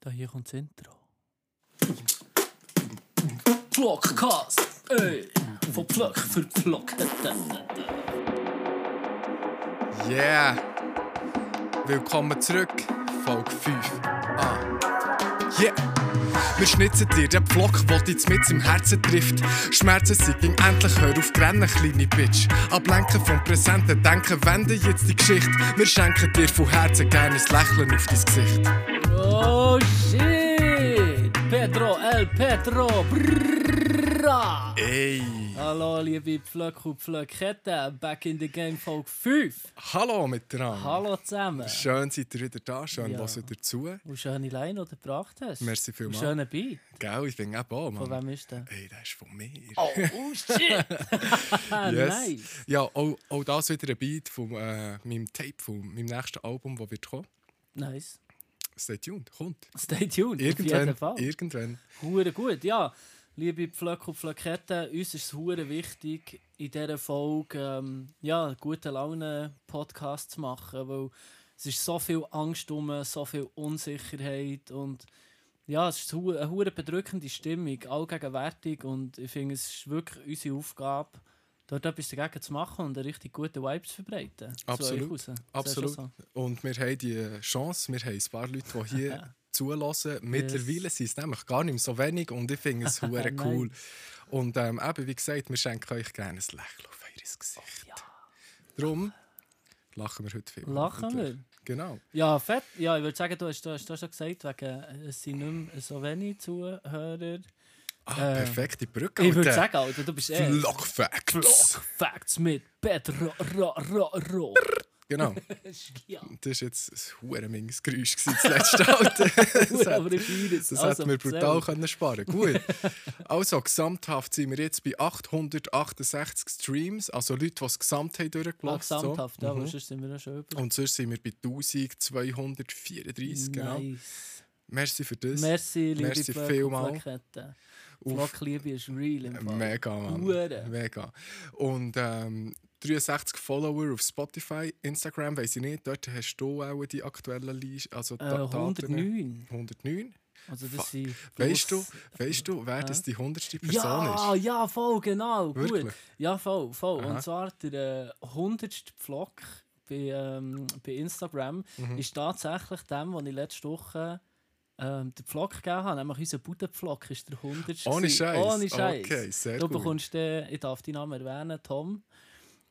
Da hier kommt das Intro. Blockcast, ey, von Pflöck für Pflock. Yeah! Willkommen zurück, Folge 5. Ah. Yeah! Wir schnitzen dir den Pflock, der dich mit im Herzen trifft. Schmerzen siegen, endlich hör auf grennen, kleine Bitch. Ablenken vom Präsenten, denken, wende jetzt die Geschichte. Wir schenken dir von Herzen gerne ein Lächeln auf dein Gesicht. Oh shit! Pedro, El Pedro, brrrra! Ey! Hallo liebe Pflöck und Pflöcketten, back in the game Folge 5. Hallo miteinander! Hallo zusammen. Schön seid ihr wieder da, schön Ja. was ihr dazu. Und schöne Line, die du gebracht hast. Merci Und vielmals. schöner Beat. Gell, ich bin eben auch, Von Mann. wem ist der? Ey, der ist von mir. Oh, oh shit! Ah, Nice. Ja, auch, auch das wieder ein Beat von äh, meinem Tape, von meinem nächsten Album, das wird kommen. Nice. Stay tuned, kommt. Stay tuned, auf jeden Irgendwann. Fall. Irgendwann. Hure gut, ja. Liebe Pflöcke und Pflöcketten, uns ist es hure wichtig, in dieser Folge ähm, ja, einen guten Laune-Podcast zu machen, weil es ist so viel Angst um, so viel Unsicherheit und ja, es ist hu- eine hure bedrückende Stimmung, allgegenwärtig und ich finde, es ist wirklich unsere Aufgabe, dort etwas dagegen zu machen und einen richtig guten Vibe zu verbreiten. zu euch Absolut. raus. Das ist Absolut. schon Und wir haben die Chance, wir haben ein paar Leute, die hier zulassen. Mittlerweile sind es nämlich gar nicht mehr so wenig und ich finde es hure Nein. cool. Und ähm, eben, wie gesagt, wir schenken euch gerne ein Lächeln auf euer Gesicht. Ja. Darum lachen wir heute viel. Lachen hoffentlich. wir. Genau. Ja, fett. Ja, ich würde sagen, du hast, du hast du hast schon gesagt, wegen, äh, es sind nicht mehr so wenig Zuhörer. Ah, Äh, perfekte Brücke. Ich würde Alter. sagen, Alter, du bist eh. Flock Facts. Block Facts mit Pedro Ro Ro Ro. Genau. ja, Das war jetzt ein hurenminges Geräusch, gewesen, das letzte Alte. das aber hätte, ich feiere es. das Also, hätten wir erzähl. brutal können sparen Gut. Also, gesamthaft sind wir jetzt bei 868 Streams, also Leute, die es gesamt haben Ah, durchgelassen. Gesamthaft, ja, Mhm. aber sonst sind wir noch schon über. Und sonst sind wir bei 1234, genau. Nice. Merci für das. Merci, liebe Merci Blöcke vielmal. Äh, und Blöcketten. Auf- Blockliebe ist real im Fall. Mega, Mann. Hure. Mega. Und ähm, 63 Follower auf Spotify, Instagram, weiß ich nicht, dort hast du auch die aktuellen Liste, also Äh, Da- Daten. 109. 109. Also das Fuck. sind Weißt du, bloß- weißt du, wer das die hundertste Person Ja, ist? ja, voll, genau. Gut. Wirklich? Ja, voll, voll. Aha. Und zwar der äh, 100. Vlog bei, ähm, bei Instagram Mhm. ist tatsächlich dem, den ich letzte Woche ähm, den Vlog gegeben habe. Nämlich unser Budenvlog ist der 100. Ohne gewesen. Scheiß. Ohne Scheiß. Okay, sehr du gut. bekommst, äh, ich darf deinen Namen erwähnen, Tom.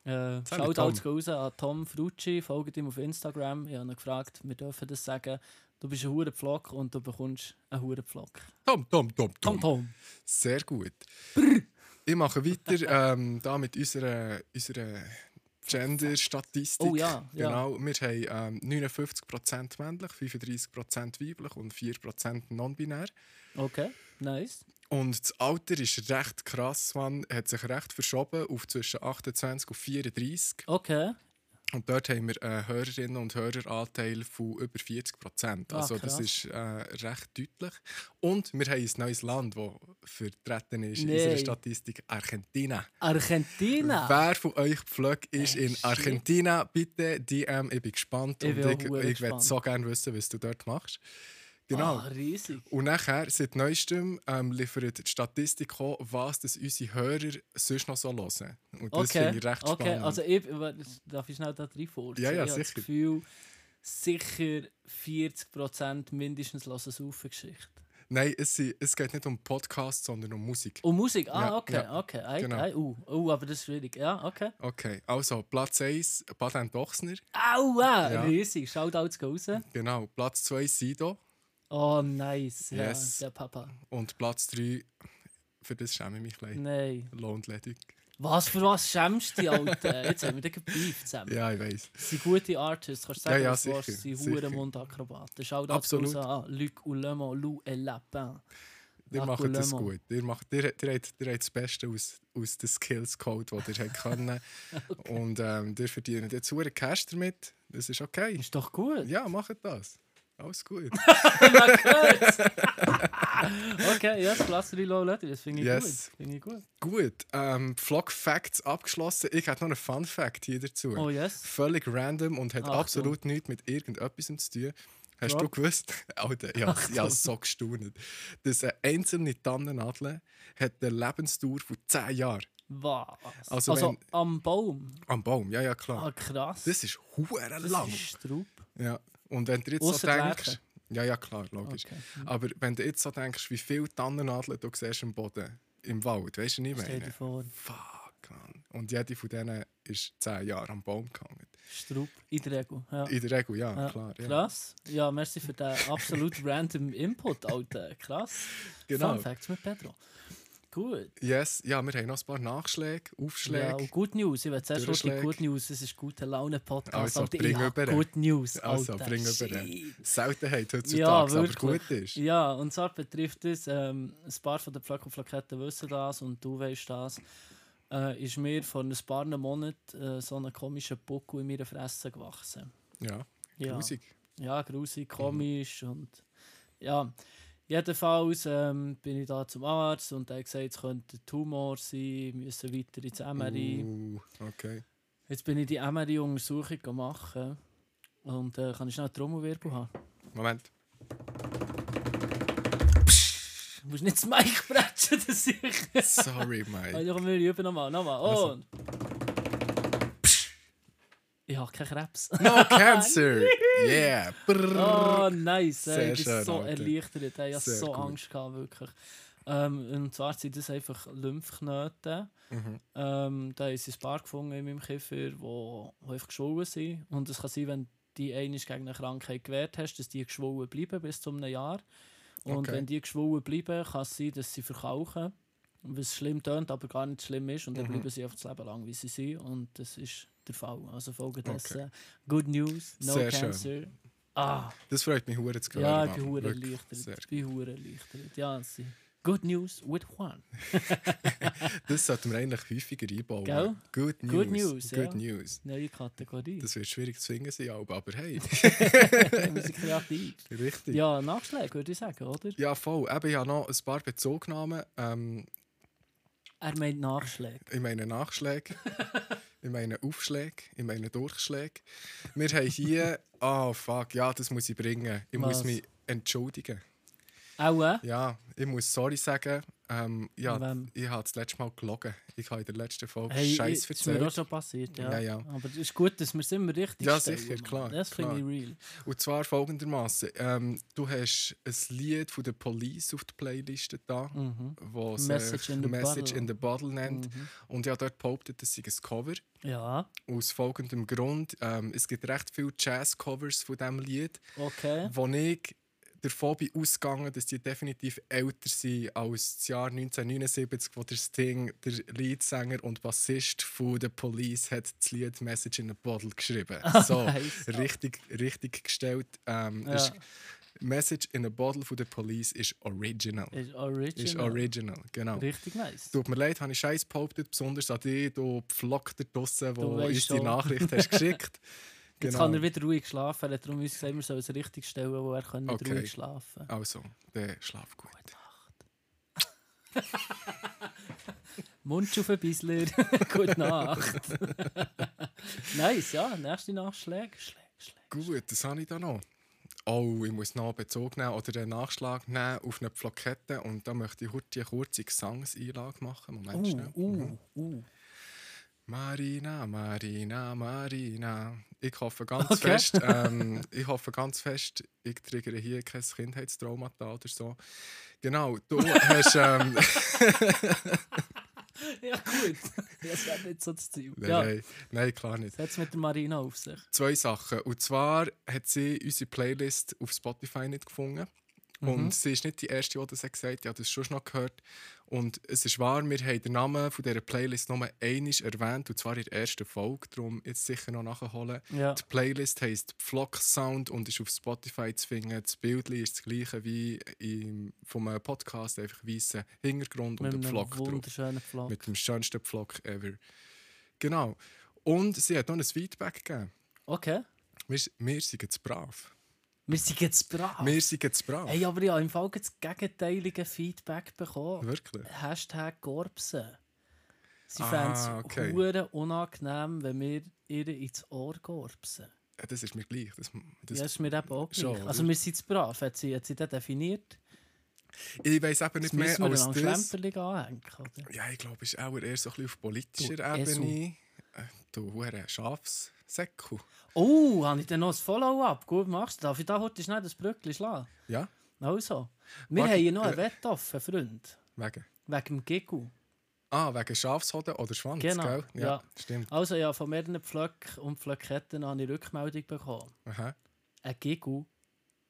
Äh, Sag mir, Schaut alles Tom. raus an Tom Frucci, folgt ihm auf Instagram. Ich habe ihn gefragt, wir dürfen das sagen. Du bist ein Hurenpflock und du bekommst einen Hurenpflock. Tom, Tom, Tom, Tom. Tom, Tom. Sehr gut. Ich mache weiter ähm, da mit unserer, unserer Gender-Statistik. Oh ja, ja. Genau, wir haben ähm, 59% männlich, 35% weiblich und 4% non-binär. Okay, nice. Und das Alter ist recht krass, man hat sich recht verschoben auf zwischen 28 und 34. Okay. Und dort haben wir einen Hörerinnen- und Höreranteil von über 40 Prozent. Ah, Also, krass. das ist äh, recht deutlich. Und wir haben ein neues Land, das vertreten ist in Nein. unserer Statistik: Argentina. Argentina. Wer von euch Pflöck ist Ey, in Ah. shit. Argentina? Bitte DM, ich bin gespannt. Ich und bin auch ich, verdammt ich würde gespannt. so gerne wissen, was du dort machst. Genau. Ah, riesig. Und nachher, seit neuestem, ähm, liefert die Statistik auch, was das unsere Hörer sonst noch so hören. Und das Okay. finde ich recht okay. spannend. Also ich, aber das darf ich schnell da reinforschen. Ja, ja, ich habe das sicher. Gefühl, sicher 40% mindestens lassen es auf Geschichte. Nein, es, sind- es geht nicht um Podcasts, sondern um Musik. Und Musik, ah, Ja, okay, ja. okay. Ei, Genau. ei, uh, uh, aber das ist schwierig. Ja, okay. Okay, also Platz 1 Baden Dochsner, Au, Ja. riesig. Shoutouts gehen raus. genau. Platz 2 Sido Oh, nice. Ja, Yes. Der Papa. und Platz 3, für das schäme ich mich gleich. Nein. Lohnt ledig. Was für was schämst du dich, Alter? Jetzt haben wir den gebieft zusammen. Ja, ich weiß. Sie sind gute Artists, kannst du sagen, Ja, ja, was du willst. sicher, Sie sind sicher. hure Mundakrobaten. Schau das Absolut. raus an Luc Ullemo, Lou et Lapin. Ihr Ach, macht das Guillermo. gut. Ihr, macht, ihr, ihr, habt, ihr habt das Beste aus, aus dem Skills-Code, den ihr habt können. Und ähm, ihr verdient jetzt hohe Cash damit. Das ist okay. Ist doch gut. Ja, macht das. Alles gut. Okay, ja, das Platz 3 Low Letter, das finde ich Yes. gut. Finde ich gut. gut, ähm, Vlog Facts abgeschlossen. Ich hätte noch einen Fun Fact hier dazu. Oh yes. völlig random und hat Achtung. absolut nichts mit irgendetwas zu tun. Hast Ja. du gewusst? Alter, ja, Ach, ich habe du. so gestaunt. Dass eine einzelne Tannennadel hat eine Lebensdauer von 10 Jahren. Was? Also Also, wenn- am Baum? Am Baum, ja, ja, klar. Ah, krass. Das ist hure Das lang. ist Straub. Ja. Und wenn du jetzt so Ausser denkst. Lärchen. Ja, ja, klar, logisch. Okay. Aber wenn du jetzt so denkst, wie viele Tannennadeln du siehst im Boden, im Wald, weißt du nicht Stell dir mehr? vor, Fuck, Mann. Und jede von denen ist 10 Jahre am Baum gehangen. Straub in der Regel. Ja. In der Regel, ja, Ja, klar. Ja. Krass. Ja, merci für den absolut random Input, Alter. Krass. Genau. Fun Facts mit Pedro. Gut. Yes, ja, wir haben noch ein paar Nachschläge, Aufschläge. Ja, und Good News. Ich will zuerst noch die Durchschläge. Good News. Es ist gute Laune Podcast. Also, Alter, bring ich hab rüber. Good News. Also, Alter. bring rüber. Shit. Seltenheit heutzutage, Ja, aber wirklich. gut ist. Ja, und zwar betrifft es, ähm, ein paar von den Flöck und Flaketten wissen das und du weißt das. Äh, ist mir vor ein paar Monaten äh, so ein komischer Buckel in meiner Fresse gewachsen. Ja, Ja. grusig. Ja, grusig, komisch und ja. Jedenfalls ähm, bin ich da zum Arzt und er hat gesagt, es könnte ein Tumor sein, müssen weiter ins MRI. Uh, okay. Jetzt bin ich die MRI-Untersuchung machen und äh, kann ich schnell einen Trommelwirbel haben. Moment. Du musst nicht das Mic bretschen, das ich... Sorry, Mike. Also kommen wir üben nochmal, nochmal Also. und... Ich habe keinen Krebs. No cancer! yeah! Brrr. Oh, nice. Ey, ich Sehr bin schön, so Alter. erleichtert. Ey. Ich hatte Sehr so gut. Angst, gehabt, wirklich. Ähm, und zwar sind das einfach Lymphknoten. Mhm. Ähm, da ist ein paar gefunden in meinem Kiefer, wo, wo einfach geschwollen sind. Und es kann sein, wenn die einmal gegen eine Krankheit gewehrt hast, dass die geschwollen bleiben bis zu einem Jahr. Und Okay. wenn die geschwollen bleiben, kann es sein, dass sie verkaufen. Was schlimm tönt, aber gar nicht schlimm ist. Und dann Mhm. bleiben sie einfach das Leben lang, wie sie sind. Und das ist der Fall. Also folgendes: Okay. äh, Good News, no Sehr schön. cancer. Ah, Das freut mich hure zu hören. ja, ich Mann. bin hure Wirklich erleichtert. sehr. Ich bin hure erleichtert. Ja, es sind Good News with Juan. Das sollten wir eigentlich häufiger einbauen. Gell? Good News. Good News, ja. Good News. Neue Kategorie. Das wird schwierig zu finden sein, aber aber hey, Wir sind kreativ. richtig. Ja, Nachschläge würde ich sagen, oder? Ja, voll. Eben, ich habe noch ein paar Bezugnahmen. Ähm, Er meint Nachschläge. ich meine Nachschläge, ich meine Aufschläge, ich meine Durchschläge. Wir haben hier... Oh, fuck. Ja, das muss ich bringen. Ich muss Was? mich entschuldigen. Auch äh? Ja, ich muss sorry sagen. Ähm, ja, Wem? ich habe das letzte Mal gelogen. Ich habe in der letzten Folge Hey, Scheiß das ist mir auch erzählt. schon passiert. Ja. Ah, Ja, ja. Aber es ist gut, dass wir es immer richtig Ja, stellen, sicher, Mann. klar, Das finde ich klar. real. Und zwar folgendermaßen: ähm, Du hast ein Lied von der Police auf der Playlist da, Mhm. wo sich Message in the Message Bottle. Mhm. in the Bottle nennt. Und ich habe dort behauptet, das sei ein Cover. Ja, Aus folgendem Grund: ähm, Es gibt recht viele Jazz-Covers von diesem Lied, okay. wo ich davon bin ausgegangen, dass die definitiv älter sind als das Jahr 1979, wo der Sting, der Leadsänger und Bassist von The Police, hat das Lied «Message in a Bottle» geschrieben. So, Oh, nice. richtig, richtig gestellt. Ähm, Ja. ist, «Message in a Bottle» von The Police ist original. Ist original. Ist original, genau. Richtig nice. Tut mir leid, habe ich Scheiß behauptet, besonders an dich, du Pflock da draussen, wo weisst uns die schon. Nachricht hast geschickt. Jetzt Genau. kann er wieder ruhig schlafen. Er hat darum uns gesagt, wir sollen es richtig stellen, wo er kann nicht Okay. ruhig schlafen Also, der schlaf gut. Mund auf ein bisschen. Gute Nacht. nice, ja. Nächste Nachschläge. Schläge, Schläge. Gut, das habe ich da noch. Oh, ich muss noch Bezug nehmen oder einen Nachschlag nehmen auf eine Plakette und da möchte ich heute eine kurze Gesangseinlage machen. Moment, Uh, schnell. Mhm. uh, uh. Marina, Marina, Marina. Ich hoffe ganz Okay. fest, ähm, ich hoffe ganz fest, ich triggere hier kein Kindheitstraumata oder so. Genau, du hast... Ähm, Ja, gut. Das wäre nicht so das Ziel. nein, Ja, nein, nein, klar nicht. setz mit der Marina auf sich. zwei Sachen. Und zwar hat sie unsere Playlist auf Spotify nicht gefunden. Mhm. Und sie ist nicht die erste, die das hat gesagt hat. Ich habe das schon noch gehört. Und es ist wahr, wir haben den Namen von dieser Playlist nur einmal erwähnt, und zwar in der ersten Folge. Darum jetzt sicher noch nachholen. Ja. Die Playlist heisst Flock Sound und ist auf Spotify zu finden. Das Bild ist das gleiche wie im, vom äh, Podcast, einfach weißen Hintergrund und ein Flock drauf. wunderschönen Flock. Mit dem schönsten Flock ever. Genau. Und sie hat noch ein Feedback gegeben. Okay. Wir, wir sind zu brav. Wir sind jetzt brav. Wir sind zu brav. Ah. Hey, aber ich habe im Fall jetzt das gegenteilige Feedback bekommen. Wirklich. Hashtag Gorbsen. Sie Ah, fänden es okay. hure unangenehm, wenn wir ihr ins Ohr gorbsen. Ja, das ist mir gleich. Das, das, Das, ja, das ist mir eben auch Schon, gleich. Also wir sind zu brav, hat sie, hat sie das definiert. Ich weiß eben Jetzt nicht müssen wir mehr als dann das. Schlemperling anhängen. Oder? Ja, ich glaube, es ist auch eher so ein bisschen auf politischer Du Esel. Ebene. Äh, Du hure Schafssäckel. Oh, habe ich dann noch ein Follow-up? Gut machst du. Darf ich da heute schnell das Brückchen schlagen? Ja, Also, wir Warte, haben ja noch äh, einen Wettoffen, Freund. wegen. Wegen dem Giggle. Ah, wegen Schafshoden oder Schwanz, Genau, gell? Ja, ja. stimmt. Also ja, von mehreren Pflöcken und Pflöcketten habe ich Rückmeldung bekommen. Aha. Ein Giggle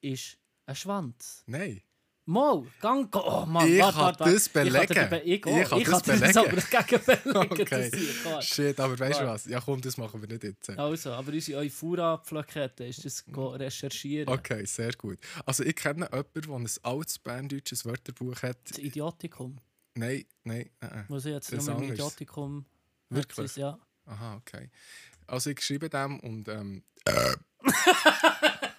ist ein Schwanz. Nein. Mal, gang, go- oh Mann, Ich warte, kann warte, warte. das Ich kann, belegen. dir be- ich, Ich auch. kann ich das kann dir das belegen. aber gegen belegen. Okay. das hier, klar. Shit, aber weißt du Klar. was? Ja, komm, das machen wir nicht jetzt. Also, aber unsere Euphora-Plakette ist das dus go recherchieren. Okay, sehr gut. Also, ich kenne jemanden, der ein altes berndeutsches Wörterbuch Das hat. Idiotikum. Nein, nein, äh, äh. Muss ich jetzt Das nur mit dem anderes. Idiotikum. Wirklich? Jetzt ist- Ja. Aha, okay. Also, ich schreibe dem und. Ähm,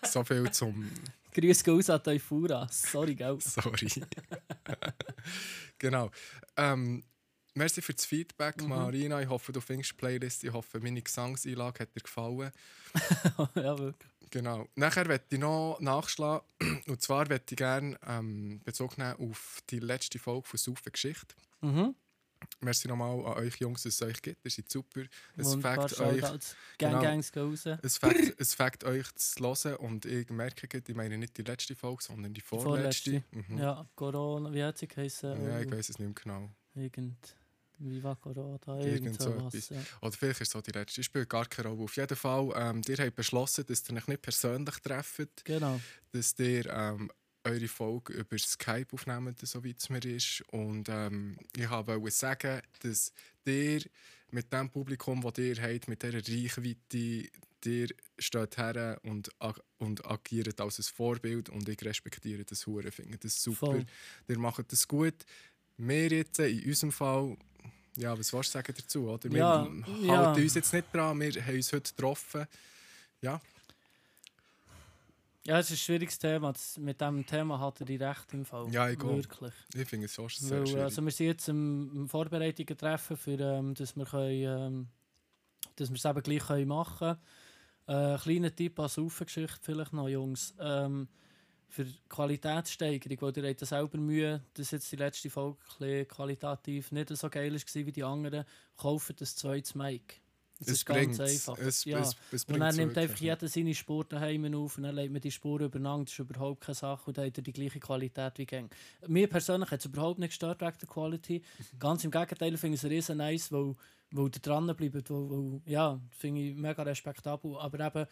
so viel zum. Grüß gehen raus an die Euphora. Sorry, gell? Sorry. genau. Ähm, merci für das Feedback, Mhm. Marina. Ich hoffe, du findest die Playlist. Ich hoffe, meine Gesangseinlage hat dir gefallen. ja, wirklich. Genau. Nachher möchte ich noch nachschlagen. Und zwar möchte ich gerne ähm, Bezug nehmen auf die letzte Folge von Saufen Geschichte. Mhm. Merci nochmal an euch Jungs, dass es euch gibt. Ihr seid super. Es Wunderbar, fängt euch. Shoutouts. Gang, oh, Genau. Gangs gehen raus. Die Es fängt, es fängt euch zu hören und ich merke, gerade, ich meine nicht die letzte Folge, sondern die vorletzte. Vorletzte. Mhm. Ja. Ja, Corona, wie hat sie geheißen? ich weiß es nicht mehr genau. Irgend. Viva Corona, Irgend irgend so sowas. etwas. Ja. Oder vielleicht ist es auch die letzte. Spielt gar keine Rolle. Auf jeden Fall, ähm, ihr habt beschlossen, dass ihr euch nicht persönlich trefft, Genau. dass ihr ähm, eure Folge über Skype aufnehmt, soweit es mir ist. Und ähm, ich wollte sagen, dass ihr mit dem Publikum, das ihr habt, mit dieser Reichweite, ihr steht her und, ag und agiert als ein Vorbild und ich respektiere das Huren, finde das super. Voll. Ihr macht das gut. Wir jetzt in unserem Fall, ja, was willst du sagen dazu? Oder? Wir Ja, halten ja. uns jetzt nicht dran, wir haben uns heute getroffen. Ja, Ja, es ist ein schwieriges Thema. Das, mit diesem Thema hat er die Recht im Fall. Ja, ich auch. Wirklich. eh, ich finde es schon sehr Weil, schwierig. also wir sind jetzt im, im Vorbereitungen treffen, für, ähm, dass wir können, ähm, dass wir es eben gleich können machen können. Äh, kleiner Tipp als Aufgeschichte vielleicht noch, Jungs. Ähm, für die Qualitätssteigerung, weil ihr habt ja selber Mühe, dass jetzt die letzte Folge ein bisschen qualitativ nicht so geil war wie die anderen, kauft ein zweites Mic. Das ist ganz bringt's. einfach. Es, ja. es, es Und dann bringt's nimmt wirklich. einfach jeder seine Spuren daheim auf und dann legt man die Spuren übereinander. Das ist überhaupt keine Sache und dann hat er die gleiche Qualität wie gäng. Mir persönlich hat es überhaupt nicht gestört wegen der Quality. Mhm. Ganz im Gegenteil, finde ich es riesen nice, weil, weil ihr dranbleibt. Weil, weil, ja, finde ich mega respektabel. Aber eben,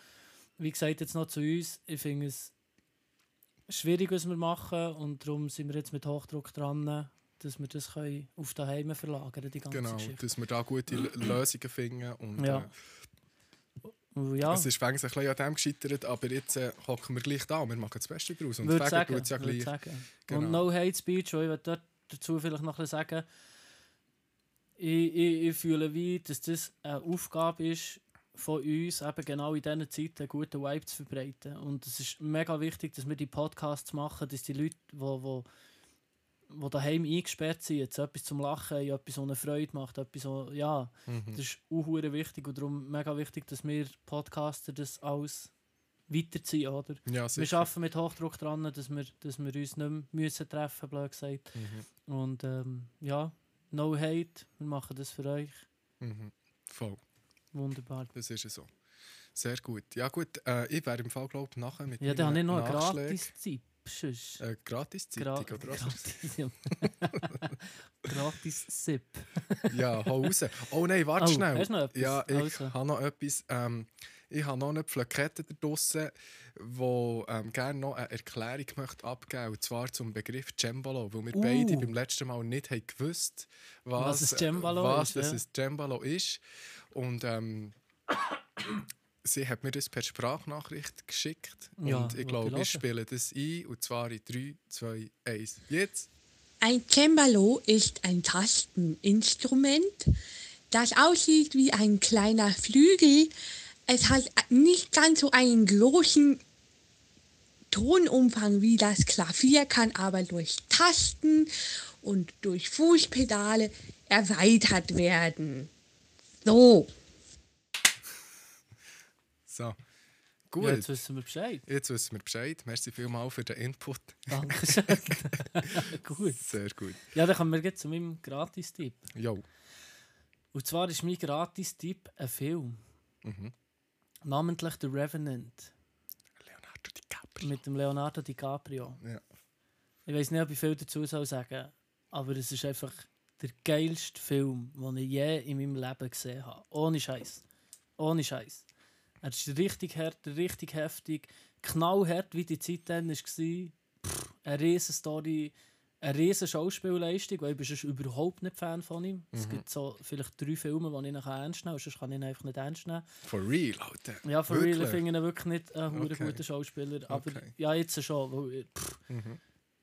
wie gesagt, jetzt noch zu uns. Ich finde es schwierig, was wir machen und darum sind wir jetzt mit Hochdruck dran, dass wir das können auf daheim verlagern, die ganze Genau, Geschichte. Mhm. dass wir da gute L- Lösungen finden. Und, Ja. äh, Und Ja, Es ist manchmal ein bisschen an dem gescheitert, aber jetzt äh, hocken wir gleich da. Wir machen das Beste daraus. Und würde Fegen sagen. tut es ja würde gleich. sagen. Und Genau. No Hate Speech, weil ich will dort dazu vielleicht noch ein bisschen sagen, ich, ich, ich fühle wie, dass das eine Aufgabe ist von uns, eben genau in diesen Zeiten einen guten Vibe zu verbreiten. Und es ist mega wichtig, dass wir die Podcasts machen, dass die Leute, die wo, wo daheim eingesperrt sind, jetzt etwas zum Lachen haben, etwas, was ihnen Freude macht, etwas, was, ja, Mhm. das ist auch verdammt wichtig und darum mega wichtig, dass wir Podcaster das alles weiterziehen, oder? Ja, Wir sicher. arbeiten mit Hochdruck dran, dass wir, dass wir uns nicht mehr müssen treffen müssen, blöd gesagt. Mhm. Und ähm, ja, no hate, wir machen das für euch. Mhm. Voll, Wunderbar. das ist es so. Sehr gut. Ja gut, äh, ich wäre im Fall, glaube ich, nachher mit Ja, dann habe ich meinen noch eine Nachschlägen- Gratis-Tipp. sonst. Äh, Gratis-Zeitung, Gra- oder was? Gratis, ja. Gratis-Sip. Ja, hau raus. Oh nein, warte Oh, schnell. hast du noch etwas? Ja, ich Also. habe noch etwas. Ähm, ich habe noch eine Plakette da draussen, wo ähm, gerne noch eine Erklärung möchte abgeben möchte. Und zwar zum Begriff Cembalo. Weil wir Uh. beide beim letzten Mal nicht haben gewusst Was was, ein Cembalo was ist, das ja. ein Cembalo ist. Und ähm, sie hat mir das per Sprachnachricht geschickt. Ja, und will ich ich glaube, hören. ich spiele das ein. Und zwar in 3, 2, 1. Jetzt! Ein Cembalo ist ein Tasteninstrument, das aussieht wie ein kleiner Flügel. Es hat nicht ganz so einen großen Tonumfang wie das Klavier, kann aber durch Tasten und durch Fußpedale erweitert werden. So. So. Gut, Ja, jetzt wissen wir Bescheid. jetzt wissen wir Bescheid. Merci vielmals für den Input. Dankeschön. Gut. Sehr gut. Ja, dann kommen wir jetzt zu meinem Gratistipp. Jo. Und zwar ist mein Gratistipp ein Film. Mhm. Namentlich The Revenant Leonardo DiCaprio. mit dem Leonardo DiCaprio. Ja. Ich weiß nicht, ob ich viel dazu soll sagen aber es ist einfach der geilste Film, den ich je in meinem Leben gesehen habe. Ohne Scheiß. Ohne Scheiß. Er ist richtig hart, richtig heftig, knallhart, wie die Zeit dann war. Pff, eine riesen Story, eine riesen Schauspielleistung, weil ich bin sonst überhaupt nicht Fan von ihm. Es gibt so vielleicht drei Filme, die ich noch ernst nehmen kann, sonst kann ich ihn einfach nicht ernst nehmen. For real, Alter. Ja, for Wirklich? real, ich finde ihn wirklich nicht ein hure Okay. guter Schauspieler. Aber Okay. Mhm. ja, jetzt schon. Weil, pff,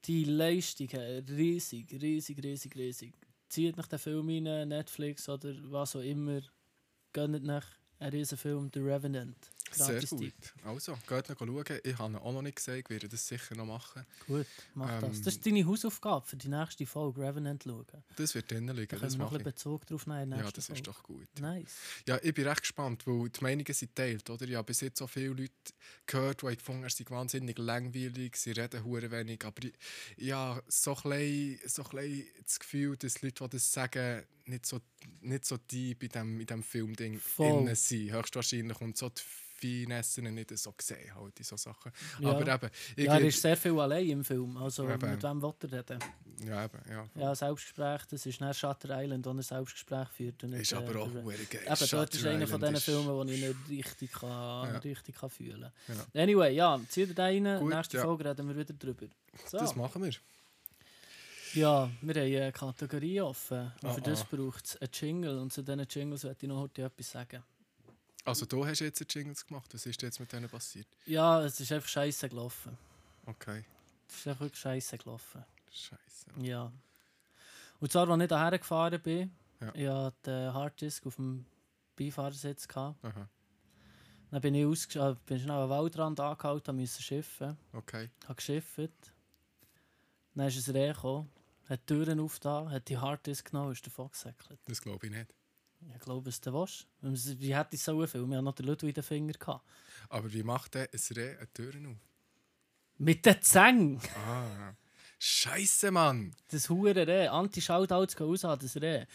Die Leistung, hey, riesig, riesig, riesig, riesig. Zieht nach den Film rein, Netflix oder was auch immer. Gönnt nach ein riesen Film, The Revenant. Sehr Gratis gut. Tipp. Also, geht noch schauen. Ich habe ihn auch noch nicht gesehen, ich werde das sicher noch machen. Gut, mach das. Ähm, Das ist deine Hausaufgabe für die nächste Folge, Revenant schauen. Da Das wird drinnen liegen, können das wir noch ein mache bisschen ich. Bezug drauf nehmen. in der Ja, nächsten das Folge. ist doch gut. Nice. Ja, ich bin recht gespannt, weil die Meinungen sind teilt, oder? Ich habe bis jetzt so viele Leute gehört, die haben gefunden, er sei wahnsinnig langweilig, sie reden hure wenig, aber ich, ich habe so klein, so klein das Gefühl, dass die Leute, die das sagen, nicht so, nicht so deep in diesem in dem Filmding Voll. innen sind, höchstwahrscheinlich, und so die Finesse nicht so gesehen, halt, in so Sachen. Ja. Aber eben, ich Ja, er gebe- ist sehr viel allein im Film. Also, Eben. mit wem will er reden? ja, eben, ja. Ja, Selbstgespräch, das ist nach Shutter Island, wo er Selbstgespräch führt. Und Ist nicht, aber äh, auch der- hure geil. Eben, dort ist Shutter einer von Island diesen ist- Filmen, wo ich nicht richtig, kann, Ja. richtig kann fühlen kann. Ja. Anyway, ja, zieht einen. Gut, Nächste ja. Folge reden wir wieder drüber. So. Das machen wir. Ja, wir haben eine Kategorie offen. Und Ah, für das ah. braucht es einen Jingle. Und zu diesen Jingles werde ich noch heute etwas sagen. Also, du hast jetzt die Jingles gemacht. Was ist jetzt mit denen passiert? Ja, es ist einfach scheiße gelaufen. Okay. Es ist einfach wirklich scheiße gelaufen. Scheiße. Ja. Und zwar, als ich hierher gefahren bin, Ja. ich hatte den Harddisk auf dem Beifahrersitz. Gehabt. Aha. Dann bin ich, ausgesch- äh, bin schnell am Waldrand angehalten, musste schiffen. Okay. habe geschifft. Dann ist ein Reh gekommen, hat die Türen aufgetan, hat die Harddisk genommen und ist davon gesäckelt. Das glaube ich nicht. Ich glaube, es du willst. Weil es- Wie hätte ich so viel? Wir hatten noch den Ludwig in den Finger. Gehabt. Aber wie macht der ein Reh eine Tür auf? Mit den Zängen! Ah. Scheiße, Mann! Das hure Reh. Anti-Shoutouts gehen raus an das Reh.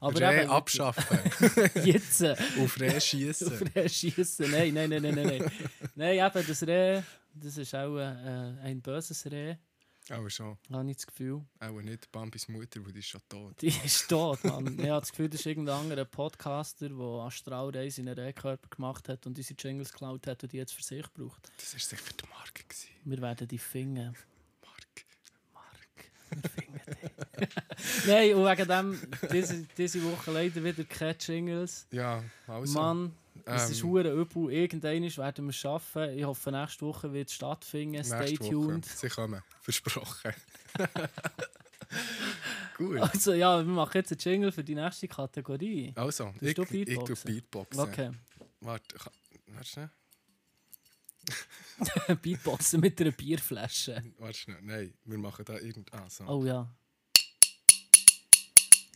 Aber Reh eben, abschaffen. Jetzt! äh, auf Reh schießen. Auf Reh schiessen. Nein, nein, nein, nein, nein. Nein, nein eben, das Reh, das ist auch äh, ein böses Reh, Aber schon. habe ich das Gefühl. Auch nicht Bambis Mutter, weil die ist schon tot. Die ist tot, Mann. Ich habe das Gefühl, das ist irgendein anderer Podcaster, der Astralreise in einen Rehkörper gemacht hat und unsere Jingles geklaut hat und die jetzt für sich braucht. Das war sicher der Mark. gewesen. Wir werden die finden. Mark. Mark, wir finden dich. Nein, und wegen dem, diese, diese Woche leider wieder keine Jingles. Ja, also. Mann, es ist ähm, hure übel. Irgendwann werden wir es schaffen. Ich hoffe, nächste Woche wird es stattfinden. Stay nächste Woche. tuned. Sie kommen. Versprochen. Gut. Also ja, wir machen jetzt einen Jingle für die nächste Kategorie. Also, du ich, ich tue Beatboxen? Beatboxen. Okay, Warte, ka- warte schnell. Beatboxen mit einer Bierflasche. Warte schnell. Nein, wir machen da irgend... Ah, so. Oh ja.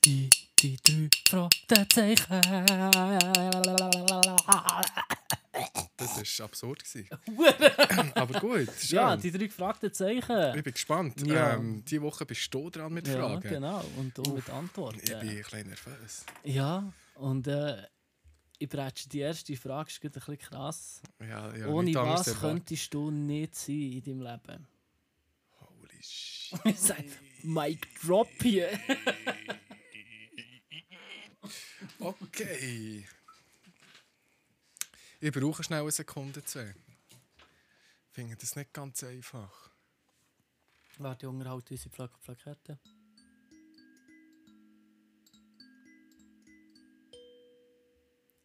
Die, die drei Fragezeichen. Das war absurd. gewesen. Aber gut, schön. Ja, die drei Fragezeichen. ich bin gespannt. Ja. Ähm, diese Woche bist du dran mit Ja, Fragen. genau. Und, und mit Antworten. Ich bin ein bisschen nervös. Ja, und äh, ich bretsche die erste Frage, ist gerade ein bisschen krass. Ja, ja, Ohne nicht anders was erwartet. könntest du nicht sein in deinem Leben? Holy shit. Ich sag, Mic drop hier. Okay. Ich brauche schnell eine Sekunde, zwei. Ich finde das nicht ganz einfach. Warte, Junge, halt unsere Plak Plakette.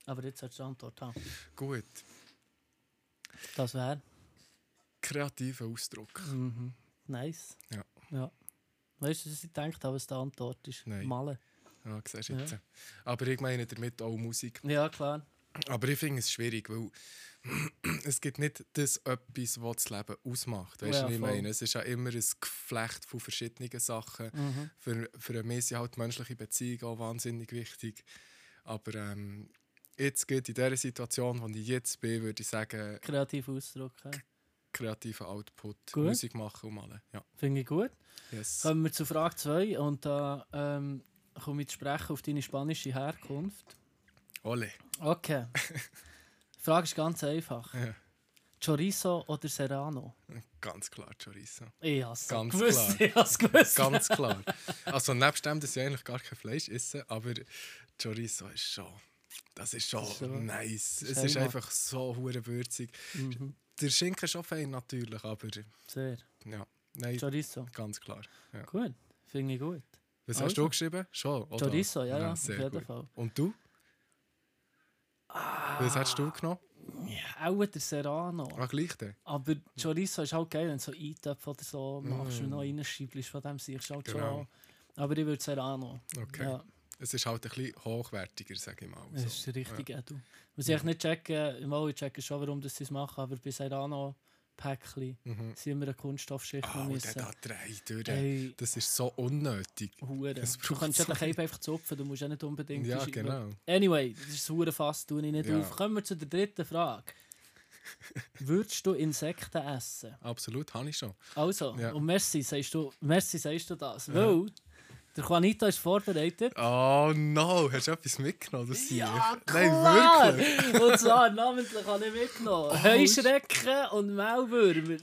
Aber jetzt hast du die Antwort. ha? Gut. Das wäre Kreativer Ausdruck. Mhm. nice. Ja. ja. Weißt du, was ich gedacht habe, was die Antwort ist? Nein. Malen. Ja, siehst du jetzt. Aber ich meine damit auch Musik. Ja, klar. Aber ich finde es schwierig, weil es gibt nicht das etwas, was das Leben ausmacht. Weißt du, Ja, was ich voll. meine? Es ist ja immer ein Geflecht von verschiedenen Sachen. Mhm. Für, für mich sind halt menschliche Beziehungen auch wahnsinnig wichtig. Aber ähm, jetzt geht in dieser Situation, wo ich jetzt bin, würde ich sagen, kreativ ausdrücken. kreativer Output, Gut. Musik machen und malen. Ja, Finde ich gut. yes. Kommen wir zu Frage 2 und da ähm, komme ich zu sprechen auf deine spanische Herkunft. Ole. Okay. Die Frage ist ganz einfach. Ja. Chorizo oder Serrano? Ganz klar, Chorizo. Ich hab's Ganz gewusst. klar. Ich hab's gewusst. Ganz klar. Also nebst dem, dass ich eigentlich gar kein Fleisch esse, aber Chorizo ist schon. Das ist schon ist schon- nice. ist Es ist Heimat. einfach so hure würzig. Mhm. Der Schinken ist schon fein natürlich, aber Sehr. ja, nein, Chorizo. ganz klar. Ja. Gut. Finde ich gut. Was hast Also. du geschrieben? Schon, oder? Chorizo, ja, ja, auf sehr jeden gut. Fall. Und du? Was hast Ah. du genommen? Ja, auch der Serrano. Ah, gleich den. Aber Chorizo ist auch geil, wenn du so Eintöpfe oder so machst und noch reinschiebelst, von dem siehst du halt Mm. Genau. schon. Aber ich würde Serrano. Okay. Ja, Es ist halt ein bisschen hochwertiger, sage ich mal. das So. ist richtig, ja. du. Was ich nicht checke, im All, ich checke schon, warum das sie es machen, aber bei Serrano-Päckchen Mhm. sind wir eine Kunststoffschicht noch Ah, und müssen. Oh. dann da drei durch. Ey. Das ist so unnötig. Hure. Es Du braucht kannst ja so den Cape einfach zupfen, du musst ja nicht unbedingt. Ja, das ist- genau. Anyway, das ist ein Hurenfass, tue ich nicht Ja. auf. Kommen wir zu der dritten Frage. Würdest du Insekten essen? Absolut, habe ich schon. Also, Ja. und merci sagst, du, merci sagst du das. Weil der Juanito ist vorbereitet. Oh no, hast du etwas mitgenommen? Das ja, Klar! Nein, wirklich. Oh, Und zwar namentlich habe ich mitgenommen. Heuschrecken und Maulwürmer.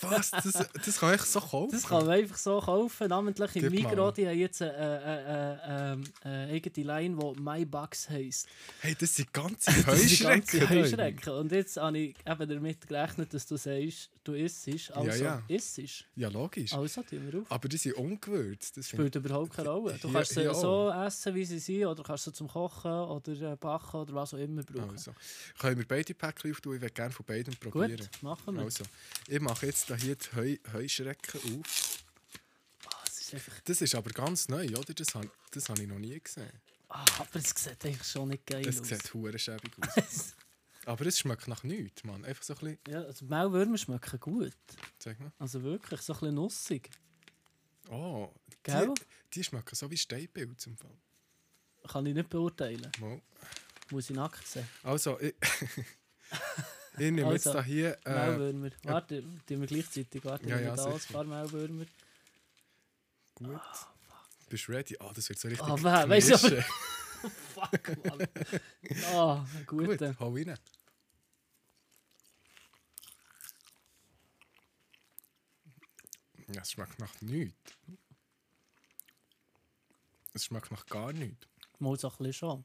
Was? Das, das kann ich so kaufen. Das kann man einfach so kaufen. Namentlich im Gib mal. Migros, die haben jetzt eine äh, äh, ähm, äh, eigene Line, die My Bugs heisst. Hey, das sind ganze Das sind Heuschrecken. ganze Leute. Heuschrecken. Und jetzt habe ich eben damit gerechnet, dass du sagst, du isst. Also, ja. isst. Ja, logisch. Also, tun wir auf. Aber die sind ungewürzt. Das finde Spielt überhaupt keine Rolle. Du Ja, kannst sie ja. so essen, wie sie sind, oder kannst sie zum Kochen oder äh, Backen oder was auch immer ich. brauchen. Also. Können wir beide Päckchen auftun? Ich würde gerne von beiden probieren. Gut, machen wir. Also, ich mache jetzt da hier die Heu Heuschrecken auf. Ah, es ist einfach, Das ist aber ganz neu, oder? Das habe das hab ich noch nie gesehen. ah, aber es sieht einfach schon nicht geil Das aus. sieht hure schäbig aus. aber es schmeckt nach nichts, Mann. Einfach so ein bisschen. Ja, also Maulwürmer schmecken gut. Zeig mal. Also wirklich, so ein bisschen nussig. Oh, Gell? die, die schmecken so wie Steinpilz im Fall. Kann ich nicht beurteilen. Mal. Muss ich nackt sehen. Also, ich, ich nehme Also, jetzt da hier. Äh, Maulwürmer. Warte, tun wir gleichzeitig. Warte, Ja, wir ja, da ein sicher. paar Maulwürmer. gut. Bist du ready? Ah, das wird so richtig. Ah, weh, weiss ich aber- knirschen. Fuck, Mann. Ah, oh, gut. Gut, hau rein. Ja, es schmeckt nach nichts. Es schmeckt nach gar nichts. Mal so ein bisschen schon.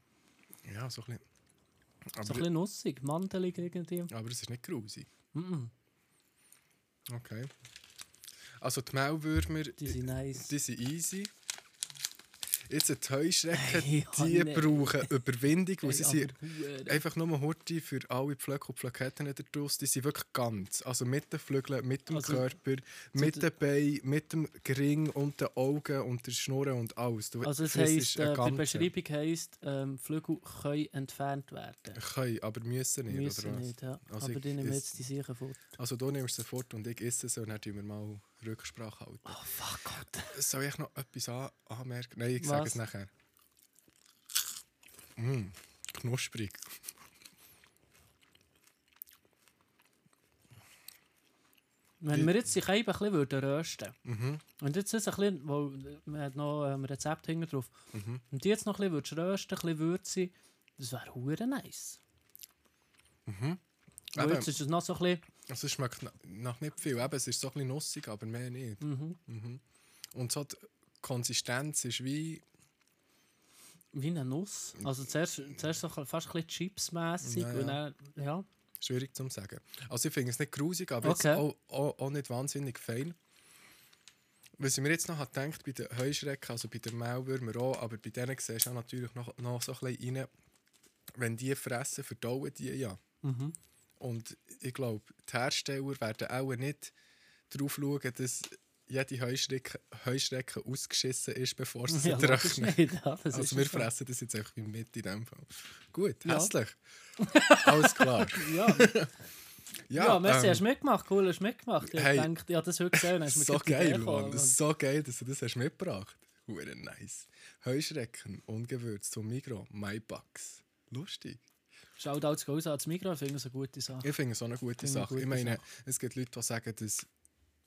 Ja, so ein bisschen. So ein Aber, bisschen nussig, mandelig irgendwie. aber es ist nicht grusig. Mm-mm, Okay. Also die Mehlwürmer, die sind nice. Die sind easy. Jetzt die Heuschrecken, Hey, die Hanne. brauchen Überwindung, weil Ey, sie aber sind Hure. einfach nur Horti für alle Pflöcke und Plaketten da draus. Die sind wirklich ganz. Also mit den Flügeln, mit dem Also, Körper, mit der- den Beinen, mit dem Gring und den Augen und der Schnurren und alles. Du, Also es frisst heisst, eine äh, die ganze. Beschreibung heisst, ähm, Flügel können entfernt werden. Können, aber müssen nicht, Müssen oder was? nicht, ja. Also Aber ich- die nehmen es- jetzt die sicher fort. Also du nimmst sie fort und ich esse sie und dann tun wir mal Rücksprache halten. Oh fuck Gott. Soll ich noch etwas an anmerken? Nein, ich sage Was? es nachher. Mm, knusprig. Wenn wir jetzt die Scheibe ein bisschen würden rösten Mhm. und jetzt ist ein bisschen, weil äh, man hat noch ein Rezept hinten drauf, Mhm. und die jetzt noch ein bisschen würdest rösten, ein bisschen würzen, das wäre hure nice. Mhm. Eben. jetzt ist es noch so ein bisschen, Also es schmeckt na- nach nicht viel. Eben, es ist so ein bisschen nussig, aber mehr nicht. Mhm. Und so die Konsistenz ist wie... wie eine Nuss. Also zuerst, zuerst so ein bisschen- fast ein bisschen Chips-mässig Ja, und ja. dann, ja. Schwierig zu sagen. Also ich finde es nicht grusig, aber jetzt Okay. auch, auch, auch nicht wahnsinnig fein. Was ich mir jetzt noch habe gedacht bei den Heuschrecken, also bei den Mehlwürmern auch, aber bei denen siehst du auch natürlich noch, noch so ein bisschen rein, wenn die fressen, verdauen die ja. Mhm. Und ich glaube, die Hersteller werden auch nicht darauf schauen, dass jede Heuschrecke, Heuschrecke ausgeschissen ist, bevor sie ja sie logisch trocknen. nicht, ja, das ist Also wir so. fressen das jetzt einfach mit in dem Fall. Gut, Ja. hässlich. Alles klar. Ja, Ja, ja, merci, ähm, hast du mitgemacht, cool, hast du mitgemacht. Ich hey, hey, denke, ja, das heute gesehen, hast du mir So gerade die Idee geil, gekommen, Mann. Mann. So geil, dass du das hast mitgebracht hast. nice. Heuschrecken, ungewürzt zum Migros, My Bucks. Lustig. Schaut auch zu Hause an das Migros, ich finde es eine gute Sache. Ich finde es auch eine Finde gute ich eine Sache. gute ich meine, es gibt Leute, die sagen, dass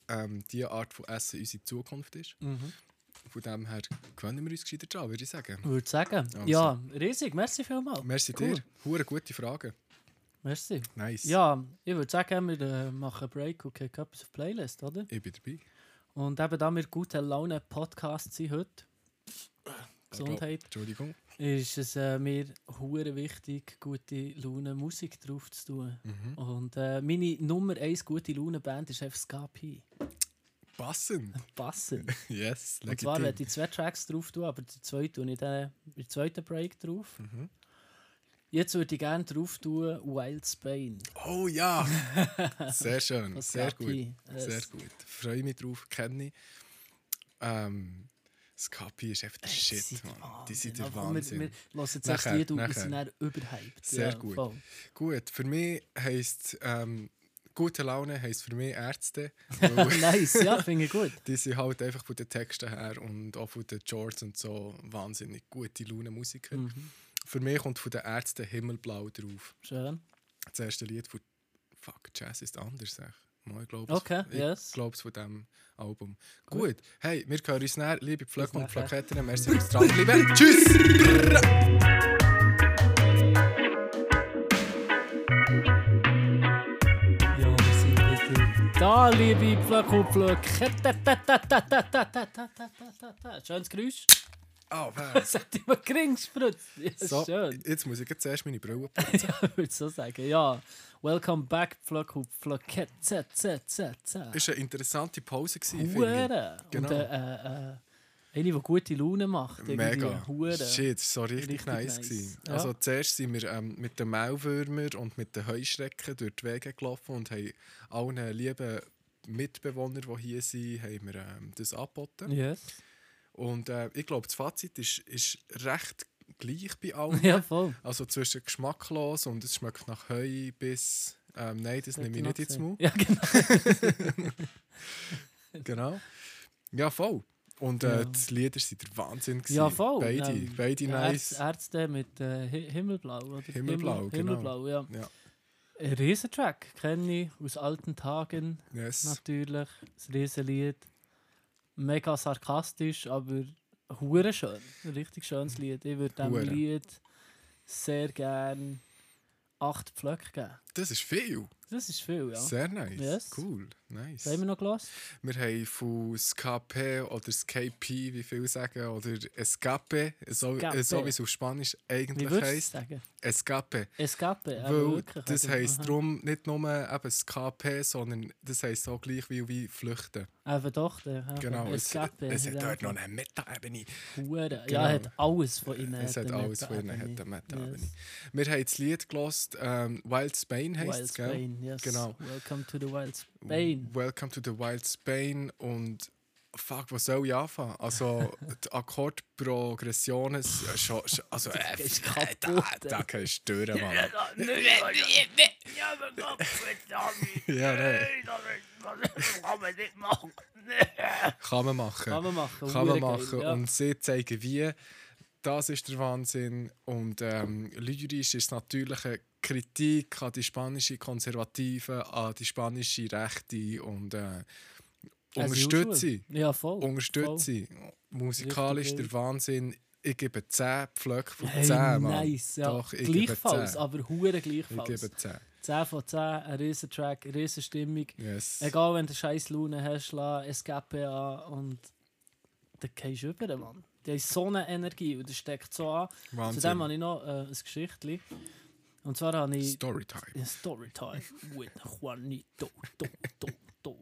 ähm, diese Art von Essen unsere Zukunft ist. Mhm. Von dem her gewöhnen wir uns gescheiter dran, würde ich sagen. Würde sagen. Ja, riesig, merci vielmals. also. Merci Cool. dir. Hure gute Frage. Merci. Nice. Ja, ich würde sagen, wir äh, machen einen Break und kicken etwas auf die Playlist, oder? Ich bin dabei. Und eben da wir gute Laune Podcast sind heute, Äh, Gesundheit, Pardon. Entschuldigung. ist es äh, mir hure wichtig, gute Laune Musik drauf zu tun. Mhm. Und äh, meine Nummer 1 gute Laune Band ist einfach Skapi. Passend. Passend. Yes, Und zwar legitim. werde ich zwei Tracks drauf tun, aber die zweite tue ich dann im zweiten Break drauf. Mhm. Jetzt würde ich gerne drauf tun Wild Spain. Oh ja! Sehr schön, Das sehr Skapi, gut. äh, Sehr es- gut. Freue mich drauf, kenne ich. Ähm, Skapi ist einfach der Shit, Mann. Die sind der Wahnsinn. Wir, wir hören zuerst Nachher, Lied und wir nachher. sind dann überhyped. Sehr ja, gut. Voll. Gut, für mich heisst ähm, gute Laune heisst für mich Ärzte. weil nice, ja, finde ich gut. die sind halt einfach von den Texten her und auch von den Shorts und so wahnsinnig gute Laune Musiker. Mhm. Für mich kommt von den Ärzten Himmelblau drauf. Schön. Das erste Lied von Fuck, Jazz ist anders. echt. Mal, ich glaube Okay, yes. es von diesem Album. Gut. hey, wir hören uns näher. Liebe Pflöcke und nachher. Plaketten, merci fürs Dranbleiben. Tschüss! Ja, wir sind wieder da, liebe Pflöcke und Pflöcke. Ta, ta, ta, ta, ta, ta, ta, ta, ta, ta, ta. Schönes Geräusch. Oh, Das hat immer gering gespritzt. Ja, so, Schön. jetzt muss ich jetzt zuerst meine Brille Ja, ich würde so sagen, ja. Welcome back, Pflöcke und Pflöcke. Z, z, z, z. Das war eine interessante Pause. Gewesen, finde Hure. Genau. Und äh, äh, äh, eine, die gute Laune macht. ich. irgendwie. Mega. Hure. Shit, so richtig, Richtig nice. nice. gewesen. Ja. Also zuerst sind wir ähm, mit den Maulwürmern und mit den Heuschrecken durch die Wege gelaufen und haben allen lieben Mitbewohnern, die hier sind, haben wir ähm, das angeboten. Yes. Und äh, ich glaube, das Fazit ist, ist recht gleich bei allen. Ja, voll. Also zwischen geschmacklos und es schmeckt nach Heu bis. Ähm, nein, das nehme ich Hätte nicht ich ins noch Maul. gesagt. Ja, genau. Genau. Ja, voll. Und äh, Ja. die Lieder sind der Wahnsinn. Gewesen. Ja, voll. Beide, Ähm, beide ja, nice. Ärz- Ärzte mit äh, Hi- Himmelblau. Oder? Himmelblau, Himmel, genau. Himmelblau, ja. Ja. Ein Riesentrack kenne ich aus alten Tagen yes. natürlich. Das Riesenlied. Mega sarkastisch, aber hure schön. Ein richtig schönes Lied. Ich würde diesem Mhm. Hure. Lied sehr gern acht Pflöcke geben. Das ist viel. Das ist viel, ja. Sehr nice. Yes. Cool. Nice. Was haben wir noch gelassen? Wir haben von SKP oder SKP, wie viele sagen, oder Escape, so, Escape. so wie es auf Spanisch Wie eigentlich würdest du es heisst. sagen? Escape. Escape, aber Weil wirklich. das oder? heisst Aha. darum nicht nur eben das KP, sondern das heisst auch gleich wie, wie flüchten. Eben doch, der. eben. Genau, es, Escape. es ja. hat dort noch eine Meta-Ebene. Hure. Genau. Ja, er hat alles von innen. Es hat der alles Meta von ihnen, hat Ebene. eine Meta-Ebene. Yes. Wir haben das Lied gelost, ähm, Wild Spain heisst Wild es, gell? Spain, yes. Genau. Welcome to the Wild Spain. Welcome to the Wild Spain und fuck, was soll ich anfangen? Also die Akkordprogressionen, s- äh, schon, schon- also äh, ist da- kaputt, da kann ich stören, Mann. Ja, aber Gott, verdammt, Ja, nein, das kann man nicht machen. kann man machen. Kann man machen. kann hure man geil, machen. ja. Und sie zeigen wie. Das ist der Wahnsinn. Und ähm, lyrisch ist natürlich eine Kritik an die spanische Konservative, an die spanische Rechte und äh, As unterstütze sie. usual. Ja, voll. Unterstütze voll. sie. Musikalisch Richtig der Wahnsinn. Ich gebe 10 Pflöcke von 10, Hey, Mann. nice, ja. Doch, ich gleichfalls, gebe aber hure 10. Ich gleichfalls. gebe 10. 10 von 10, ein riesen Track, eine riesen Stimmung. Yes. Egal, wenn du scheiß Laune hast, lass Escape an und dann gehst du über, Mann. Die haben so eine Energie und das steckt so an. Wahnsinn. Zudem habe ich noch äh, ein Geschichtli. Und zwar habe ich Storytime. in Storytime with Juanito. Do, do, do.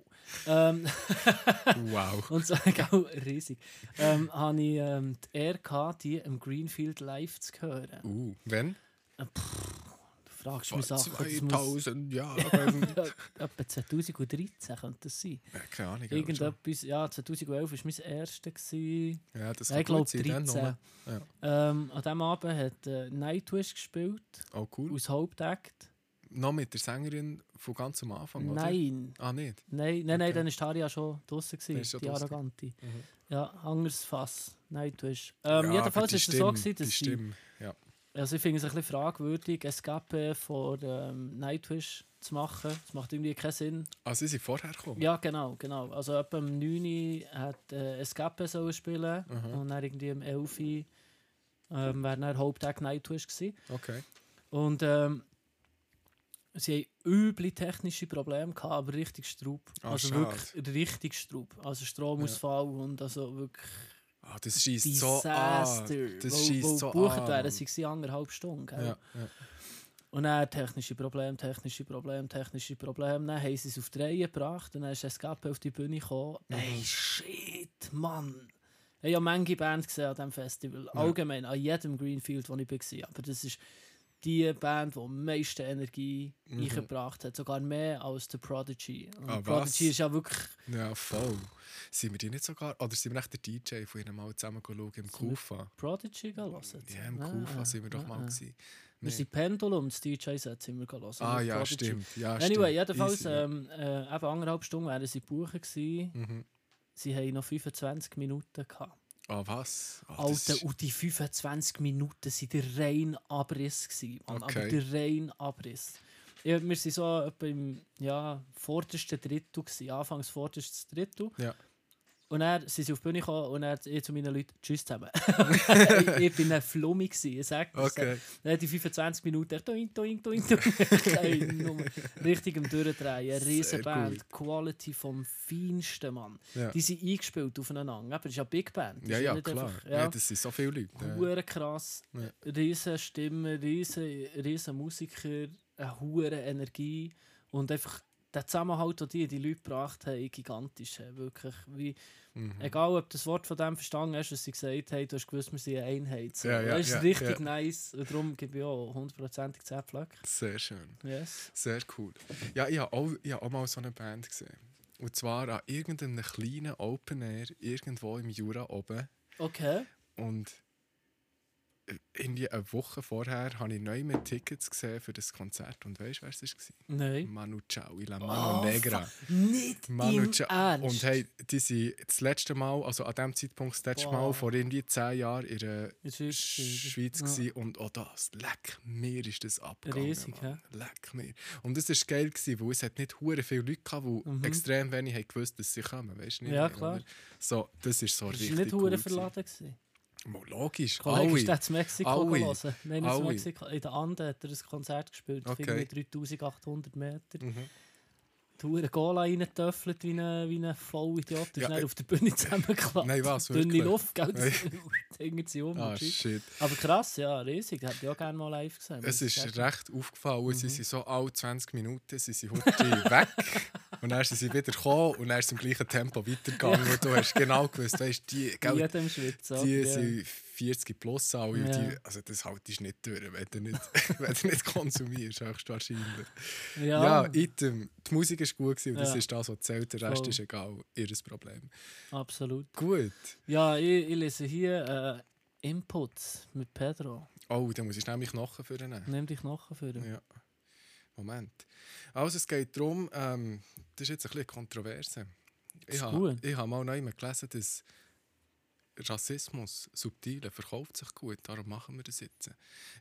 ähm, Wow. und zwar genau riesig. Ähm, habe ich ähm, die Ehre gehabt, die im Greenfield live zu hören. Uh, wenn? Du fragst Vor mich Sachen. das muss 2000 Jahren. Etwa 2013 könnte das sein. Keine Ahnung. aber schon. Irgendetwas, ja, 2011 war mein erster. Gewesen. Ja, das Ja, kann ich gut glaube sein. Dann 13. nur. Ja. Ähm, an diesem Abend hat äh, Nightwish gespielt, Oh, cool. aus Hauptakt. Noch mit der Sängerin von ganz am Anfang, oder? Nein. Ah, nicht? Nein, nein, nein Okay. dann war Taria schon draußen, Dann gewesen, ist schon die draussen. Mhm. Arrogante. Ja, anderes Fass, Nightwish. Ähm, Ja, jedenfalls aber war die es so, Stimme, gewesen, die dass sie Stimme, ja. Also ich finde es ein bisschen fragwürdig, Escape von ähm, Nightwish zu machen. Das macht irgendwie keinen Sinn. Also, sie sind vorher gekommen. Ja, genau, genau. Also etwa am 9. Uhr hat äh, Escape sollen spielen Mhm. und dann irgendwie am 11. Uhr, ähm, wäre dann Haupttag Nightwish gewesen. Okay. Und ähm, sie haben üble technische Probleme gehabt, aber richtig Straub. Ah, also schade. wirklich richtig Straub. Also Stromausfall und also wirklich Ah, das schießt so Desaster. an. wo, Das schießt wo so gebucht an. wären, sie gewesen, anderthalb Stunden. Gell? Ja, ja. Und dann technische Probleme, technische Probleme, technische Probleme. Dann haben sie es auf die Reihe gebracht und dann ist Escape auf die Bühne gekommen. Ey, shit, Mann! Ich habe manche Band gesehen an diesem Festival. Allgemein, an jedem Greenfield, wo ich war. Aber das ist die Band, die am meisten Energie eingebracht hat. Sogar mehr als The Prodigy. Und Mhm. Ah, was? Prodigy ist ja wirklich ja, voll. Sind wir die nicht sogar? Oder sind wir echt der DJ von ihnen mal zusammen schauen im Kufa? Prodigy gelassen. Ja, im Kufa sind wir doch mal gewesen. Wir Ah, sind Pendulum, das DJ-Set sind wir gelassen. Ah ja, stimmt. Ja, Anyway, stimmt. jedenfalls, Easy, ja. Mhm. ähm, äh, eben anderthalb Stunden wären sie gebucht gewesen. Sie haben noch 25 Minuten gehabt. Ah, was? Ah, das Alter, ist- und die 25 Minuten waren der rein Abriss. Gewesen, Mann. Aber Okay. der rein Abriss. Ja, wir waren so etwa im ja, vordersten Drittel, gewesen, anfangs vorderstes Drittel. Ja. Und dann sind sie auf die Bühne gekommen und dann ich zu meinen Leuten «Tschüss zusammen». ich, ich bin ein Flummi, gewesen, ich sag das. Okay. Dann hat die 25 Minuten echt «Doing, doing, doing, doing». Ey, nur richtig am Durchdrehen. Eine riesen Sehr Band. Quality vom Feinsten, Mann. Ja. Die sind eingespielt aufeinander. Aber es ist ja Big Band. Das Ja, ist ja, nicht klar. einfach- ja. das sind so viele Leute. Ja. Hure krass, riesen Stimmen, riesen, riesen Musiker, eine hure Energie und einfach der Zusammenhalt, den die, die Leute gebracht haben, gigantisch. äh, Wirklich. Wie, Mhm. Egal, ob du das Wort von dem verstanden hast, was sie gesagt haben, du hast gewusst, wir sind eine Einheit. So. Ja, ja, das ist ja, richtig ja. nice und darum gebe ich auch hundertprozentig 10 Pflöcke. Sehr schön. Yes. Sehr cool. Ja, ich habe auch, ich hab auch mal so eine Band gesehen. Und zwar an irgendeinem kleinen Open Air, irgendwo im Jura oben. Okay. Und irgendwie eine Woche vorher habe ich neu mehr Tickets gesehen für das Konzert. Und weißt du, wer es war? Nein. Ah, Manu Chao, la Mano Negra. Nicht Manu im Chao. Ernst. Und hey, die sind das letzte Mal, also an dem Zeitpunkt, das letzte Boah. Mal vor irgendwie zehn Jahren in der In der Schweiz gewesen. Schweiz Ja. gsi und auch das, leck mir ist das abgegangen. Riesig, Mann. Leck mir. Und es war geil, gewesen, weil es hat nicht hure viele Leute gab, die extrem wenig haben gewusst dass sie kommen. Weißt du nicht? Mhm. Ja, mehr, klar. oder? So, das ist so Das richtig war nicht cool hure gewesen. verladen. gewesen. Mo, Logisch, Kollege ist alle. dort in Mexiko Aui. gelesen. Nein, nicht in Aui. Mexiko. In den Anden hat er ein Konzert gespielt, auf Okay. irgendwie 3800 Meter. Mhm. Die Hure Gola reingetöffelt wie ein wie ein Vollidiot. Ja, Ja, ist dann äh, auf der Bühne zusammengeklappt. Nein, was, Dünne wirklich? Luft, gell? Nein. Hängen sie um. Ah, und tschüss. shit. Aber krass, ja, riesig. Das hätte ich auch gerne mal live gesehen. muss Es ich ist sagen. recht aufgefallen, Mhm. sie sind so alle 20 Minuten, sie sind heute weg und dann sind sie wieder gekommen und dann ist es im gleichen Tempo weitergegangen und du hast genau gewusst, weißt, die, In gell, jedem Schwitz. oder? die Ja. sind 40 plus alle und Ja. die, also das haltest du nicht durch, wenn du nicht, wenn du nicht konsumierst, höchstwahrscheinlich. Ja, Ja, Item, die Musik war gut gewesen, und das Ja. ist das, was zählt, der Rest Voll. ist egal, ihr Problem. absolut. Gut, Ja, ich, ich lese hier äh, Inputs mit Pedro. oh, dann muss ich nämlich nachführen. nehmen. Nimm dich nachher für ihn. Ja. Moment. Also es geht darum, ähm, das ist jetzt ein bisschen kontroverse. Ich Ist habe gut. ich hab mal neu gelesen, dass Rassismus subtil verkauft sich gut, darum machen wir das jetzt.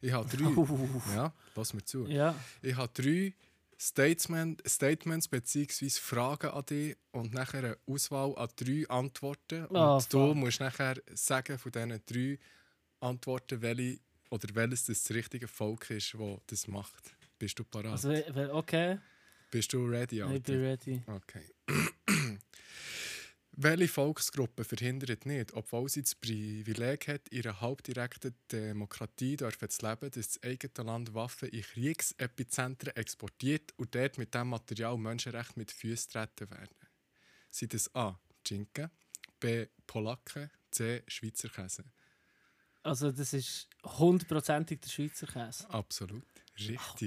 Ich habe drei, ja, lass mir zu. Ja, Ich habe drei Statement, Statements bzw. Fragen an dich und nachher eine Auswahl an drei Antworten. Und Ah, du fuck. musst nachher sagen von diesen drei Antworten, welche oder welches das richtige Volk ist, das das macht. Bist du parat? also, we- okay, Bist du ready, ich bin Alter? ready. Okay. Welche Volksgruppe verhindert nicht, obwohl sie das Privileg hat, ihre halbdirekte Demokratie dürfen zu leben, dass das eigene Land Waffen in Kriegsepizentren exportiert und dort mit dem Material Menschenrechte mit Füßen treten werden? Sind es A. Schinken, B. Polacken, C. Schweizer Käse? Also das ist hundertprozentig der Schweizer Käse. Absolut. Richtig.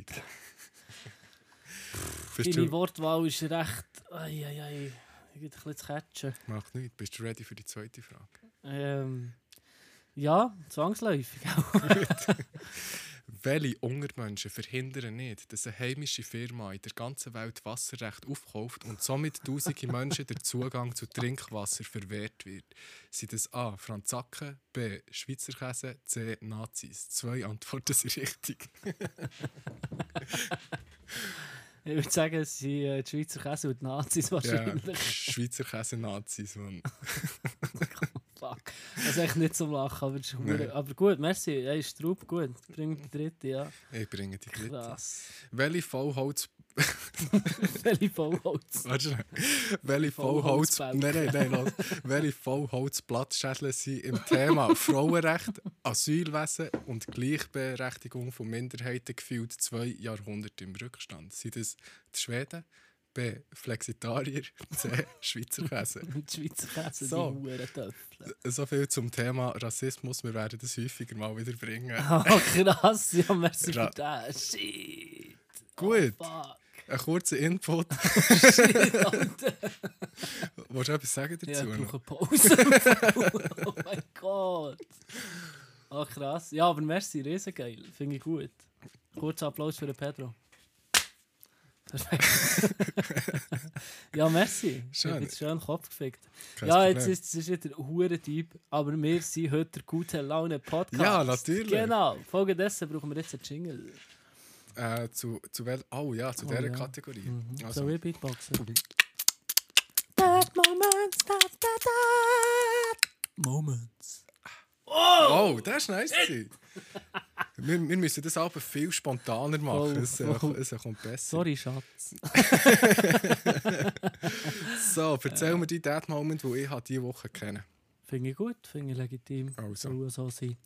Bist Deine du, Wortwahl ist recht... Eieiei, ich bin ein bisschen zu catchen. macht nichts. Bist du ready für die zweite Frage? Ähm, ja, zwangsläufig. Welche Untermenschen verhindern nicht, dass eine heimische Firma in der ganzen Welt Wasserrecht aufkauft und somit tausende Menschen der Zugang zu Trinkwasser verwehrt wird? Sind es A. Franzaken, B. Schweizer Käse, C. Nazis? Zwei Antworten sind richtig. Ich würde sagen, es sind äh, die Schweizer Käse und die Nazis Ja, wahrscheinlich. Schweizer Käse, Nazis. Mann. Fuck. Also echt nicht zum Lachen, aber, es ist hure- aber gut, merci. Ja, ist Straub gut. Bringt die dritte, ja. Ich bringe die dritte. Krass. Welche Vollholz... Welche Vollholz. Warte schnell. Welche Vollholz... Vollholzbälge. Nein, nein, nein, los. Welche Vollholzblattschädel sind im Thema Frauenrecht, Asylwesen und Gleichberechtigung von Minderheiten gefühlt zwei Jahrhunderte im Rückstand? Sind es die Schweden, B. Flexitarier, C. Schweizer Käse? Und die Schweizer Käse, So. die Hurentöpfel. So viel zum Thema Rassismus. Wir werden das häufiger mal wieder bringen. Oh, krass. Ja, merci Ra- für das. Shit. Oh, Gut, Fuck. ein kurzer Input. Wolltest du etwas sagen Ja, dazu? ich noch? brauche Pause. oh mein Gott. Ah, krass. Ja, aber merci, riesengeil. Finde ich gut. Kurzer Applaus für den Pedro. Perfekt. ja, merci. Schön. Ich Schön. hab jetzt schön Kopf gefickt. Kein ja, Problem. jetzt ist es ist wieder ein hure Typ, aber wir sind heute der gute Laune Podcast. Ja, natürlich. Genau. Folgendessen brauchen wir jetzt einen Jingle. Äh, zu, zu wel oh ja, zu dieser ja. Kategorie. Also, Also, so wie Beatboxen. Moments. oh, das ist nice. gewesen. wir, wir müssen das aber viel spontaner machen. Voll, es, äh, voll. es kommt besser. Sorry, Schatz. So, erzähl mir die Dead Moment, die ich diese Woche kenne. Finde ich gut, finde ich legitim. Also. Soll auch so sein.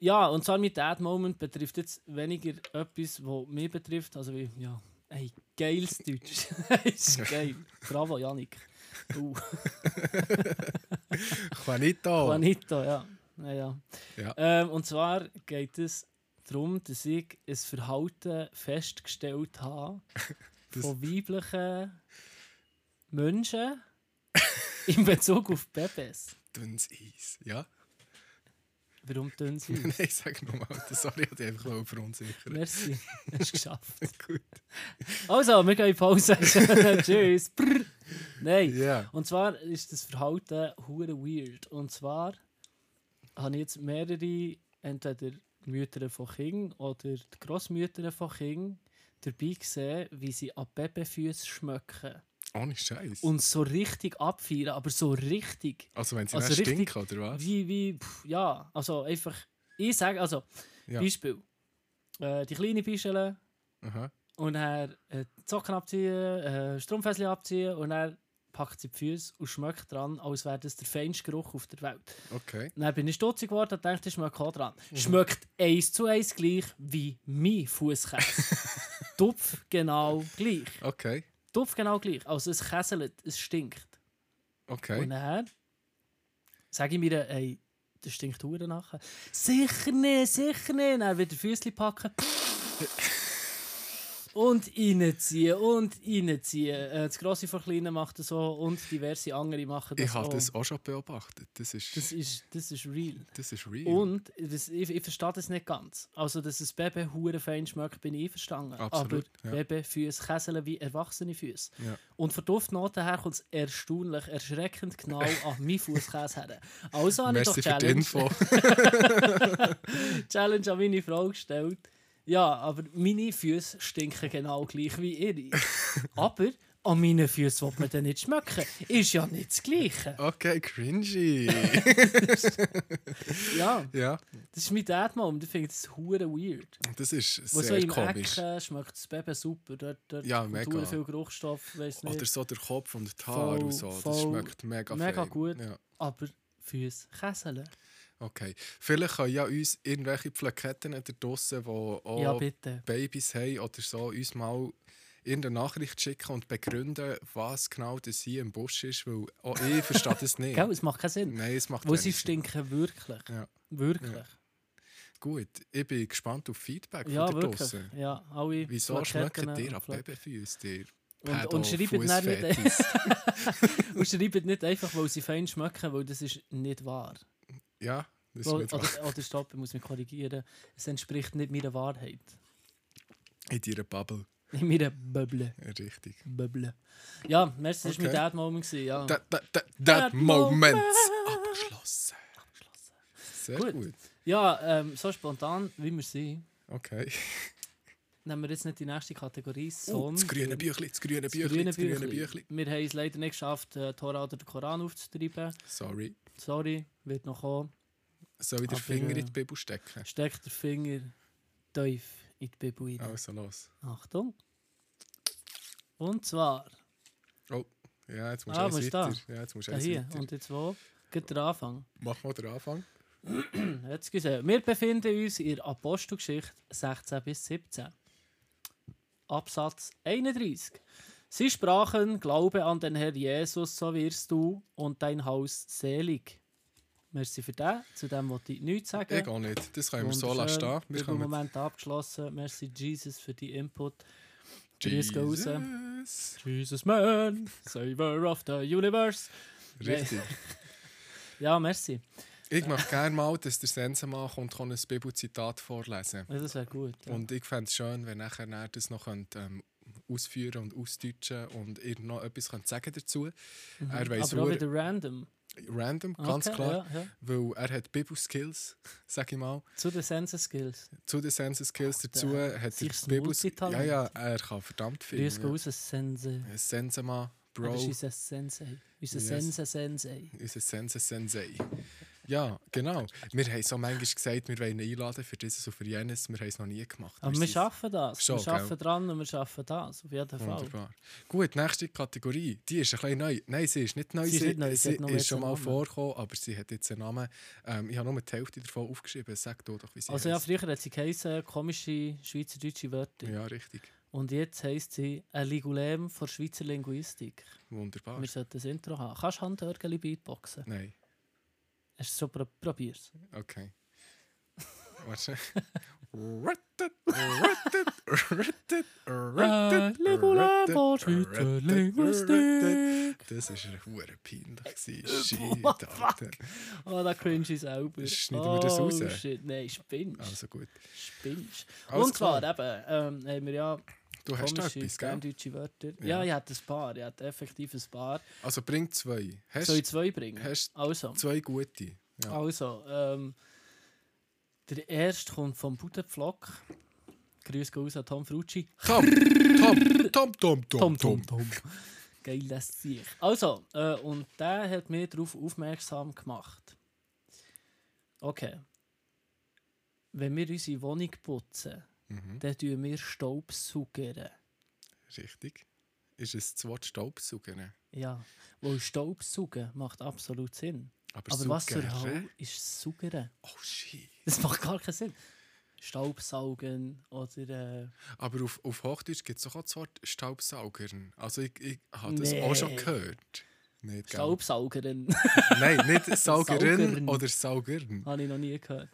Ja, und zwar mit Dad Moment betrifft jetzt weniger etwas, was mich betrifft. Also, wie, ja, ey, geiles Deutsch. ist geil. Bravo, Janik. Uh, Juanito! Juanito, ja. Naja. Ja. Ähm, und zwar geht es darum, dass ich ein Verhalten festgestellt habe Das- von weiblichen Menschen in Bezug auf Babys. Dünnes Eis, ja? Warum tun sie? Nein, sag nochmal. Sorry, ich wollte dich einfach verunsichern. Merci, hast du geschafft. Gut. Also, wir gehen in Pause. Tschüss. Brr. Nein. Ja. Und zwar ist das Verhalten hure weird. Und zwar habe ich jetzt mehrere, entweder Mütter von Kindern oder die Grossmütter von Kindern, dabei gesehen, wie sie an Babyfüße schmecken. Ohne Scheiß. Und so richtig abfeiern, aber so richtig. Also, wenn sie also also richtig- stinken, oder was? Wie, wie, pff, ja, also einfach, ich sage, also, Ja. Beispiel. Äh, die kleine Pischele, Aha. Und er äh, die Socken abziehen, äh, Strumpfhäschen abziehen und er packt sie die Füße und schmeckt dran, als wäre das der feinste Geruch auf der Welt. Okay. Und dann bin ich stutzig geworden und dachte, ich schmeckt auch dran. Schmeckt eins zu eins gleich wie mein Fußkäse. Tupf genau gleich. Okay. Tupf genau gleich. Also es käselt, es stinkt. Und Okay. dann sage ich mir, ey, das stinkt Hure nachher. Sicher nicht, sicher nicht. Dann wieder Füßli packen. Und reinziehen und reinziehen. Äh, Das Grosse von Kleinen macht das so und diverse andere machen das Ich habe auch. das auch schon beobachtet. Das ist, Das das, ist, das ist real. ist real. Und das, ich, ich verstehe das nicht ganz. Also, dass es Baby hure fein schmeckt, bin ich einverstanden. Absolut, Aber ja. Babyfüße käseln wie erwachsene Füße. Ja. Und von Duftnoten her kommt es erstaunlich, erschreckend genau an meinen Fußkäse her. Also habe ich doch Merci für die Challenge, Info. Challenge an meine Frau gestellt. Ja, aber meine Füße stinken genau gleich wie ihre. aber an meinen Füßen wird man dann nicht schmecken. Ist ja nicht das Gleiche. Okay, cringy. Ja, ja, das ist mein Dad-Mom. Ich finde das hure weird. das ist Wo so sehr im komisch. Ecken schmeckt das Baby super. Dort, dort Ja, kommt mega. verdammt viel Geruchsstoff, weiss nicht. Oder so der Kopf und die Haare Voll, und so. Das voll, schmeckt mega mega fein. gut. Ja, Aber Füße käseln. okay. Vielleicht können ja uns irgendwelche Plaketten da draussen, die auch Ja, bitte. Babys haben oder so, uns mal irgendeine Nachricht schicken und begründen, was genau das hier im Busch ist, weil auch ich verstehe das nicht. Gell, es macht keinen Sinn. Nein, es macht Wo sie wenig Sinn. stinken wirklich. Ja. Wirklich. Gut, ich bin gespannt auf Feedback Ja, von da wirklich. draussen. Ja, alle Wieso Plaketten schmeckt ihr und an Fla- Babyfüße, dir? Und- und schreibt dann nicht- Und schreibt nicht einfach, weil sie fein schmecken, weil das ist nicht wahr. Ja, Das Oder, wird wahr. oder, oder stopp, ich muss mich korrigieren. Es entspricht nicht meiner Wahrheit. In deiner Bubble. Nicht meiner Böble. Richtig. Böble. Ja, merci, das war Okay. mein Dad Moment. gewesen, Ja. That, that, that, Oh. That that moment. moment. Abgeschlossen. Sehr Gut. gut. ja, ähm, so spontan, wie wir sind, Okay. nehmen wir jetzt nicht die nächste Kategorie, Oh, das sondern grüne Büchli, das grüne Büchli, das grüne Büchli. Wir haben es leider nicht geschafft, äh, Tora oder den Koran aufzutreiben. Sorry. Sorry, wird noch kommen. Soll ich den Aber, Finger äh, in die Bibel stecken? Steckt den Finger tief in die Bibel rein. Also los. Achtung. Und zwar, Oh, ja, jetzt musst du Ah, eins wo ist weiter. das? Ja, jetzt musst du da Ah, eins hier weiter. und jetzt wo? Geht der Anfang. Mach mal den Anfang. Jetzt gesehen. Wir befinden uns in der Apostelgeschichte 16 bis 17. Absatz 31. Sie sprachen: Glaube an den Herr Jesus, so wirst du und dein Haus selig. Merci für den. Zu dem wollte ich nichts sagen. Ich auch nicht. Das können wir so lassen Wunderschön. stehen. Wir Wir haben kommen Moment abgeschlossen. Merci, Jesus, für die Input. Grüß gehen raus. Jesus. Jesus Man, Saver of the Universe. Richtig. Ja, merci. Ich mache gerne mal, dass der Sensenmann kommt und kann ein Bibelzitat vorlesen Ja, Das wäre gut. Ja. Und ich fände es schön, wenn nachher er das noch könnt, ähm, ausführen und ausdeutschen und ihr noch etwas könnt sagen dazu Er weiß Mhm. Aber auch hure- wieder random. Random, ganz Okay, klar. ja, ja. Weil er hat Bibelskills, sag ich mal. Zu den Sense Skills. Zu den Sensenskills Ach, dazu der hat er sich's Bibelskills. Ja, Multitalent. ja, er kann verdammt viel. Grüß ja. raus, Sense. Ah, Ein Sensenmann, Bro. Das ist unser Sensei. Unser Yes. Sense Sensei. Unser Sensen Sensei. Ja, genau. Wir haben so manchmal gesagt, wir wollen ihn einladen für dieses und für jenes. Wir haben es noch nie gemacht. Aber wir sind- schaffen das. Schon, wir gell? schaffen dran und wir schaffen das. Auf jeden Fall. Wunderbar. Gut, nächste Kategorie. Die ist ein bisschen neu. Nein, sie ist nicht neu. Sie ist nicht neu, sie sie hat nur ist jetzt schon einen mal Namen. vorgekommen, aber sie hat jetzt einen Namen. Ähm, ich habe nur die Hälfte davon aufgeschrieben. Sag du doch, wie sie Also ja, heisst. früher hat sie geheißen, komische schweizerdeutsche Wörter. ja, richtig. Und jetzt heisst sie ein Ligulem von Schweizer Linguistik. Wunderbar. Wir sollten das Intro haben. Kannst du Handörgeli beatboxen? Nein, Hast du so prob probier's? okay. Warte. Rattet, rattet, rattet, Ein rattet, Ligulem rattet, von Schweizer rattet, rattet. Linguistik. Das war hure peinlich. gewesen. Shit, Alter. Oh, da cringe ich selber. Schneiden oh, wir das raus? Shit. Nein, spinnst. Also gut. spinnst. Alles Und zwar eben, ähm, haben wir ja Du hast da komische etwas, gell? deutsche Wörter. Ja. ich hatte ein paar. Ich hatte effektiv ein paar. Also bring zwei. Hast Soll du ich zwei bringen? hast- also, zwei gute? Ja. also ähm, der erste kommt vom Butterpflock. Grüß gehen raus an Tom Frucci. Tom, Tom, Tom, Tom, Tom, Tom. Geil, das sich. Also, äh, und der hat mich darauf aufmerksam gemacht. Okay. Wenn wir unsere Wohnung putzen, Mhm. dann tun wir Staubsaugern. Richtig. Ist es das Wort Staubsaugen? Ja, weil Staubsaugen macht absolut Sinn. Aber Aber, halt. was saugern? zur Hölle ist Saugern? Oh shit. Das macht gar keinen Sinn. Staubsaugen oder... Äh, Aber auf, auf Hochdeutsch gibt es doch auch das Wort Staubsaugern. Also ich, ich habe das Nee. auch schon gehört. Nicht, gell? Staubsaugerin Nein, nicht Saugern. Saugerin oder Saugern. habe ich noch nie gehört.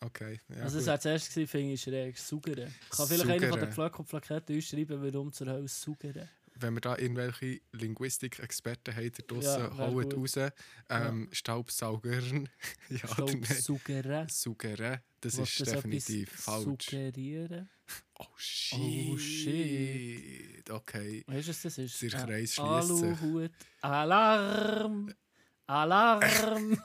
Okay. Ja, Also, das gut. war zuerst, gewesen, finde ich schräg. Saugern. Kann vielleicht einer von den Saugern. Pflöcken und Plaketten schreiben, warum zur Hölle Saugern? wenn wir da irgendwelche Linguistik-Experten haben, da draussen, Ja, wär haut gut. raus. Ähm, Staubsaugern. ja, oder Oh, nein? Staubsaugern. Saugern. Das Will ist definitiv etwas falsch. Suggerieren. Oh shit. shit. Okay. Weißt du, was das ist? Der Ein Kreis schließt sich. Aluhut. Alarm! Alarm!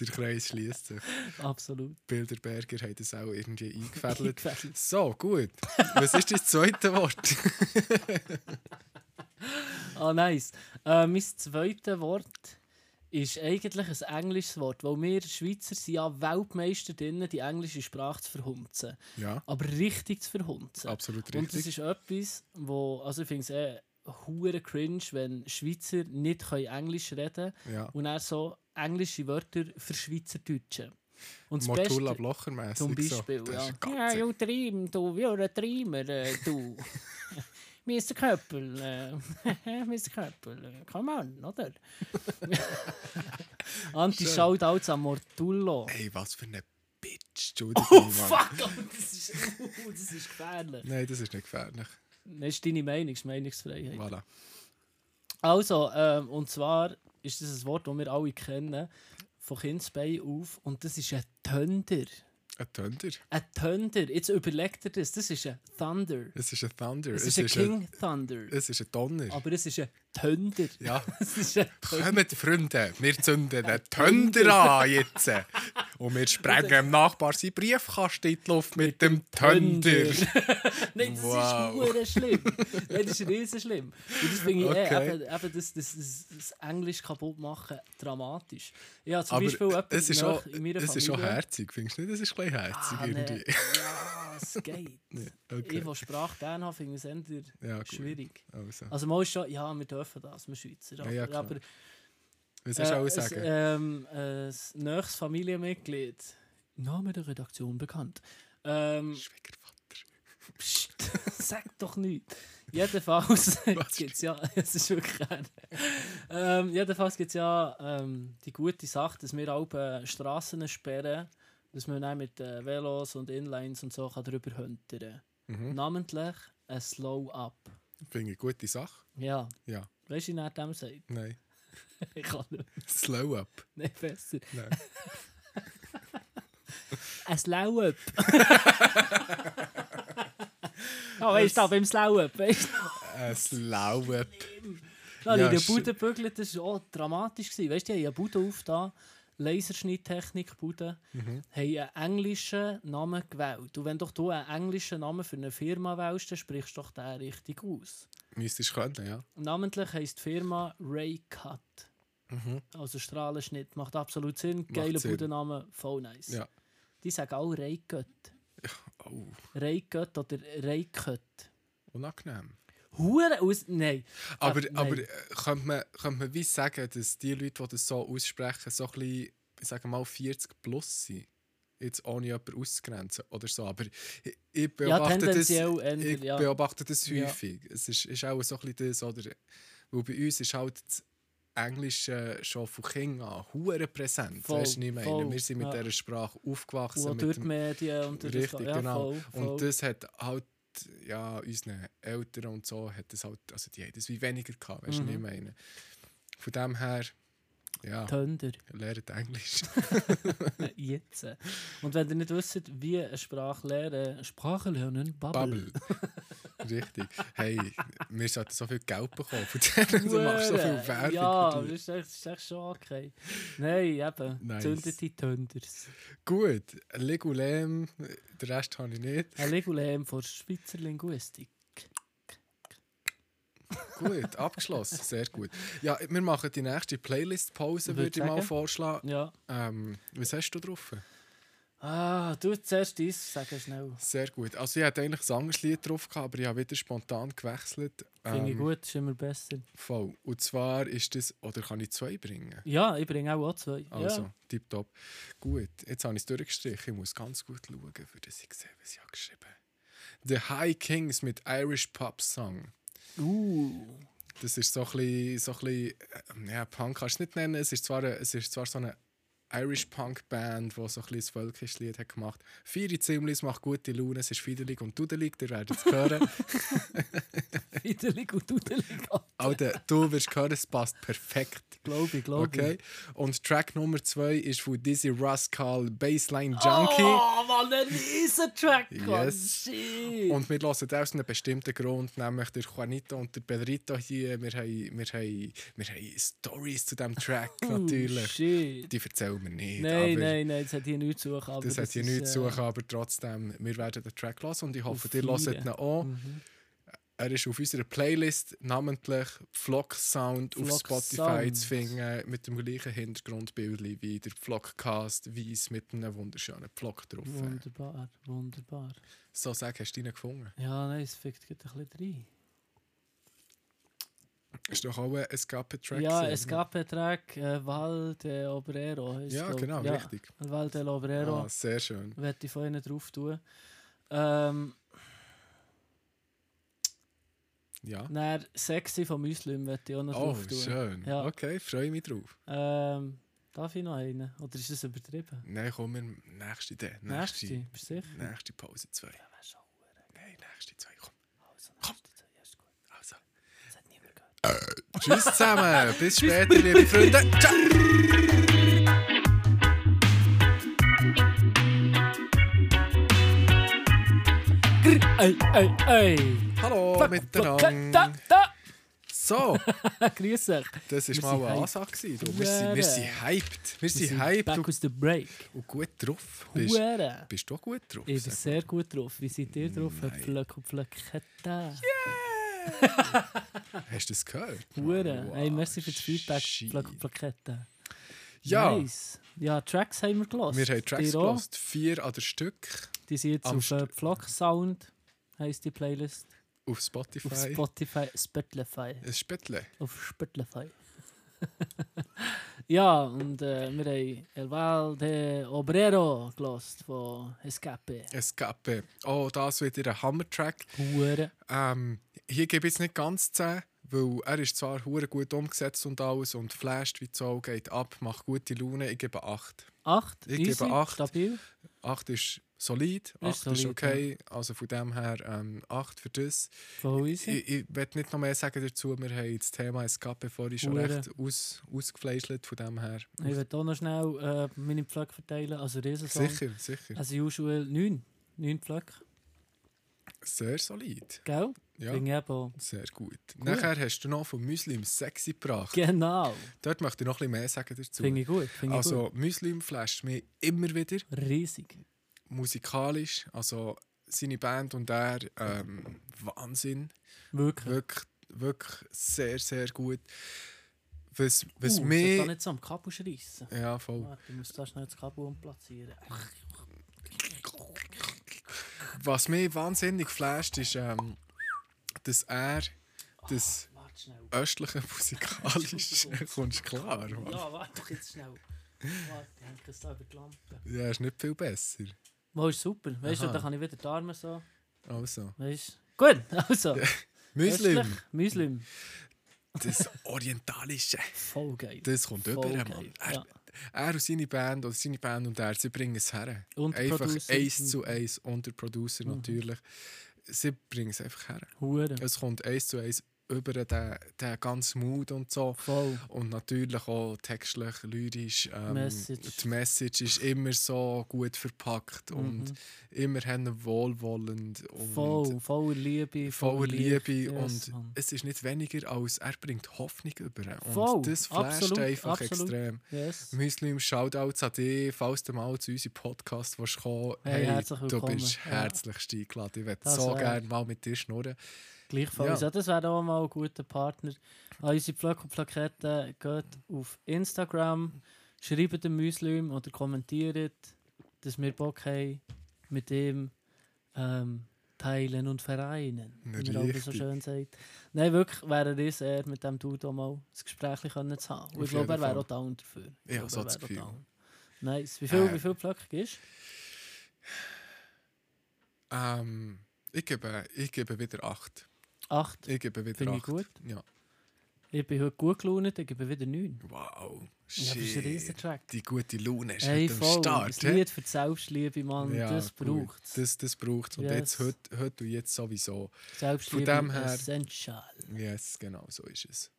Der Kreis schließt sich. Absolut. Bilderberger hat das auch irgendwie eingefädelt. Eingefädelt. so, gut. Was ist das zweite Wort? Ah, nice. Äh, mein zweites Wort ist eigentlich ein englisches Wort, weil wir Schweizer sind ja Weltmeister drinnen, die englische Sprache zu verhunzen. ja, Aber richtig zu verhunzen. absolut Und das richtig. ist etwas, wo, also ich finde es eh hure cringe, wenn Schweizer nicht können Englisch reden Ja. und dann so englische Wörter für Schweizerdeutsche. Und das Mortula Beste, Blocher-mässig. zum Beispiel, so. Das ja. ist ein Ja, Gatze. du Trim, du, wie ein Trimmer, äh, du. Mr. Köppel, äh, Mr. Köppel, äh, come on, oder? Anti-Shoutouts an Mortullo. Ey, was für eine Bitch. Entschuldigung, oh, Fuck, oh, das ist, uh, das ist gefährlich. Nein, das ist nicht gefährlich. Das ist deine Meinung, das ist Meinungsfreiheit. Voilà. Also, ähm, und zwar ist das ein Wort, das wir alle kennen. von Kindsbein auf und das ist ein Thunder. Ein Thunder. Ein Thunder. Jetzt überlegt ihr das. Das ist ein Thunder. Es ist ein Thunder. Es ist ein ein- King Thunder. Es ist ein Donner. Aber es ist ein Thunder. Ja. Es ist ein Thunder. Kommt, Freunde, wir zünden den Thunder an jetzt. Und wir sprengen dem Nachbar seinen Briefkasten in die Luft mit dem Thunder. Nein, das ist Wow. hure schlimm. Nein, das ist riesen schlimm. Und das finde ich Okay. eh, eben, eben das, das, das, das Englisch kaputt machen dramatisch. Ja, zum Beispiel Aber jemand es ist auch, nach- in meiner es ist auch Familie- herzig. Findest du nicht, es ist gleich herzig Ah, nee. irgendwie? Ja, es geht. okay. Ich, der Sprache gerne habe, finde ich es eher Ja, gut. schwierig. Also, Also mal ist schon, ja, wir dürfen das, wir Schweizer. Aber, ja, klar. aber was hast du äh, auch es, sagen? ähm, ein nächstes Familienmitglied, Name der Redaktion bekannt. Ähm, Schwiegervater. Psst, sag doch nichts. Jedenfalls Was? gibt es ja, es ist wirklich ein- ähm, Jedenfalls gibt es ja ähm, die gute Sache, dass wir alle äh, Straßen sperren, dass man dann mit äh, Velos und Inlines und so kann drüber hüntern kann. Namentlich ein Slow-Up. Finde ich eine gute Sache. Ja, Ja, weißt du, wie er dem sagt? nein. Ich kann nicht, Slow up. nicht besser. Nein. Ein Slow-Up. Ja, Ah, weißt du, da beim Slow-Up, weißt du? Ein Äh, slow up. Ja, Ja, in der ist- Bude bügelt, das war auch dramatisch. Gewesen. Weißt du, die haben eine Bude aufgetan, Laserschnitttechnik-Bude, Mhm. haben einen englischen Namen gewählt. Und wenn doch du einen englischen Namen für eine Firma wählst, dann sprichst du doch den richtig aus. Müsstest du können, ja. Namentlich heisst die Firma Raycut. Also Strahlenschnitt, macht absolut Sinn. Geiler Mhm. Sinn. Budenname, voll nice. Ja. Die sagen auch Raycut. Oh, Raycut oder Raycut. unangenehm. Hure aus. Nein. Aber, nein. aber äh, könnte, man, könnte man wie sagen, dass die Leute, die das so aussprechen, so ein bisschen, ich sage mal, 40 plus sind? Jetzt ohne jemanden auszugrenzen oder so. Aber ich, ich beobachte das, tendenziell eher, ich ja. beobachte das Ja. häufig. Es ist, ist auch so ein bisschen das, oder? Weil bei uns ist halt das Englische schon von Kind an hure präsent. Voll, weißt du, was ich meine? voll, Wir sind mit ja. dieser Sprache aufgewachsen. Und auch mit durch die dem- Medien und durch das Richtig, Ga- ja, genau. voll, voll. Und das hat halt, ja, unseren Eltern und so, hat das halt, also die haben das wie weniger gehabt, weißt du, Mhm. was ich meine? Von dem her, ja, Tönder. lernt Englisch. Jetzt. Und wenn ihr nicht wisst, wie eine Sprache lernen, Sprache lernen, Bubble. Bubble. Richtig. Hey, wir sollten so viel Geld bekommen von denen, du machst so viel Hure. Werbung. Ja, aber oder? das ist, echt, das ist echt schon okay. Nein, eben. Nice. Zündete Tönders. Gut, Legulem, den Rest habe ich nicht. Ein Legulem von Schweizer Linguistik. Gut, abgeschlossen, sehr gut. Ja, wir machen die nächste Playlist-Pause, Würde würde ich mal sagen. vorschlagen. Ja. Ähm, was hast du drauf? Ah, du zuerst dies, sag schnell. Sehr gut. Also ich hatte eigentlich ein anderes Lied drauf, gehabt, aber ich habe wieder spontan gewechselt. Finde ich Ähm, gut, ist immer besser. Voll. Und zwar ist das, oder kann ich zwei bringen? Ja, ich bringe auch, auch zwei. Also, Ja. tipptopp. Gut, jetzt habe ich es durchgestrichen. Ich muss ganz gut schauen, für das ich sehe, was ich habe geschrieben The High Kings mit Irish Pop Song. Uh. Das ist so ein bisschen, so ein bisschen äh, ja, Punk kannst du nicht nennen. Es ist zwar, eine- es ist zwar so eine Irish Punk Band, die so ein bisschen ein völkisches Lied hat gemacht. Vieri Ziemlis macht gute Laune, es ist fiedelig und dudelig, ihr werdet es hören. Fiddelig und Dudelig. Alter, du wirst hören, es passt perfekt. Glaube ich, glaube Okay. ich. Und Track Nummer 2 ist von Dizzy Rascal Baseline Junkie. Oh, Mann, ein riesen Track, Mann. Yes. Shit. Und wir hören aus einem bestimmten Grund, nämlich der Juanito und der Pedrito hier. Wir haben, wir haben, wir haben Stories zu diesem Track Oh, natürlich. shit. Die erzählen wir nicht. Nein, aber nein, nein, das hat hier nichts zu suchen. aber Das, hat hier ist, nichts zu äh, suchen, aber trotzdem, wir werden den Track hören und ich hoffe, Auf Mhm. ihr hört Feiern. ihn auch. Er ist auf unserer Playlist, namentlich Flock Sound auf Flock Spotify Sound. zu finden, mit dem gleichen Hintergrundbild wie der Flockcast, weiß mit einem wunderschönen Flock drauf. Wunderbar, wunderbar. So, sag, hast du ihn gefunden? Ja, nein, es fickt gerade ein bisschen rein. Ist doch auch ein Escape-Track? Ja, gewesen, es ne? gab einen Track, äh, Valde Obrero. heisst Ja, glaub- genau, richtig. Valde Obrero, Ah, sehr schön. werde ich von ihnen drauf tun. Ähm, Ja. dann Sexy von Muslim werde ich auch noch Oh, drauf tun. schön. Ja. Okay, freue mich drauf. Ähm, darf ich noch einen? Oder ist das übertrieben? Nein, komm, wir nächste, dann. Nächste, nächste, bist du sicher? nächste Pause 2. Ja, wär schon verdammt. Nein, nächste 2, komm. Also, nächste, ja, ist gut. Also. Das hat niemand gehört. Tschüss zusammen. Bis später, liebe Freunde. Ciao. Ey, ey, ey. Hallo Da, miteinander. da. So, Grüß euch. das Wir war mal sind eine hyped. Ansage. gewesen, du. Wir sind, wir sind hyped. Wir sind hyped Back und, aus der Break. und gut drauf. Bist, Hure. bist du auch gut drauf? Ich bin sehr gut drauf. Wie seid ihr drauf? Pflöck und Pflöckette. Hast du das gehört? Hure. Hey, merci für das Feedback. shit. Pflöck und Pflöckette. Ja, Nice. Ja, Tracks haben wir gelassen. wir haben Tracks gelost. Vier an der Stück Die sind jetzt Am auf äh, Stück. Pflock Sound, heisst die Playlist. auf Auf Spotify. Spotify, Spotify. Ein Spätle. Auf Spotify. ja, und äh, wir haben El Valde Obrero gelost von Escape. Escape. Oh, das wird ihr ein Hammer-Track. Hure. Ähm, hier gebe ich jetzt nicht ganz 10, weil er ist zwar hure gut umgesetzt und alles und flasht wie so, geht ab, macht gute Laune. Ich gebe 8. Acht. Ich gebe easy, acht. Stabil. 8 ist solid, 8 ist, solid, okay. Also von dem her ähm, 8 für das. Von easy. Ich, ich will nicht noch mehr sagen dazu. Wir haben das Thema Escape vorhin schon Hure. recht aus, ausgefleischelt. Von dem her. Ich will auch noch schnell äh, meine Pflöcke verteilen. Also Riesensong. Sicher, sicher. As usual, neun. Neun Pflöcke. Sehr solid. Gell? Ja, Finde ich eben. sehr gut. Nachher hast du noch von Muslim Sexy gebracht. Genau. Dort möchte ich noch ein bisschen mehr sagen dazu. Finde ich gut. Finde ich Also, Muslim flasht mich immer wieder gut. Riesig. musikalisch. Also, seine Band und er, ähm, Wahnsinn. Wirklich. Wirklich, wirklich sehr, sehr gut. Was, was Uh, Ich mir. kann nicht so am Kabel schreissen. Ja, voll. Warte, ich muss da schnell das Kabel umplatzieren. Ach, Was mich wahnsinnig flasht, ist, ähm, dass er das warte schnell. östliche musikalisch. kommst klar, Mann. Ja, warte doch jetzt schnell. Warte, ich hänge es da über die Lampe. Ja, ist nicht viel besser. Wo ist super. Weißt du, Aha. da kann ich wieder die Arme so. Also. Weißt Gut, also. Muslim, östlich, Muslim. das Orientalische. Voll geil. Das kommt Voll geil, über, Mann. ja. Er, er und seine Band, oder seine Band und er, sie bringen es her. Und der Einfach Producer. Mhm. eins zu eins, und der Producer natürlich. Sie bringen es einfach her. Hure. Es kommt eins zu eins über den, den ganzen Mut und so. Voll. Und natürlich auch textlich, lyrisch. Ähm, Message. Mhm. Die Message ist immer so gut verpackt und immer haben wohlwollend. Und Voll. Voller Liebe. voller Licht. Liebe Yes, und Mann. es ist nicht weniger als er bringt Hoffnung über und Voll, das flasht absolut, einfach absolut. extrem. Yes. Muslim, Shoutouts an dich, falls du mal zu unserem Podcast willst kommen Hey, hey, herzlich du willkommen. bist Ja. herzlichst eingeladen. Ich würde Das so wär- gerne mal mit dir schnurren. Gleichfalls. Ja. Ja. Das wäre auch mal ein guter Partner. An unsere Pflöcke und Plaketten geht auf Instagram, schreibt dem Muslim oder kommentiert, dass wir Bock haben, mit ihm ähm, teilen und vereinen. Wie man auch so Richtig. schön sagt. Nein, wirklich wäre es eher, mit dem Dude auch mal das Gespräch können zu haben. Und Auf ich glaube, er jeden wäre Fall. auch down dafür. Ich Ja, glaube, so er das wäre auch Gefühl. down. Nice. Wie viel, Äh. wie viel Pflöcke gibst Ähm, ich, gebe, ich gebe wieder acht. du? Acht. Ich gebe wieder Finde ich acht. gut. Ja. Ich bin heute gut gelaunt, ich gebe wieder neun. Wow, Ja, das ist ein shit. riesen Track. Die gute Laune ist Hey, heute am voll. Start. das hä? Lied für die Selbstliebe, Mann, Ja, das gut. braucht es. Das, das braucht es. Und Yes. jetzt, heute, heute und jetzt sowieso. Selbstliebe von dem her- essential. Yes, genau, so ist es.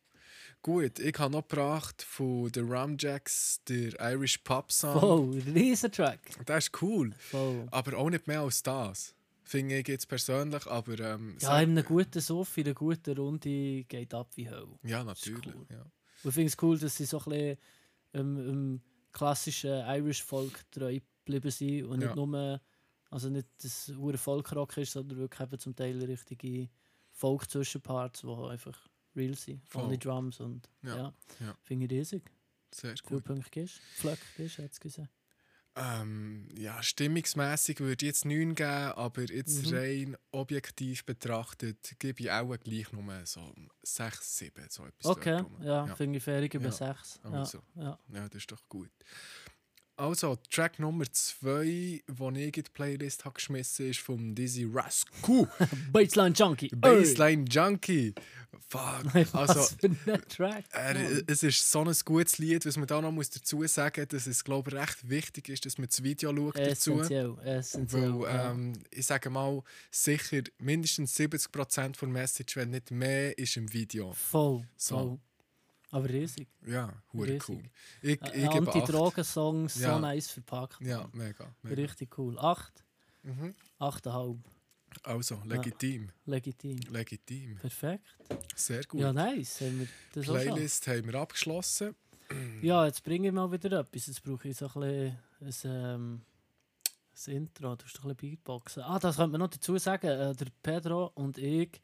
Gut, ich habe noch gebracht von den Rumjacks der Irish Pub Song. Wow, riesen Track. Das ist cool, Voll. aber auch nicht mehr als das. Finde ich jetzt persönlich, aber ähm, Ja, so- in einem guten Sof, in einer guten Runde geht ab wie Hölle. Und ja natürlich. cool. Ja. ich finde es cool, dass sie so ein bisschen im, im klassischen Irish Folk treu geblieben sind und Ja. nicht nur, also nicht, dass es nur Folkrock ist, sondern wirklich eben zum Teil richtige Folk-Zwischenparts, die einfach real sind. Voll. Ohne Drums und Ja, ja. ja. Finde ich riesig. Sehr Viele gut. Punkte gibst. Pflöcke gibst, hättest du gesagt. Ähm, ja, stimmungsmässig würde ich jetzt 9 geben, aber jetzt Mhm. rein objektiv betrachtet gebe ich auch gleich nur so 6, 7, so etwas. dort Okay, rum. ja, ja. finde ich fairig über Ja, Oh, 6. Ja, also. ja. Ja, das ist doch gut. Also, Track Nummer 2, den ich in die Playlist habe geschmissen habe, ist von Dizzy Rascal. Baseline Junkie. Baseline Junkie. Fuck. Also, Also, Was für ein Track. er, Mann. es ist so ein gutes Lied, was man da noch muss dazu sagen muss, dass es, glaube ich, recht wichtig ist, dass man das Video schaut dazu. essentiell, essentiell. Weil, ja. ähm, ich sage mal, sicher mindestens 70% von Message, wenn nicht mehr, ist im Video. voll, so. voll. Aber riesig. Ja, hure Riesig. cool. Ich, Ein ich gebe acht. Anti-Drogen-Song, so Ja. nice verpackt. Ja, Mann. mega. mega. Richtig cool. 8, Mhm. 8,5. Also, legitim. Legitim. Legitim. Perfekt. Sehr gut. Ja, nice. Haben wir das auch schon. Playlist haben wir abgeschlossen. Mhm. Ja, jetzt bringe ich mal wieder etwas. Jetzt brauche ich so ein bisschen ein, ähm, ein Intro. Du musst ein bisschen Beatboxen. Ah, das könnte man noch dazu sagen. Äh, der Pedro und ich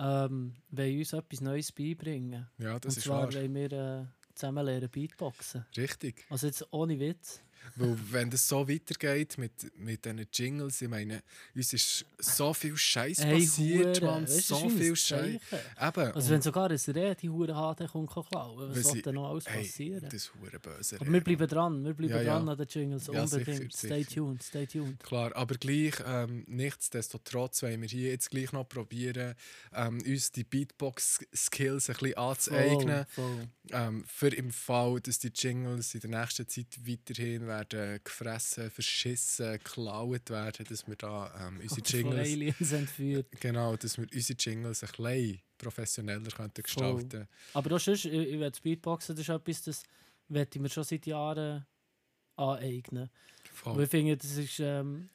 ähm, wollen uns etwas Neues beibringen. Ja, das und ist zwar wahr. wollen wir äh, zusammen lernen Beatboxen. Richtig. Also jetzt ohne Witz. Weil wenn das so weitergeht mit, mit diesen Jingles, ich meine, uns ist so viel Scheiß Ey, passiert, Hure, Mann. weisst du, das So ist wie ein viel Scheiß. Zeichen. Eben. Also wenn sogar ein Reh die Hure hat, dann kommt kein Klauen. wenn Was soll sie- denn noch alles Hey, passieren? Das ist hure böse. Aber wir bleiben dran. Wir bleiben Ja, ja. dran an den Jingles. Ja, sicher, unbedingt. stay sicher. tuned, stay tuned. Klar, aber gleich, ähm, nichtsdestotrotz wollen wir hier jetzt gleich noch probieren, ähm, uns die Beatbox-Skills ein bisschen anzueignen. Voll, voll. Ähm, für im Fall, dass die Jingles in der nächsten Zeit weiterhin werden gefressen, verschissen, geklaut werden, dass wir da ähm, unsere Von Jingles... Aliens entführt. Genau, dass wir unsere Jingles ein bisschen professioneller könnten Voll. gestalten Aber das ist, ich, ich will Speedboxen, das ist etwas, das möchte ich mir schon seit Jahren aneignen. Weil Voll. ich finde, das ist ähm,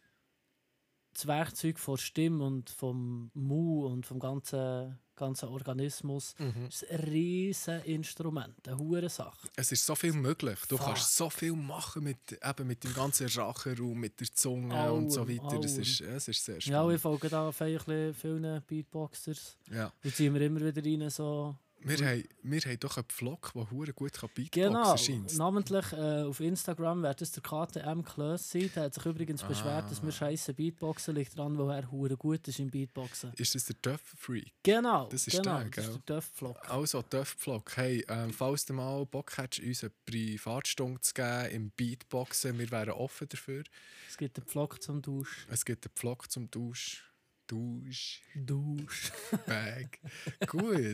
das Werkzeug von Stimme und vom Mu und vom ganzen, ganzen Organismus. Mhm. Das ist ein riesen Instrument, eine hure Sache. Es ist so viel möglich. Du Fuck. kannst so viel machen mit, eben mit dem ganzen Rachenraum, mit der Zunge und so Allem, weiter. Es allem. ist, es ist sehr Ja, wir spannend. folgen da vielen, vielen Beatboxers Ja, und ziehen wir immer wieder rein so... wir, haben, wir haben doch einen Vlog, der hure gut kann beatboxen Genau, scheint. namentlich äh, auf Instagram wird das der KTM Klöss sein. Der hat sich übrigens Ah. beschwert, dass wir scheiße Beatboxen liegt dran, weil er hure gut ist im Beatboxen. Ist das der Duff-Freak? Genau, Das ist genau, der, das gell? ist der Duff-Flock. Also, Duff-Vlog. Hey, ähm, falls du mal Bock hättest, uns eine Privatstunde zu geben im Beatboxen, wir wären offen dafür. Es gibt den Flock zum Dusch. Es gibt einen Vlog zum Dusch. Dusch. Dusch. Bag. Gut.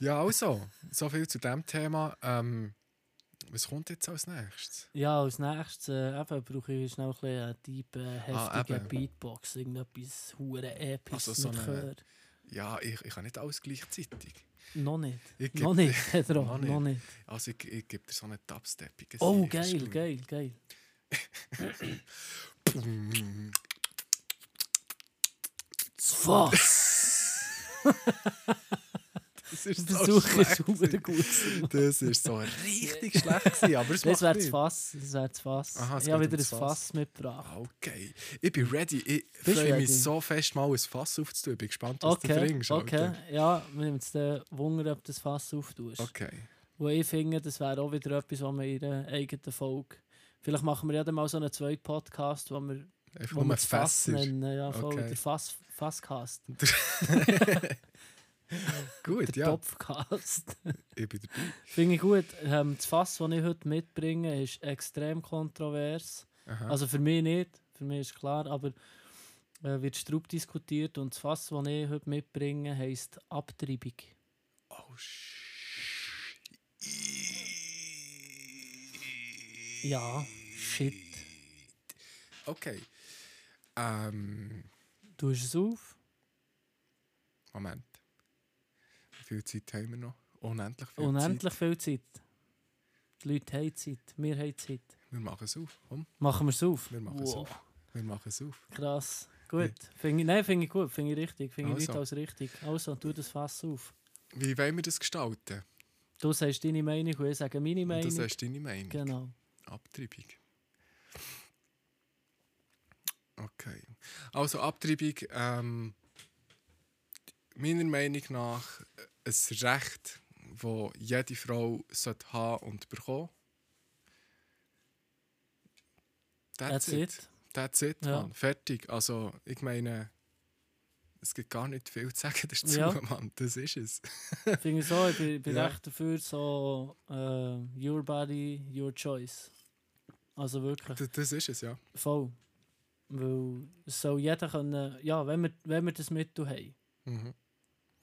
Ja, also, so viel zu dem Thema. Ähm, was kommt jetzt als nächstes? Ja, als nächstes äh, eben, brauche ich schnell ein bisschen einen tiefen, heftigen Ah, eben. Beatbox. Irgendetwas hure episches Also so mit eine- Chör. Ja, ich, ich kann nicht alles gleichzeitig. Noch nicht. Ich Noch geb- nicht, Pedro, Noch noch nicht. nicht. Also, ich, ich gebe dir so einen Dubsteppigen. Oh, Sieg, das ist geil, gut. geil, geil. Was? Das ist so Versuche ist schlecht. super gewesen. gut. Das ist so richtig schlecht, gewesen, aber es Das macht wäre das nichts. Fass. Das wäre das Fass. Aha, es ich habe geht wieder ein ums Fass, Fass. mitgebracht. Ah, Okay, ich bin ready. Ich Bist freue mich ready? so fest, mal ein Fass aufzutun. Ich bin gespannt, was du Okay, trinkst. okay. Alter. Ja, wir nehmen jetzt den Wunder, ob du das Fass auftust. Okay. Wo ich finde, das wäre auch wieder etwas, was wir in der eigenen Folge. Vielleicht machen wir ja dann mal so einen zweiten Podcast, wo wir, Einfach wo nur wir ein das Fass Fässer. nennen. Ja, voll, Okay. der Fass, Fasscast. Gut, Der ja, Topfcast. ich bin dabei. Finde ich gut. Ähm, das Fass, das ich heute mitbringe, ist extrem kontrovers. Aha. Also für mich nicht, für mich ist klar, aber äh, wird strub diskutiert und das Fass, das ich heute mitbringe, heisst Abtreibung. Oh, Ja, shit. Okay. Ähm, Du hast es auf? Moment. Wie viel Zeit haben wir noch? Unendlich viel Unendlich viel Zeit. Die Leute haben Zeit, wir haben Zeit. Zeit. Wir machen es auf. Komm, Machen wir es auf? wir machen es auf. Wir machen es auf. Krass. Gut. Finde ich, nein, finde ich gut, finde ich richtig, finde ich Also. nicht als richtig. Also, tu das Fass auf. Wie wollen wir das gestalten? Du sagst deine Meinung und ich sage meine Und Meinung. das ist deine Meinung. genau. Abtreibung. Okay. Also Abtreibung, ähm, meiner Meinung nach äh, ein Recht, das jede Frau sollte haben und bekommen. That's it. That's it, Ja. Mann. Fertig. Also, ich meine, es gibt gar nicht viel zu sagen dazu, Ja. Mann. Das ist es. Finde ich so, ich bin, bin Ja. echt dafür, so äh, your body, your choice. Also wirklich, Das, das ist es, ja. voll. Weil es soll jeder können, ja, wenn wir, wenn wir das Mittel haben Mhm.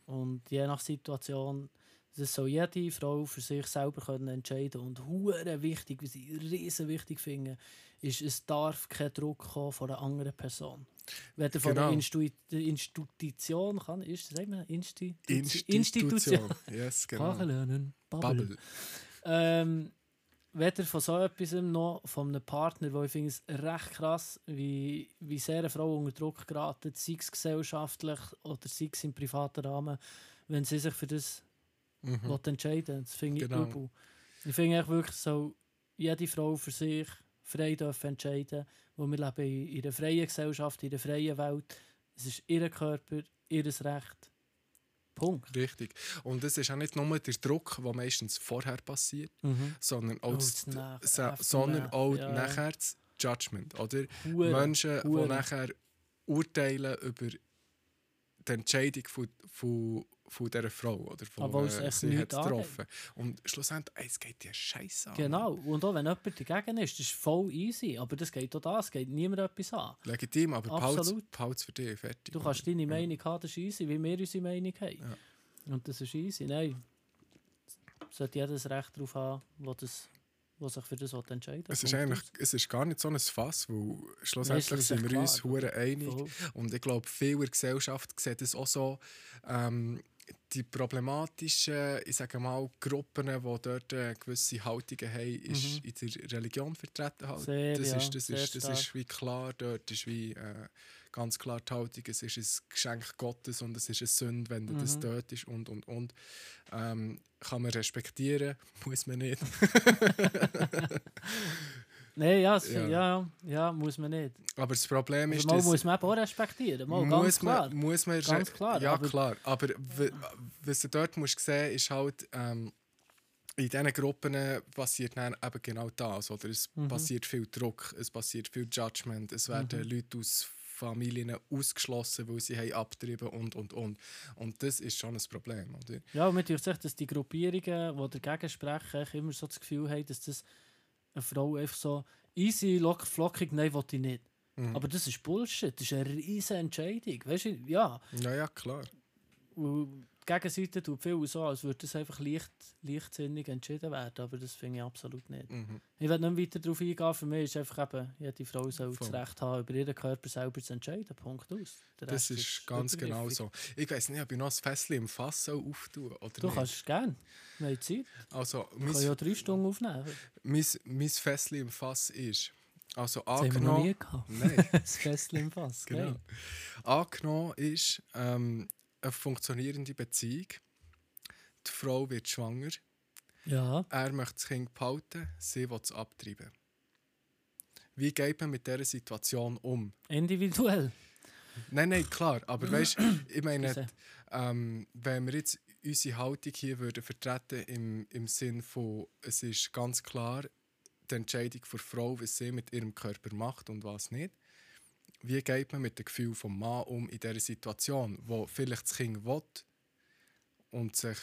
und je nach Situation, das soll jede Frau für sich selber können entscheiden und hure wichtig, was ich riesen wichtig finde, ist, es darf kein Druck kommen von einer anderen Person. Weder von Genau. der Instui der Institution kann, ist, sagen wir, Insti Institution. Yes, genau. Sprache lernen, Babbel. Bubble. Ähm, weder von so etwas noch von einem Partner, weil ich finde es recht krass, wie, wie sehr eine Frau unter Druck geraten, sei es gesellschaftlich oder sei es im privaten Rahmen, wenn sie sich für das will dus entscheiden Das finde ich Genau. übel. Ich finde echt wirklich so, jede Frau für sich frei dürfen entscheiden, wo wir leben in, in einer freien Gesellschaft, in einer freien Welt. Es ist ihr Körper, ihr Recht. Punkt. Richtig. Und es ist auch nicht nur der Druck, der meistens vorher passiert, sondern auch, Oh, das, das Nach- so- Aftermath, sondern auch ja. nachher das Judgment. Oder Hure, Menschen, die hure. nachher urteilen über die Entscheidung von, von, von dieser Frau oder von Obwohl es äh, echt sie hat nichts getroffen. Und schlussendlich, ey, es geht dir scheiße an. Genau, und auch wenn jemand dagegen ist, das ist voll easy, aber das geht auch das, geht niemand etwas an. Legitim, aber Absolut. behalte es für dich, fertig. Du kannst deine Meinung haben, das ist easy, wie wir unsere Meinung haben. Und das ist easy, nein. Sollte jeder das Recht darauf haben, wo das, wo sich für das will entscheiden Es ist Punkt eigentlich aus. es ist gar nicht so ein Fass, weil Weißt du, schlussendlich das ist sind wir klar, uns oder? hure einig. Voll. Und ich glaube, viele in der Gesellschaft sehen das auch so. Ähm, die problematischen ich sage mal, Gruppen, die dort äh, gewisse Haltungen haben, ist in der Religion vertreten. Halt. Mhm. Sehr, das ja, ist, das sehr ist, das ist stark. wie klar, dort ist wie äh, ganz klar die Haltung, es ist ein Geschenk Gottes und es ist eine Sünde, wenn Mhm. das dort ist und und und. Ähm, kann man respektieren, muss man nicht. Nein, ja, es- Ja. ja. Ja, muss man nicht. Aber das Problem Also ist, mal dass- muss man eben auch respektieren, mal, ganz muss klar. Man, muss man Ganz re- klar, Ja, aber- klar. Aber w- was du dort musst sehen ist halt, ähm, in diesen Gruppen passiert dann eben genau das. Oder? Es Mhm. passiert viel Druck, es passiert viel Judgment, es werden Mhm. Leute aus Familien ausgeschlossen, weil sie haben abtrieben und und und. Und das ist schon ein Problem. Oder? Ja, und mir tut sich, dass dus die Gruppierungen, die dagegen sprechen, echt immer so das Gefühl haben, dass das eine Frau einfach so easy, lock, flockig, nein, will ich nicht. Aber das ist Bullshit, das ist eine riesige Entscheidung. Weißt du, ja, Ja, ja, klar. weil die Gegenseite tut viel so, als dus würde das einfach leicht, leichtsinnig entschieden werden, aber das finde ich absolut nicht. Mhm. Ich werde nicht weiter darauf eingehen, für mich ist einfach eben, jede Frau soll das Voll. Recht haben, über ihren Körper selber zu entscheiden, Punkt aus. Der Das Rest ist ganz genau übergriffig. so. Ich weiß nicht, ob ich noch ein Fässchen im Fass soll auftun oder Du nicht. kannst gerne, wir haben Zeit, Also, wir mein, können ja drei Stunden aufnehmen. mein, mein Fässchen im Fass ist... Also Das haben wir noch angenommen... nie gehabt. Nein. das Fessel im Fass. Genau. Genau. Angenommen ist ähm, eine funktionierende Beziehung. Die Frau wird schwanger, Ja, er möchte das Kind behalten, sie will es abtreiben. Wie geht man mit dieser Situation um? individuell. Nein, nein, klar, aber weißt ich meine, Entschuldigung. ähm, wenn wir jetzt unsere Haltung hier würden vertreten im, im Sinn von, es ist ganz klar die Entscheidung der Frau, was sie mit ihrem Körper macht und was nicht. Wie geht man mit dem Gefühl vom Mann um in dieser Situation, wo vielleicht das Kind will und sich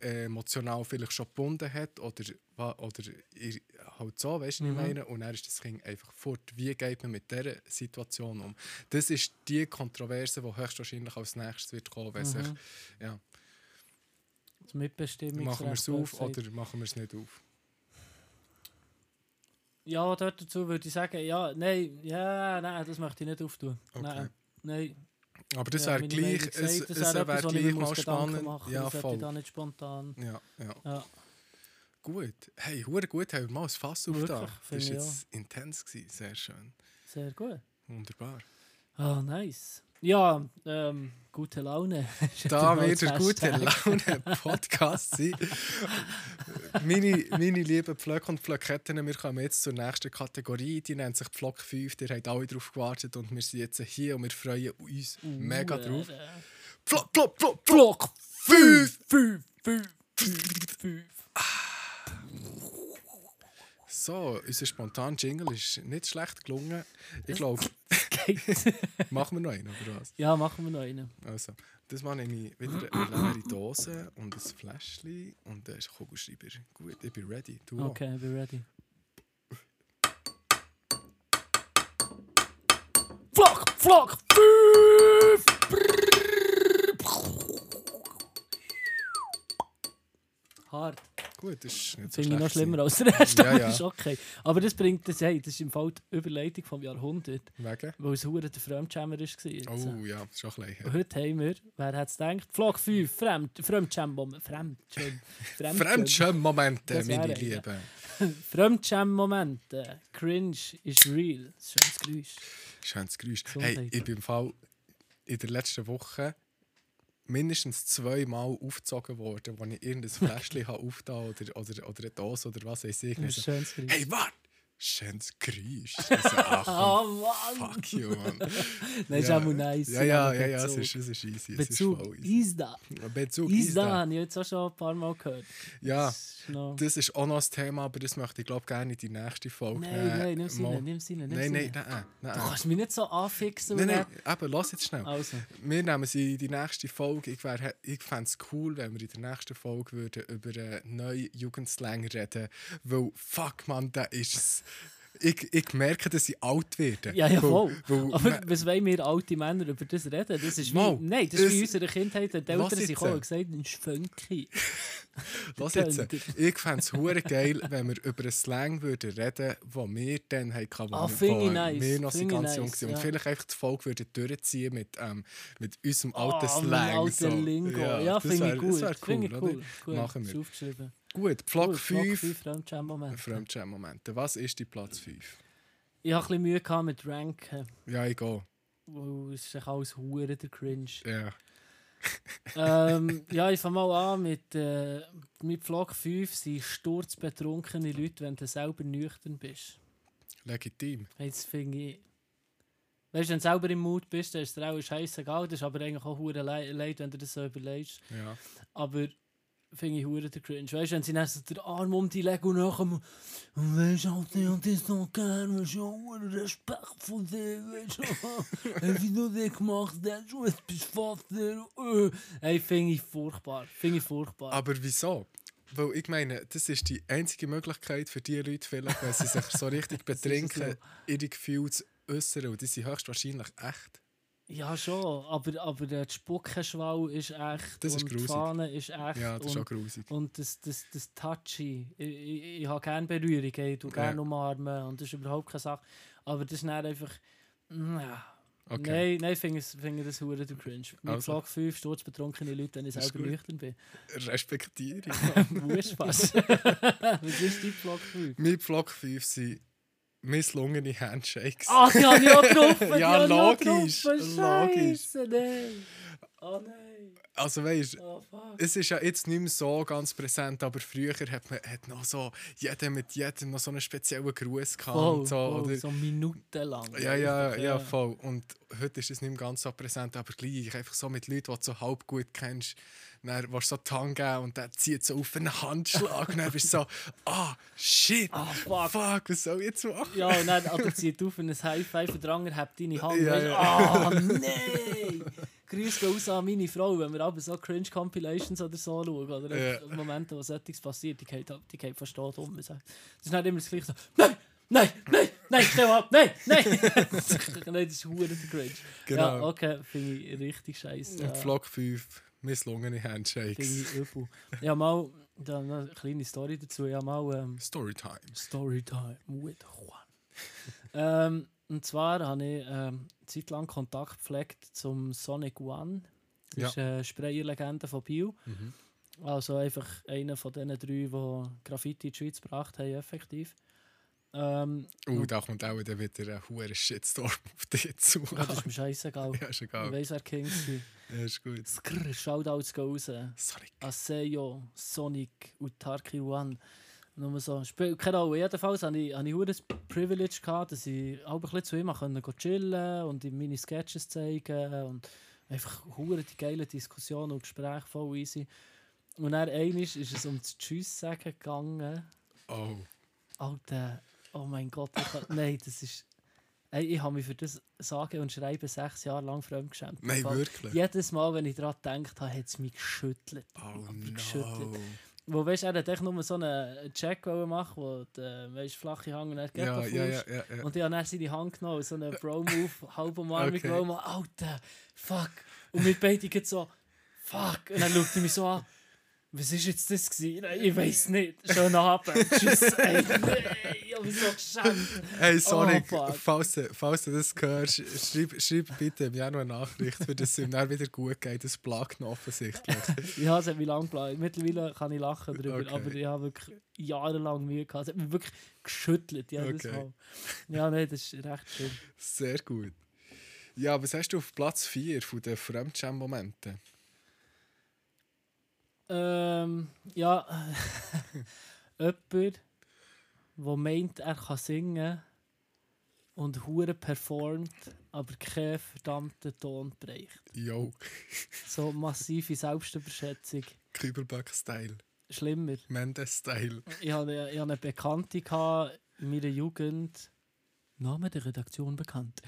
äh, emotional vielleicht schon gebunden hat oder, wa- oder ihr- halt so, weißt du, Mhm. was ich meine, und dann ist das Kind einfach fort. Wie geht man mit dieser Situation um? Das ist die Kontroverse, die höchstwahrscheinlich als nächstes wird kommen, wenn sich, Mhm. ja, Das Mitbestimmungsrecht. machen wir es auf blöd gesagt. oder machen wir es nicht auf. Ja, dort dazu würde ich sagen, ja, nein, ja, nein, das möchte ich nicht auftun. Okay. Nein, nein. Aber das ja, wäre meine gleich, Meinung es, sagt, es das wäre wäre etwas, wo ich mir gleich muss mal Gedanken spannend. Machen, ja, das hätte ich da voll. nicht spontan. Ja, ja. Ja, Gut. Hey, hure gut, haben wir mal ein Fass auf Wirklich, da. finde Das ich war jetzt intens, gewesen. sehr schön. sehr gut. Wunderbar. Ah, nice. Ja, ähm, gute Laune. Da wird wieder der gute Laune-Podcast sein. meine, meine lieben Pflöcke und Pflöcketten, wir kommen jetzt zur nächsten Kategorie. Die nennt sich Pflock 5. Ihr habt alle drauf gewartet und wir sind jetzt hier und wir freuen uns mega Uh, drauf. Äh, Pflock, Pflock, Pflock, Pflock 5! 5, 5, 5. So, unser spontan Jingle ist nicht schlecht gelungen. Ich glaube, machen wir noch einen, oder was? Ja, machen wir noch einen. Also, das war nämlich wieder eine leere Dose und ein Fläschchen und ein Kugelschreiber. Gut, ich bin ready. Du auch. Okay, be ready. Flock, flock, pfiff. Hart. Gut, das ist nicht Finde so ich noch schlecht schlimmer als der erste, Ja, aber ja. ist okay. Aber das bringt das, hey, das ist im Fall die Überleitung vom Jahrhundert, Wegen? weil es hure der Fremdschämmer ist gewesen jetzt. Oh ja, ist schon ein Und bisschen. heute haben wir, wer hat es gedacht, Flock 5, Fremd, Fremdschäm-Moment, Fremdschäm, Fremdschirm-Momente, Das meine wäre- Lieben. Fremdschäm-Momente, Cringe ist real, schönes Geräusch. Schönes Geräusch. Hey, Gesundheit. ich bin im Fall in der letzten Woche mindestens zweimal aufgezogen worden, wo ich irgendein Fläschchen habe aufgetan oder, oder, oder eine Dose oder was weiß ich. Ein Und ich so, schönes Geräusch. Hey, warte! Schönes Geräusch. Ich so, ach, Oh Mann! fuck you, Mann. Nein, ist auch mal nice. Ja, ja, aber ja, ja, es Bezug- ist, es ist easy. Es ist Bezug voll easy. Isda. Bezug ist Isda da. habe ich jetzt auch schon ein paar Mal gehört. Ja, Das ist noch- das ist auch noch ein Thema, aber das möchte ich, glaube gerne in die nächste Folge. Nein, nehmen. nein, nimm es Mal- rein, nimm es rein, nimm es Nein, nein, rein. nein, nein. Du Oh, kannst mich nicht so anfixen. Nein, oder? nein, eben, lass jetzt schnell. Also. Wir nehmen sie in die nächste Folge. Ich, wär- ich fände es cool, wenn wir in der nächsten Folge würden über einen neuen Jugendslang reden Weil, fuck man, da ist es. Ich, ich merke, dass ich alt werde. Ja, ja, Weil- voll. weil Aber man- was wollen wir alte Männer über das reden? Das ist wie, Mal, nein, das ist wie in es- unserer Kindheit. Die Eltern Was sind jetzt? gekommen und gesagt, ein Schwönki. Lass jetzt, Tönt. ich fände es hure geil, wenn wir über einen Slang würden reden würden, den wir dann hatten, Ah, finde ich nice, wir noch so finde ich ganz jung nice, waren. Und ja. vielleicht einfach die Folge würden durchziehen mit, ähm, mit unserem alten Ah, mein Slang. alter so. Lingo. Ja, das finde wär- ich gut. Das wäre cool, finde ich cool. oder? Gut, Machen ist wir. aufgeschrieben. Gut, Block 5, Fremdscham-Moment. Fremdschirm-Momente. Was ist die Platz 5? Ich hatte ein bisschen Mühe gehabt mit Ranken. Ja, ich gehe. Weil es ist echt alles Hure der Cringe. Ja. ähm, ja, ich fange mal an mit, äh, mit Vlog 5 sind sturzbetrunkene Leute, wenn du selber nüchtern bist. Legitim. Jetzt finde ich. Weißt du, wenn du selber im Mut bist, dann ist es dir auch scheißegal. Das ist aber eigentlich auch hure le- leid, wenn du das so überlegst. Ja. Aber finde ich hure der Cringe. Weißt du, wenn sie dann so den Arm um die legen und nachher. Und weißt du, Alter, ich hab das noch gern, weißt du, hure Respekt von dir, weißt du, hab ich noch nicht gemacht, hast du, jetzt bist du Vater. äh. Hey, finde ich furchtbar. Finde ich furchtbar. Aber wieso? Weil ich meine, das ist die einzige Möglichkeit für die Leute, vielleicht, wenn sie sich so richtig betrinken, ihre Gefühle zu äußern. Und die sind höchstwahrscheinlich echt. Ja, schon, aber, aber der Spuckenschwall ist echt. Das ist und die grusig. Fahne ist echt. Ja, das ist und, auch grusig. und das, das, das Touchy. Ich, ich, ich habe gerne Berührung, ich tue gerne Ja. umarmen und das ist überhaupt keine Sache. Aber das ist nicht einfach. mm, Ja. Okay. Nein, nein, finde ich find das hure der Cringe. Mit Also. Vlog 5 stürzt betrunkene Leute, wenn ich Ist selber gut. nüchtern bin. Respektiere ich. Wurspass. Was ist dein Vlog 5? mein Vlog 5 sind misslungene Handshakes. Ach, Ah, die habe ich auch getroffen! die Ja, habe ich auch logisch, getroffen. logisch. Scheisse, nein! Oh nein! Also weißt du, Oh fuck! es ist ja jetzt nicht mehr so ganz präsent, aber früher hat man hat noch so, jeder mit jedem noch so einen speziellen Gruß gehabt. Voll, und so, voll, oder, so minutenlang. Ja, ja, Einfach, ja, voll. Und heute ist es nicht mehr ganz so präsent, aber gleich. Einfach so mit Leuten, die du so halb gut kennst. Dann willst du so die Hand geben und der zieht so auf einen Handschlag. und dann bist du so, ah, shit, fuck. fuck, was soll ich jetzt machen? Ja, und dann Alter, zieht auf und ein High Five und der andere hebt deine Hand. Ja, weißt, ja. Ah, nein! Grüß gehen raus an meine Frau, wenn wir aber so Cringe-Compilations oder so schauen. Oder Ja. einfach Momente, wo etwas passiert, die geht, ab- die geht fast tot um. Es ist nicht immer das Gleiche. So, nein! Nein, nein, nein, stell ab, nein, nein! nein, das ist hure der Cringe. Ja, Genau. okay, finde ich richtig scheiße. äh, Und Vlog 5, misslungene Finde Handshakes. ich übel. Ja, mal, da noch eine kleine Story dazu. Ja, mal ähm, Storytime. Storytime with Juan. ähm, und zwar habe ich ähm, Zeit lang Kontakt gepflegt zum Sonic One. Das Ja. Mhm. ist eine Sprayerlegende von Bio. Also einfach einer von diesen drei, die Graffiti in die Schweiz gebracht haben, effektiv. Ähm, Oh, da kommt auch dann wieder ein hoher Shitstorm auf dich zu. ja, das ist mir scheißegal. Ah. Ja, ist Ich egal. weiss, wer King war. Ja, ist gut. Skrrr, Shoutouts gehen raus. Sorry. Aseyo, Sonic und Tarki One. Nur so. Spiel- Keine Ahnung, jedenfalls hatte ich, hatte ich das Privilege, gehabt, dass ich auch ein bisschen zu ihm chillen konnte und ihm meine Sketches zeigen und einfach hure die geile Diskussionen und Gespräche voll easy. Und dann einmal ist es um das Tschüss sagen gegangen. Oh, Alter, oh mein Gott, ich kann, nein, das ist... Ey, ich habe mich für das Sagen und Schreiben sechs Jahre lang fremdgeschämt. nein, Weil wirklich. Jedes Mal, wenn ich daran gedacht habe, hat es mich geschüttelt. Oh, Aber no. Wo weißt du, er hat echt nur so einen Check wollen machen, wo du äh, weißt, flache Hang und er geht Ja, auf ja, ja, ja, ja. Und ich habe dann seine Hand genommen, so einen Bro-Move, halb umarmig, Okay. okay. mal, Alter, fuck. Und mit beiden geht so, fuck. Und dann schaut er mich so an, Was war jetzt das? Gewesen? Nein, Ich weiß nicht. Schönen Abend. Tschüss. Ey, nein, ich hab mich so geschämt. Hey, sorry, Oh, fuck. falls, du- falls du das hörst, schreib, schreib bitte mir auch noch eine Nachricht, für das es ihm dann wieder gut geht. Das plagt ihn offensichtlich. Ja, es hat mich lange geplagt. Mittlerweile kann ich lachen darüber, Okay. aber ich habe wirklich jahrelang Mühe gehabt. Es hat mich wirklich geschüttelt jedes Okay. Mal. Ja, nein, das ist recht schön. Sehr gut. Ja, was hast du auf Platz 4 von den Fremdscham-Momenten? Ähm, ja, jemand, der meint, er kann singen und hure performt, aber keinen verdammten Ton bricht. Yo, So massive Selbstüberschätzung. Kübelböck-Style, Schlimmer. Mendes-Style. Ich hatte, ich hatte eine Bekannte gehabt in meiner Jugend. Name der Redaktion bekannt.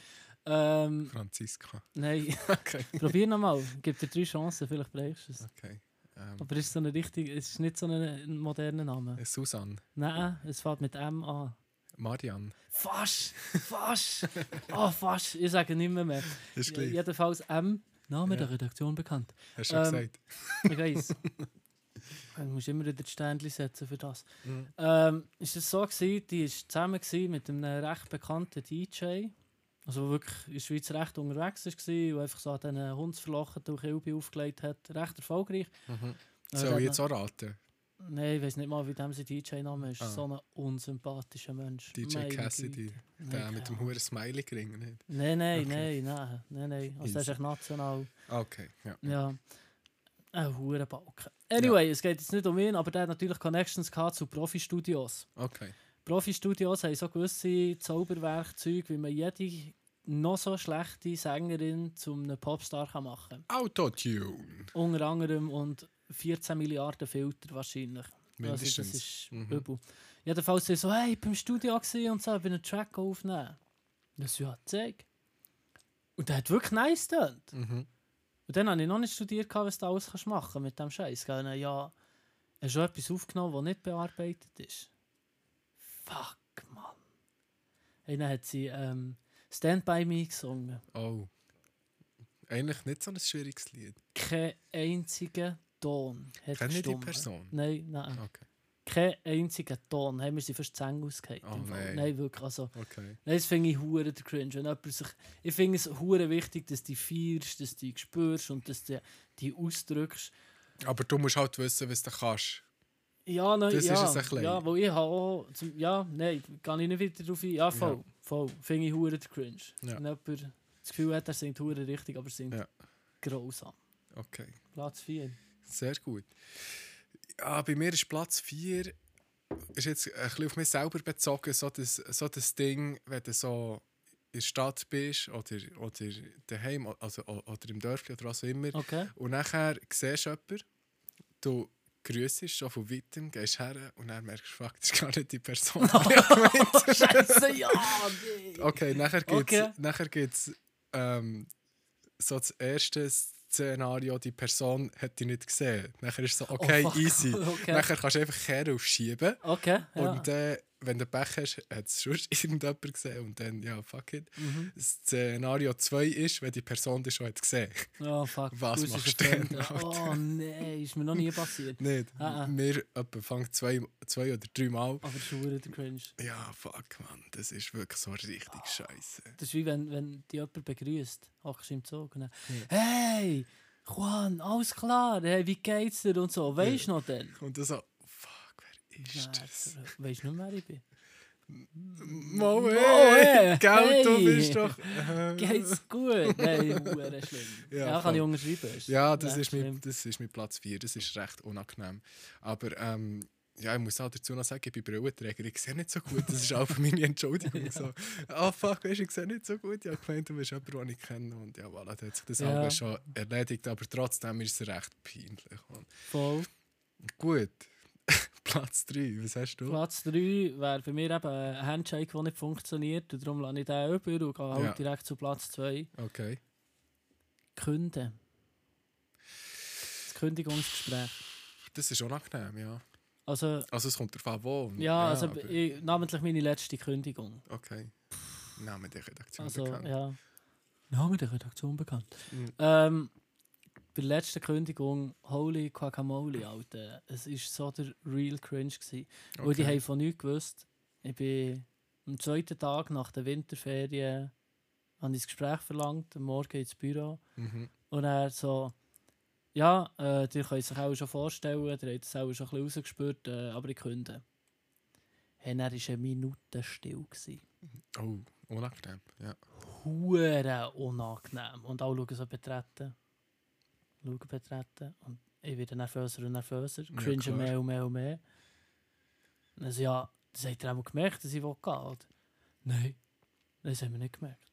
Ähm, Franziska. nein, Okay. probier nochmal. Gib dir drei Chancen, vielleicht brauchst du es. okay. Ähm, Aber es ist, so eine richtig, es ist nicht so ein ein moderner Name. Äh, Susanne, Nein, es fällt mit M an. Marianne, Fasch! Fasch! Oh, Fasch! Ich sage nicht mehr mehr. ist gleich. Jedenfalls M, Nou, Name Ja. der Redaktion bekannt. Hast du schon ähm, gesagt? Ich weiß. Du musst immer wieder die Ständchen setzen für das. Ähm, ist es so gewesen, die war zusammen gewesen mit einem eh, recht bekannten DJ, also der wirklich in der Schweiz recht unterwegs war und einfach so an diesen Hundsverlochen durch Elbe aufgelegt hat. Recht erfolgreich. Mhm. Äh, Soll dann- ich jetzt auch raten? Nein, ich weiß nicht mal, wie dem sein DJ-Name ist. Ah. So ein unsympathischer Mensch. DJ Meine Cassidy, Güte. der Nein, mit keine dem hohen Smiley-Ring, nicht? Nein, nein, Okay. nein, nein, nein, nein. Also das ist echt national. Okay, ja. nou, Ja. Eh, Ein Hurenbalken. Anyway, es geht jetzt nicht um ihn, aber der hat natürlich Connections gehabt zu Profi-Studios. Okay. Profi-Studios haben so gewisse Zauberwerkzeuge, wie man jede noch so schlechte Sängerin zu einem Popstar kann machen Autotune. kann. Unter anderem und 14 Milliarden Filter wahrscheinlich. Also, das Mindestens. Mhm. ist übel. Jedenfalls sie so, hey, ich bin im Studio gewesen und so, ich bin einen Track aufnehmen. Das ja, zeig. Und der hat wirklich nice getönt. Mhm. Und dann habe ich noch nicht studiert, gehabt, was du alles kannst machen mit dem Scheiß. gell? Und dann, Ja, er hat schon etwas aufgenommen, das nicht bearbeitet ist. Fuck, Mann. Und dann hat sie ähm, Stand By Me gesungen. Oh. Eigentlich nicht so ein schwieriges Lied. Kein einziger Ton hat Kenne ich die gestimmt. Person? Nein, nein. Okay. Kein einziger Ton. Haben wir sie fast die Zähne ausgehauen. Oh, im Fall. nein. nein, wirklich. Also, Okay. Nein, Das finde ich hure der Cringe. Wenn jemand sich, ich finde es hure wichtig, dass du feierst, dass du spürst und dass du die ausdrückst. Aber du musst halt wissen, was du kannst. Ja, nein, Das ist ja, es ein bisschen. ja, weil ich habe auch, zum, ja, nein, kann ich nicht wieder drauf ein. Ja, voll, voll, finde ich hure der Cringe. Ja. Wenn jemand das Gefühl hat, er singt hure richtig, aber singt Ja. grausam. Okay. Platz 4. Sehr gut. Ja, bei mir ist Platz 4 ist jetzt ein bisschen auf mich selber bezogen, so das, so das Ding, wenn du so in der Stadt bist oder, oder daheim also, o- oder im Dörfli oder was auch immer. Okay. Und nachher siehst du jemanden, du grüßest schon von weitem, gehst her und dann merkst du, fuck, das ist gar nicht die Person. die ich meinte. Scheiße, ja! nee. Okay, nachher gibt es Okay. nachher gibt's, ähm, so das erste Szenario, die Person hat dich nicht gesehen. Nachher ist so, okay, Oh, fuck. easy. Okay. Nachher kannst du einfach her aufschieben. Okay, ja. Und dann, wenn du Pech hast, hat es schon irgendjemand gesehen. Und dann, ja, fuck it. Mhm. Szenario 2 ist, wenn die Person dich schon hat gesehen oh, fuck. Was Grüße machst von du denn, Freunden. Alter? Oh, nein, ist mir noch nie passiert. Nicht? Ah, Oh. ah. Mir etwa fängt zwei, zwei oder drei Mal. Aber es ist hure der Cringe. Ja, fuck, man, das ist wirklich so Ah. richtig scheiße. Das ist wie wenn, wenn dich jemand begrüßt, hockst du im Zug und dann, «Hey, Juan, alles klar, hey, wie geht's dir?» und so. «Weisst du noch denn?» Und dann so, fuck, wer ist das? «Weisst du nicht, wer ich bin?» Mau, hey, hey, gell, du hey. bist doch. äh. «Geht's gut?» Nein, hure schlimm. Ja, Ja, kann ich voll. unterschreiben. ist Ja, das recht ist, mein, schlimm. das ist mein Platz 4, das ist recht unangenehm. Aber ähm, ja, ich muss auch dazu noch sagen, ich bin Brillenträger, ich sehe nicht so gut, das ist auch meine Entschuldigung. so. Ah, fuck, weißt, du, ich sehe nicht so gut, ich habe gemeint, du bist jemand, den ich kenne. Und ja, voilà, da hat sich das Ja. ja. schon erledigt, aber trotzdem ist es recht peinlich. Und Voll. gut, Platz 3, was hast du? Platz 3 wäre für mich eben ein Handshake, der nicht funktioniert. Und darum lasse ich den über und gehe Ja. halt direkt zu Platz 2. Okay. Künden. Das Kündigungsgespräch. Das ist unangenehm, ja. Also... Also es kommt darauf an, wo. und- Ja, also aber- ich, namentlich meine letzte Kündigung. Okay. Name der Redaktion Also, bekannt. Mhm. ja. Name der Redaktion bekannt. Ähm, bei der letzten Kündigung, holy guacamole, Alter. Es war so der real cringe. Gewesen. Und die Okay. haben von nichts gewusst. Ich bin am zweiten Tag nach der Winterferien an das Gespräch verlangt, am Morgen ins Büro. Mhm. Und er so, ja, äh, ihr könnt sich auch schon vorstellen, ihr habt es auch schon ein bisschen rausgespürt, äh, aber ich könnte. Hey, er war eine Minute still. Gewesen. Oh, unangenehm. Ja. Hure unangenehm. Und auch schauen so betreten. Schauen betreten. Und ich werde nervöser und nervöser. Ja, Cringe klar. mehr und mehr und mehr. Und dann so, ja, das habt ihr auch gemerkt, dass ich will gehen will. Nein, das haben wir nicht gemerkt.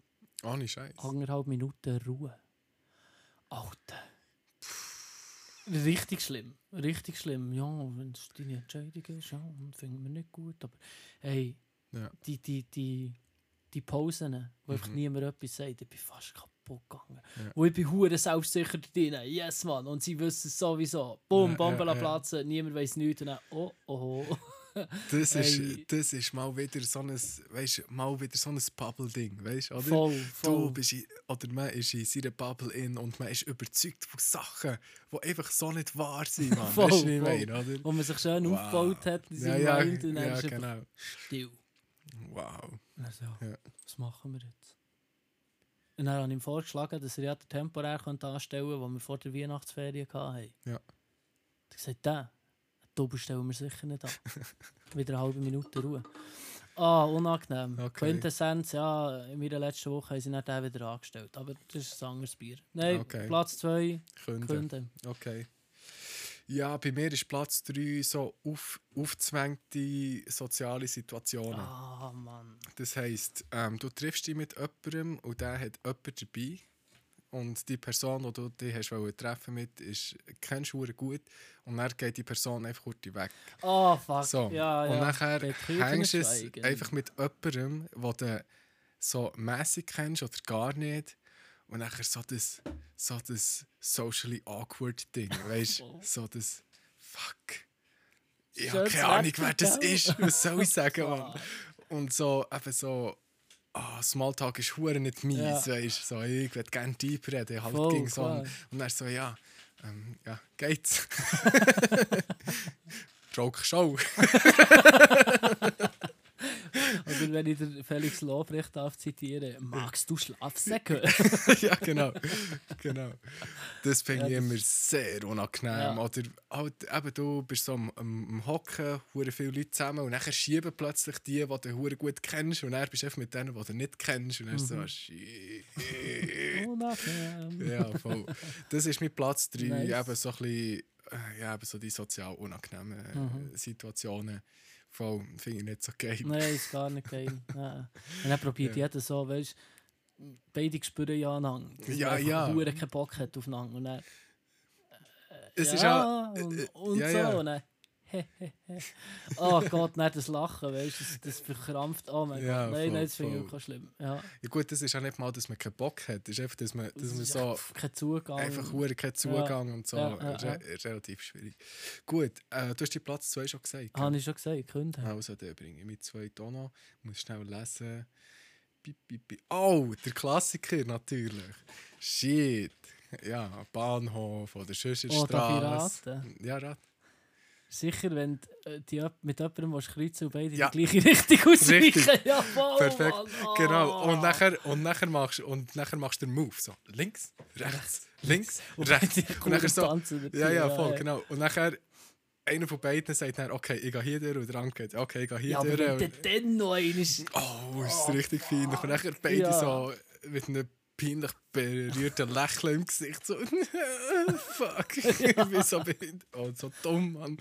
Ohne Scheiß. anderthalb Minuten Ruhe. Alter. Richtig schlimm. Richtig schlimm. Ja, wenn es deine Entscheidung ist, ja, und finden wir nicht gut. Aber hey, Ja. die, die, die, die Pausen, wo einfach Mhm. niemand etwas sagt, ich bin fast kaputt gegangen. Ja. Wo ich bin hure selbstsicher drin. Yes, Mann. Und sie wissen es sowieso. Boom, Ja, Bombe ja, la ja. platzen. Niemand weiß nichts. Und dann, oh, oh, oh. Das Ey. ist, das ist mal wieder so ein, weißt, mal wieder so ein Bubble-Ding, weißt oder? voll, Du voll. bist in, oder man ist in seiner Bubble in und man ist überzeugt von Sachen, die einfach so nicht wahr sind, Mann. Voll, weißt voll. du, was ich meine, oder? Wo man sich schön Wow. aufgebaut hat in seinem ja, Mind. Und dann ja, nou. ist einfach genau. still. Wow. Und er so, Ja. was machen wir jetzt? Und dann habe ich ihm vorgeschlagen, dass er ja den temporär könnte anstellen könnte, den wir vor der Weihnachtsferien hatten. Ja. Er hat gesagt, den, den stellen wir sicher nicht an. Wieder eine halbe Minute Ruhe. Ah, unangenehm. Okay. Quintessenz, ja, in meiner letzten Woche haben sie nicht den wieder angestellt. Aber das ist ein anderes Bier. Nein, Okay. Platz 2, Könnte. Kunden. Okay. Ja, bei mir ist Platz 3 so auf, aufzwängte soziale Situationen. Ah, Mann. Das heisst, ähm, du triffst dich mit jemandem und der hat jemanden dabei. Und die Person, die du dich hast wollen treffen mit, ist, kennst du verdammt gut. Und dann geht die Person einfach kurz weg. Ah, fuck. So. Ja, ja. Und nachher Der Kühl hängst du es schweigen. einfach mit jemandem, den du so mässig kennst oder gar nicht. Und nachher so das, so das dus- socially awkward Ding, weißt du? Oh. So das «Fuck, ich Schönes habe keine Ahnung, wer das Wetter, gell? ist, was soll ich sagen, Mann?» Fuck. Und so, eben so, ah, Smalltalk ist hure nicht meins, Ja. weißt du? So, ich würde gerne deep reden, ich halt Voll, ging so. klar. Und, und dann so, ja, ähm, ja, geht's. Joke Show. Oder wenn ich den Felix Lobrecht darf zitieren, magst du Schlafsäcke? ja, genau. genau. Das finde Ja, das- ich immer sehr unangenehm. Ja. Oder halt, eben, du bist so am, am, am Hocken, hure viele Leute zusammen und dann schieben plötzlich die, die du hure gut kennst und dann bist du einfach mit denen, die du nicht kennst und dann so, Mhm. shit. Oh, Unangenehm. Ja, voll. Das ist mein Platz 3. Nice. Eben so ein bisschen, äh, ja, eben so die sozial unangenehmen äh, Mhm. Situationen. Voll, finde ich nicht so geil. Nein, ist gar nicht geil. Nein. Und dann probiert jeder so, weißt du, beide spüren ja aneinander. dass man Ja, einfach ja. verdammt keinen Bock hat aufeinander. Und dann, Es ja, ist auch. und, äh, und ja, so. ja. Und dann, oh Gott, nicht das Lachen, weißt du, das, das verkrampft. Oh mein Ja, Gott, nein, voll, nein, das finde ich voll. wirklich schlimm. Ja, Ja, gut, das ist auch nicht mal, dass man keinen Bock hat. Es ist einfach, dass man, dass man ist so einfach kein Zugang. einfach hure keinen Zugang und so. Ähm, Ja, ja, ja. Re relativ schwierig. Gut, äh, du hast die Platz 2 schon gesagt. gell? Habe ich schon gesagt, Kunden. Also, der bringe ich mit zwei Tonnen. Muss schnell lesen. Bi, bi, bi. Oh, der Klassiker natürlich. Shit. Ja, Bahnhof oder Schüsserstraße. Piraten. ja, Rat. Sicher, wenn du, äh, die, jemand- mit jemandem willst kreuzen und beide Ja. in die gleiche Richtung ausweichen. Richtig. ja, voll, Perfekt. Mann. Oh. Genau. Und nachher, und nachher machst und nachher machst du den Move. So, links, rechts, links, Und rechts. beide Und nachher so. tanzen dazu, Ja, ja, voll, ja. genau. Und nachher einer von beiden sagt dann, okay, ich gehe hier durch und der andere geht, okay, ich gehe hier Ja, aber durch. wenn du Und- dann noch einen Oh, ist das richtig fein. Und nachher beide Ja. so mit einem peinlich berührten Lächeln im Gesicht. So, fuck, ich bin so, behindert. oh, so dumm, Mann.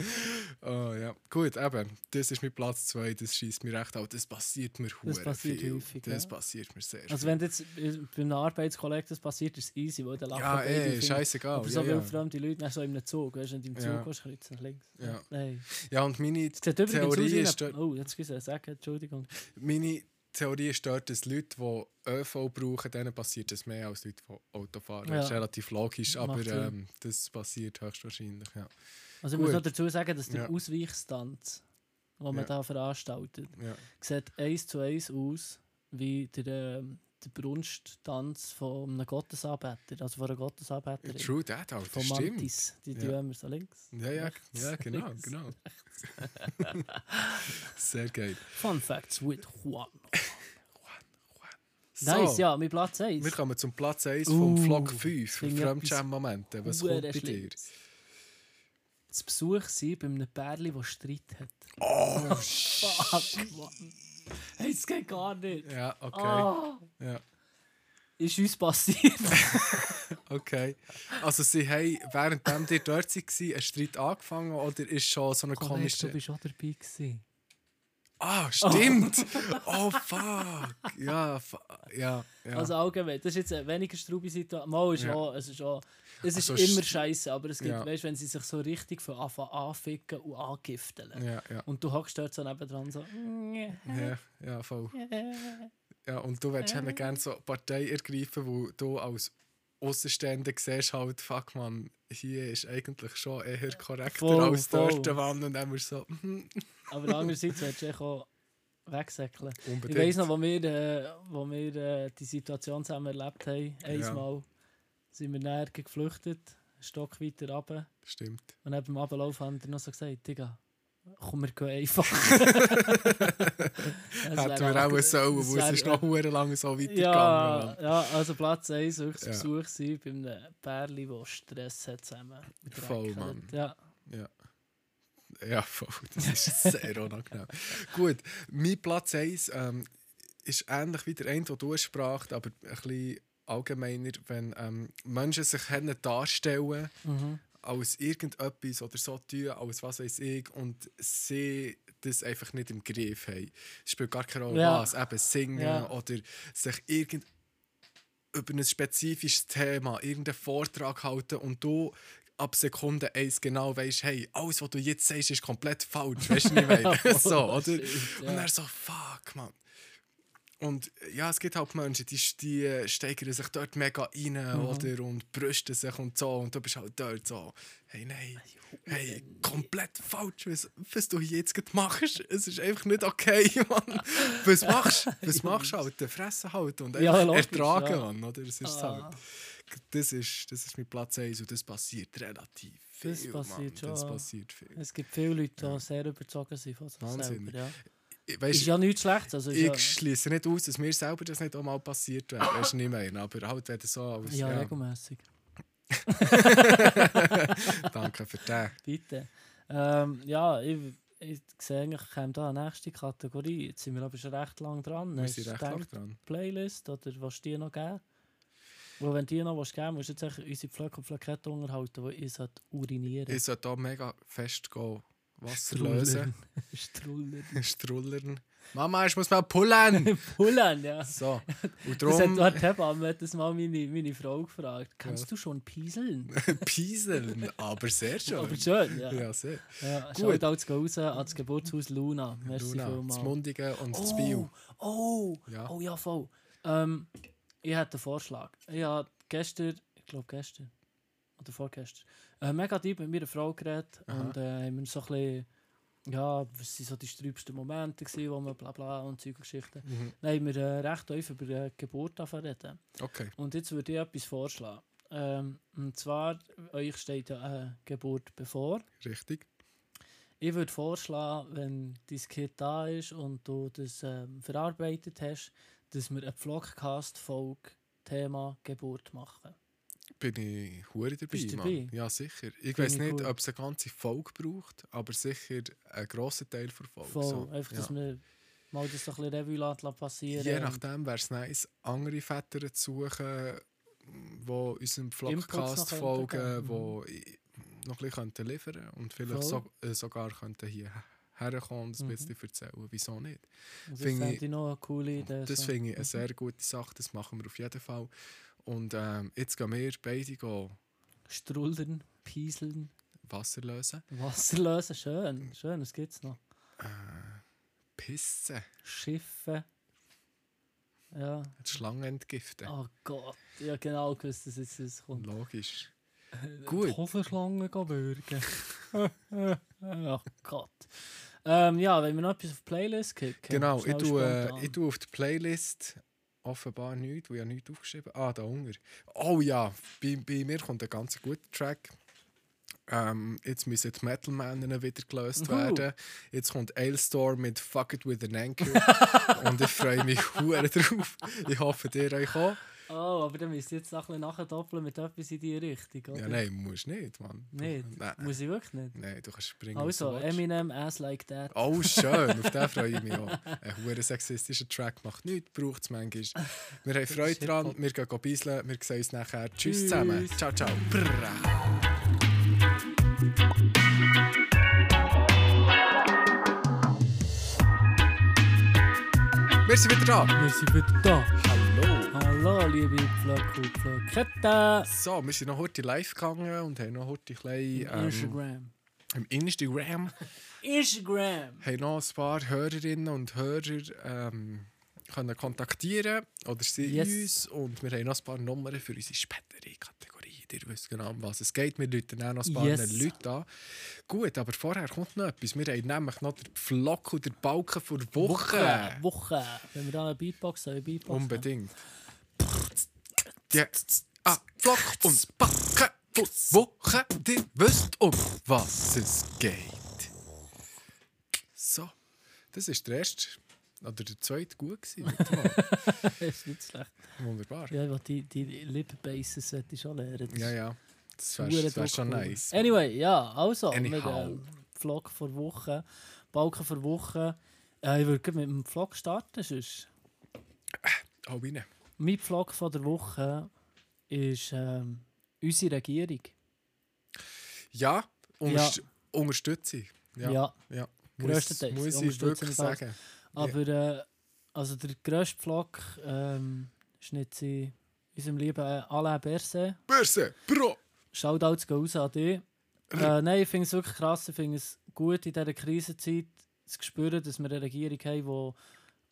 Oh, ja. Gut, eben, das ist mein Platz 2, das schießt mir recht auf. Das passiert mir hure passiert viel. häufig, das ja. passiert mir sehr Also viel. wenn jetzt äh, bei einem Arbeitskollegen das passiert, ist es easy, weil der lachen Ja, beide ey, und finden- scheißegal. Aber so Ja, ja, ja. fremde Leute, dann so in einem Zug, weißt du, wenn du im Zug Ja. gehst, kreuzen links. Ja. Nein. ja, und meine Es sieht übrigens aus Theorie wie ist... eine- dort- Oh, jetzt muss ich sagen, Entschuldigung. Meine Theorie ist dort, dass Leute, die ÖV brauchen, denen passiert das mehr als Leute, die Auto fahren. Ja. Das ist relativ logisch, aber Macht Sinn. ähm, das passiert höchstwahrscheinlich. Ja. Also ich Gut. muss noch dazu sagen, dass der Ja. Ausweichstand, den man Ja. da veranstaltet, Ja. sieht eins zu eins aus wie der, ähm, der Brunsttanz von einem Gottesanbeter, also von einer Gottesanbeterin. True that, Alter. Von stimmt. Mantis. Die Ja. tun immer so links. Ja, ja, ja, genau, links. genau. Sehr geil. Fun Facts with Juan. So, Nice, ja, mein Platz 1. wir kommen zum Platz 1 Uh, vom Vlog 5, das finde ich Fremdscham-Momente. Was kommt bei dir? Zu Besuch sein bei einem Pärli, der Streit hat. Oh, fuck, Mann. Hey, das geht gar nicht. Ja, okay. Oh. Ja, Ist uns passiert. okay. Also sie haben, währenddem ihr dort waren, einen Streit angefangen oder ist schon so eine Komisch, du komische... bist auch dabei gewesen. Ah, stimmt! Oh, fuck! Ja, fu ja, ja. Also allgemein, das ist jetzt eine weniger strube Situation. Mal ist Ja. auch, es ist auch, es ist Also immer st- scheiße, aber es gibt, Ja. weißt, wenn sie sich so richtig für anfangen anficken und angifteln. ja, ja. Und du hockst dort so nebendran so. mm, Ja, ja, voll. Ja, und du willst eben gerne so eine Partei ergreifen, wo du als Außenstehender siehst halt, fuck man, hier ist eigentlich schon eher korrekter Voll, als dort, voll. Mann. Und dann musst du so, mhm, Aber andererseits willst du echt auch wegsäckeln. Ich unbedingt. weiss noch, wo wir, äh, wo wir äh, die Situation zusammen erlebt haben. Einmal sind wir näher geflüchtet, einen Stock weiter runter. Stimmt. Und dann beim Ablaufen haben wir noch so gesagt: Digga, komm, wir gehen einfach. Also, Hätten wir auch sollen, weil es ist noch sehr lange so weitergegangen. Ja, Mann. ja, also Platz 1 wirklich zu Ja. Besuch sein bei einem Pärli, der Stress hat zusammen. Und Voll, Dreck hat. Mann. Ja. Ja, voll. Das ist sehr unangenehm. Gut, mein Platz 1 ähm, ist ähnlich wie der eine, den du sprachst, aber ein bisschen allgemeiner, wenn ähm, Menschen sich können darstellen Mhm. als irgendetwas oder so tun, als was weiß ich, und sie das einfach nicht im Griff haben. Es spielt gar keine Rolle, Ja. was, eben singen Ja. oder sich irgend über ein spezifisches Thema irgendeinen Vortrag halten und du ab Sekunde eins genau weißt, hey, alles, was du jetzt sagst, ist komplett falsch, weißt du nicht mehr. so, oder? Oh, Shit, ja. Und er so, fuck, Mann. Und ja, es gibt halt Menschen, die, die steigern sich dort mega rein Mhm. oder, und brüsten sich und so. Und du bist halt dort so, hey, nein, hey, komplett falsch, was, was du hier jetzt gerade machst. Es ist einfach nicht okay, Mann. Was machst du? Was machst du halt? Fressen halt und Ja, einfach logisch, ertragen, ja. Mann. Oder? Es ist Ah. halt. Das ist, das ist mein Platz 1 und das passiert relativ viel, Das passiert Mann. schon, Das ja. passiert viel. Es gibt viele Leute, die sehr überzogen sind von sich Wahnsinn. selber. Ja. Weißt, Ist ja nichts Schlechtes. Also ist Ich schließe nicht aus, dass mir selber das nicht auch mal passiert wäre. Weißt du nicht mehr. Aber halt, wenn das so aus. ja, ja, Ja, regelmäßig. danke für den. Bitte. Ähm, ja, ich, ich sehe, eigentlich käme da eine nächste Kategorie. Jetzt sind wir aber schon recht lang dran. dus Wir Hast sind du recht gedacht, lang dran. Playlist oder was die noch geben? Wo wenn die noch was geben, musst du jetzt echt unsere Pflöcke und Flakette unterhalten, wo ich sollte urinieren. Ich sollte hier mega fest gehen. Wasser Strullern. lösen, Strullern. strullern. Mama, ich muss mal pullen! Pullen, ja. So. Und Das hat, darum hat Hebamme hat das mal meine, meine Frau gefragt. Kannst Ja. du schon pieseln? pieseln. Aber sehr schön. Aber schön, ja. ja. Ja, sehr. Schaut auch zu raus ans Geburtshaus Luna. Merci Luna, vielmals. das Mundigen und das Oh, Bio. oh, Ja. oh ja, voll. Ähm, ich hätte einen Vorschlag. Ich habe gestern, ich glaube gestern oder vorgestern, äh, mega deep mit meiner Frau geredet und äh, haben wir so ein bisschen, ja, was sind so die sträubsten Momente gewesen, wo wir bla bla und solche Geschichten. Mhm. Dann haben wir äh, recht tief über äh, die Geburt angefangen zu reden. Okay. Und jetzt würde ich etwas vorschlagen. Ähm, und zwar, euch steht ja eine Geburt bevor. Richtig. Ich würde vorschlagen, wenn dein Kind da ist und du das ähm, verarbeitet hast, dass wir eine Vlogcast-Folge Thema Geburt machen. Bin ich hure dabei, Bist du Mann. dabei? Ja, sicher. Ich Finde weiß ich nicht, gut. ob es eine ganze Folge braucht, aber sicher einen grossen Teil der Folge. Voll. So, Einfach, ja. dass wir mal das so ein bisschen Revue lassen passieren. Je nachdem wäre es nice, andere Väter zu suchen, die unserem Vlogcast noch folgen, könnten die geben. noch ein bisschen könnten liefern könnten und vielleicht Voll. so, äh, sogar könnten hier herkommen und ein bisschen erzählen. Wieso Dus nicht? Und das finde fände ich- ich noch eine coole Idee. Das so. finde ich eine sehr gute Sache, das machen wir auf jeden Fall. Und ähm, jetzt gehen wir beide gehen Strullern, Pieseln, Wasser lösen, Wasser lösen. Schön, schön, was gibt es noch? pissen, Schiffe. Ja. die Schlangen entgiften. Oh Gott. Ja, genau, gewusst, dass jetzt das kommt. Logisch. Die Gut. Hosenschlange gehen würgen. Ach Ehm, Gott. Ähm, ja, wenn wir noch etwas auf die Playlist kicken. Genau, eh, schnell ich tue, spontan. äh, ich tue auf die Playlist offenbar nichts, weil ich habe nichts aufgeschrieben Ah, da Hunger. Oh ja, bei, bei mir kommt ein ganz guter Track. Ähm, jetzt müssen die Metal-Männer wieder gelöst werden. Jetzt kommt Ailstorm mit Fuck It With An Anchor. Und ich freue mich hure drauf. Ich hoffe, ihr euch auch. Oh, aber dann müsst ihr jetzt noch ein bisschen nachdoppeln mit etwas in diese Richtung, oder? Ja, nein, musst nicht, Mann. Nicht? Nein. Muss ich wirklich nicht? Nein, du kannst springen. was du Also, willst. Oh, Eminem, Ass Like That. Oh, schön, auf den freue ich mich auch. Ein hoher sexistischer Track macht nichts, braucht es manchmal. Wir haben Freude dran, wir gehen bisseln, wir sehen uns nachher. Tschüss zusammen. Tschüss. Ciao, ciao. Brrra. Wir sind wieder da. Wir sind wieder da. Hallo. Hallo, liebe Pflöcke und Pflöckette. So, wir sind noch heute live gegangen und haben noch heute ein bisschen, ähm, Instagram. im Instagram Instagram! haben noch ein paar Hörerinnen und Hörer ähm, können kontaktieren oder sie Yes. uns. Und wir haben noch ein paar Nummern für unsere spätere Kategorie. Ihr wisst genau, um was es geht. Wir rufen auch noch ein paar Yes. Leute an. Gut, aber vorher kommt noch etwas. Wir haben nämlich noch den Pflock und den Balken vor Woche. Woche! Woche! Wenn wir da eine Beatbox haben, eine Beatbox. haben. Unbedingt. Ja. Ah, Pflock und Balken vor Woche. Ihr wisst, um was es geht. So, das ist der erste. Oder der zweite gut gewesen. nicht wahr? ist nicht schlecht. Wunderbar. Ja, aber die, die Lip Bases sollte ich schon lernen. Das Ja, ist ja. Das verdammt wäre wär schon cool. nice. Anyway, ja, also. Mit Anyhow. dem eh, Vlog vor Woche, Balken vor Woche. Äh, ich würde gleich mit dem Vlog starten. Sonst. Hau rein. Mein Vlog von der Woche ist ähm, unsere Regierung. Ja, unterst Ja. unterstütze ich. Ja. ja. ja. Muss, Grösstenteils muss ich unterstützen wirklich wir alles. sagen. Aber äh, also der grösste Vlog ähm, ist nicht sie, unserem lieben äh, Alain Berset. Börse, Pro! Shoutouts gehen raus an dich. Äh, nein, ich finde es wirklich krass. Ich finde es gut, in dieser Krisenzeit zu spüren, dass wir eine Regierung haben, die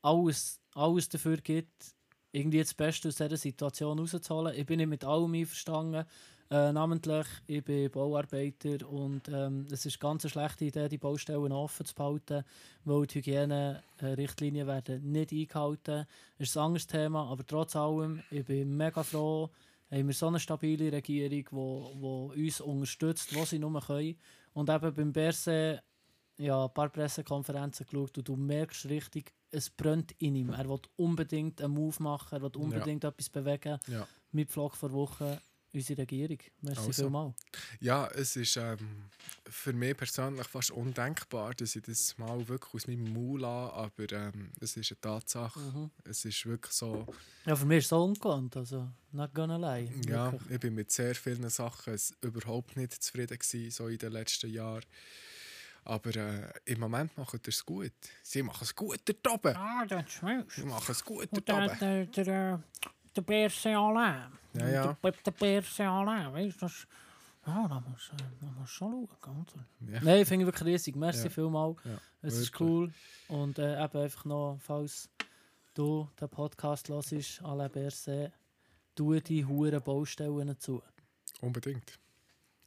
alles, alles dafür gibt, irgendwie das Beste aus dieser Situation rauszuholen. Ich bin nicht mit allem einverstanden. Äh, namentlich, ich bin Bauarbeiter und ähm, es ist ganz eine schlechte Idee, die Baustellen offen zu behalten, weil die Hygienerichtlinien werden nicht eingehalten. Das ist ein anderes Thema, aber trotz allem, ich bin mega froh, haben wir so eine stabile Regierung, die wo, wo uns unterstützt, was sie nur können. Und eben beim Berse ja, ein paar Pressekonferenzen geschaut und du merkst richtig, es brennt in ihm. Er will unbedingt einen Move machen, er will unbedingt etwas bewegen. Ja. Mit Vlog vor Woche unsere Regierung. Merci Also. vielmals. Ja, es ist ähm, für mich persönlich fast undenkbar, dass ich das mal wirklich aus meinem Maul an, aber ähm, es ist eine Tatsache. Mhm. Es ist wirklich so, Ja, für mich ist es so ungewohnt, also not gonna lie. ja, Wirklich. ich bin mit sehr vielen Sachen s- überhaupt nicht zufrieden gewesen, so in den letzten Jahren. Aber äh, im Moment machen sie es gut. Sie machen es gut dort oben. Ah, dat smaakt. Sie machen es gut Moet dort dat oben. de, de, de, de beerse al aan. Ja, ja. De, de beerse al aan, weet je. Dus, nou, dat moet, eh, dat moet zo lopen. want, eh, Nein, finde ich wirklich riesig. Merci Ja. vielmals. Ja, Es ist wirklich. cool. Und äh, eben einfach noch, falls du den Podcast hörst, alle Berse, tu die Huren Baustellen zu. Unbedingt.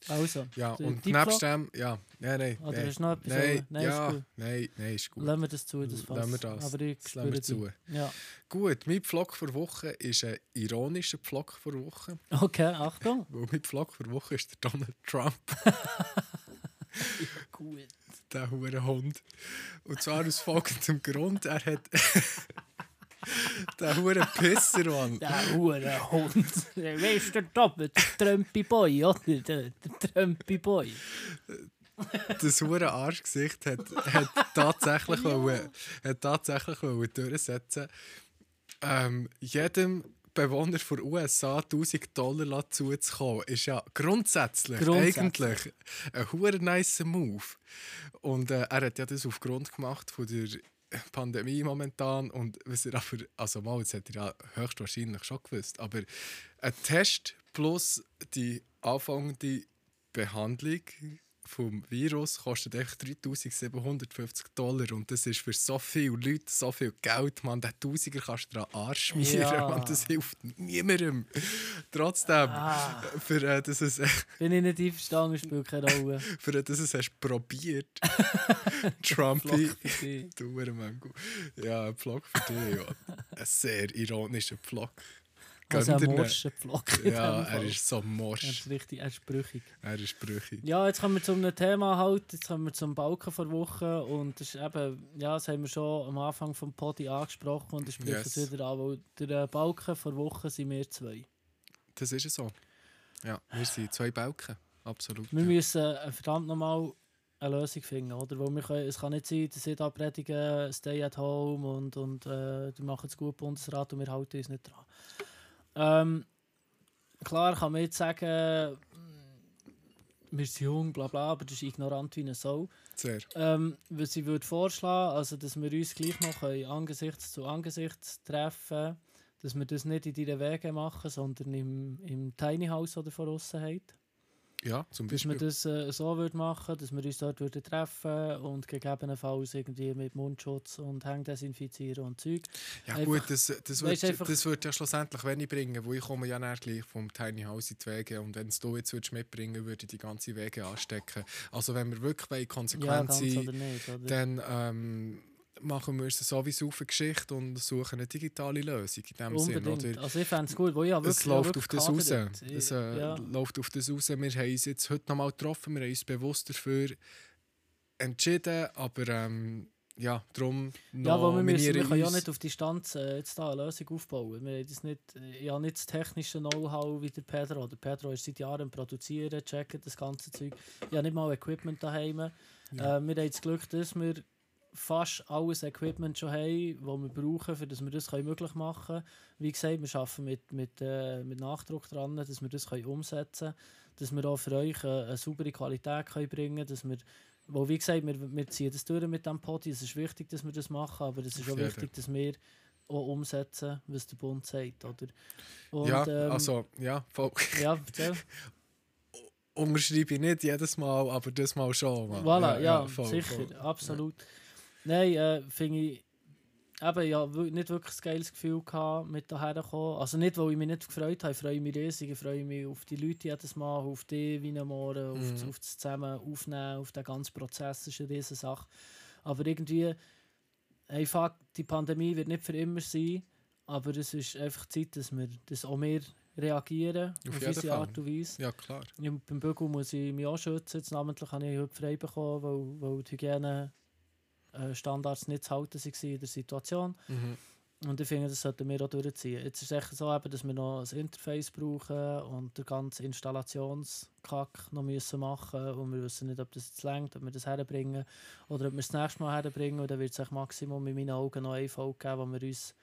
Also, Ja, die- und die Vlog- nebst dem, ja, nein, nein. Oder nein, hast du noch etwas? nein, Nein, ist ja, gut. nein, nein, ist gut. lassen wir das zu, das Fass. Lassen wir das. Aber ich Das lassen wir spüre die. zu. Ja. Gut, mein Vlog vor Woche ist ein ironischer Vlog vor Woche, Okay, Achtung. weil mein Vlog vor Woche ist der Donald Trump, Gut. der hure Hund. Und zwar aus folgendem Grund, er hat der hure Pisser, Mann. Der Hurenhund. Weißt du, der Doppel, der Trumpy Boy, oder? Der, der Trumpy Boy. Das hure Arschgesicht hat, hat tatsächlich wollen, hat tatsächlich wollen durchsetzen. Ähm, jedem Bewohner von USA 1000 Dollar lassen zuzukommen, ist ja grundsätzlich, Grundsätzlich. eigentlich ein hure nice Move. Und äh, er hat ja das aufgrund gemacht von der Pandemie momentan. Und was er aber, also mal, das hat er ja höchstwahrscheinlich schon gewusst, aber ein Test plus die anfangende Behandlung vom Virus kostet einfach 3750 Dollar. Und das ist für so viele Leute so viel Geld, man. Den Tausiger kannst du dran Arsch schmieren, Ja. Mann, Das hilft niemandem. Trotzdem, für, äh, das ist, Bin ich nicht einverstanden, spielt keine Rolle. für äh, das es hast probiert, Trumpy. Flock für dich. Du Mango. Ja, ein Pflock für dich, ja. Ein sehr ironischer Pflock. Also Gönnt ein ihr ihn? Morschenpflock. in Ja, dem er Fall. ist so Er morsch. ist richtig, er ist brüchig. Er ist brüchig. Ja, jetzt kommen wir zu einem Thema halt, jetzt kommen wir zum Balken vor Woche und das ist eben, ja, das haben wir schon am Anfang vom Podi angesprochen und ich spreche Yes. es wieder an, weil der äh, Balken vor Woche sind wir zwei. Das ist so. Ja, wir sind zwei Balken. Absolut. Wir ja. müssen äh, verdammt nochmal eine Lösung finden, oder? Weil wir können, es kann nicht sein, dass sie da predigen, stay at home und, und äh, die machen es gut, Bundesrat, und wir halten uns nicht dran. Ähm, klar kann man jetzt sagen, wir sind jung, bla bla, aber das ist ignorant wie eine Sau. Sehr. Ähm, was ich würde vorschlagen, also dass wir uns gleich noch können, angesichts zu angesichts treffen dass wir das nicht in deinen Wegen machen, sondern im, im Tiny House, das ihr von außen habt. Ja, zum Dass wir Beispiel. das äh, so würd machen dass wir uns dort würden treffen und gegebenenfalls irgendwie mit Mundschutz und Hände desinfizieren und Zeug. Ja einfach- gut, das, das, wird, Weisst du, einfach- das wird ja schlussendlich wenig bringen, weil ich komme ja näher gleich vom Tiny House in die Wege und wenn es du jetzt würdest mitbringen würde ich die ganze Wege anstecken. Also wenn wir wirklich wollen, Ja, konsequent ganz sind, oder nicht. Oder? dann ähm, machen wir uns sowieso auf eine Geschichte und suchen eine digitale Lösung in dem Sinn. Unbedingt. Oder? also ich fände es gut, weil ich habe wirklich, Es ich habe läuft auf wirklich das raus. gehadert. Ich- Es äh, ja. läuft auf das raus. Wir haben uns jetzt heute nochmal getroffen, wir haben uns bewusst dafür entschieden, aber ähm, ja, darum Ja, weil wir, müssen, wir nominiere können ja uns. nicht auf Distanz äh, jetzt da eine Lösung aufbauen. Wir haben das nicht, ich habe nicht das technische Know-how wie der Pedro. Der Pedro ist seit Jahren am Produzieren, checken das ganze Zeug. Ich habe nicht mal Equipment daheim. Äh, wir haben das Glück, dass wir fast alles Equipment schon haben, das wir brauchen, für dass wir das können möglich machen können. Wie gesagt, wir arbeiten mit, mit, äh, mit Nachdruck dran, dass wir das können umsetzen können, dass wir auch für euch äh, eine saubere Qualität können bringen können, dass wir weil, wie gesagt, wir, wir ziehen das durch mit diesem Podi. Es ist wichtig, dass wir das machen, aber es ist Auf auch jeden. wichtig, dass wir auch umsetzen, was der Bund sagt, oder? Und, ja, ähm, also, ja, voll. Ja, erzähl. Unterschreibe ich nicht jedes Mal, aber das Mal schon. Mann. Voilà, ja, voll, sicher, voll. absolut. Nein, äh, finde ich, eben, ja, wir- nicht wirklich ein geiles Gefühl gehabt, mit daher kommen. Also nicht, weil ich mich nicht gefreut habe, ich freue mich riesig, ich freue mich auf die Leute jedes Mal, auf die wie am Morgen, Mhm. auf, das, auf das Zusammen aufnehmen, auf den ganzen Prozess, das ist eine riesige Sache. Aber irgendwie, hey, fuck, die Pandemie wird nicht für immer sein, aber es ist einfach Zeit, dass wir, dass auch wir reagieren, Auf auf, jeden unsere Fall. Art und Weise. Ja, klar. Ja, beim Bügel muss ich mich auch schützen. Jetzt namentlich habe ich heute frei bekommen, weil, weil die Hygienestandards nicht zu halten waren in der Situation. Mhm. Und ich finde, das sollten wir auch durchziehen. Jetzt ist es echt so, eben, dass wir noch ein Interface brauchen und den ganzen Installationskack noch müssen machen Und wir wissen nicht, ob das jetzt längt, ob wir das herbringen oder ob wir es das nächste Mal herbringen. Und dann wird es echt Maximum in meinen Augen noch eine Folge geben, wo wir uns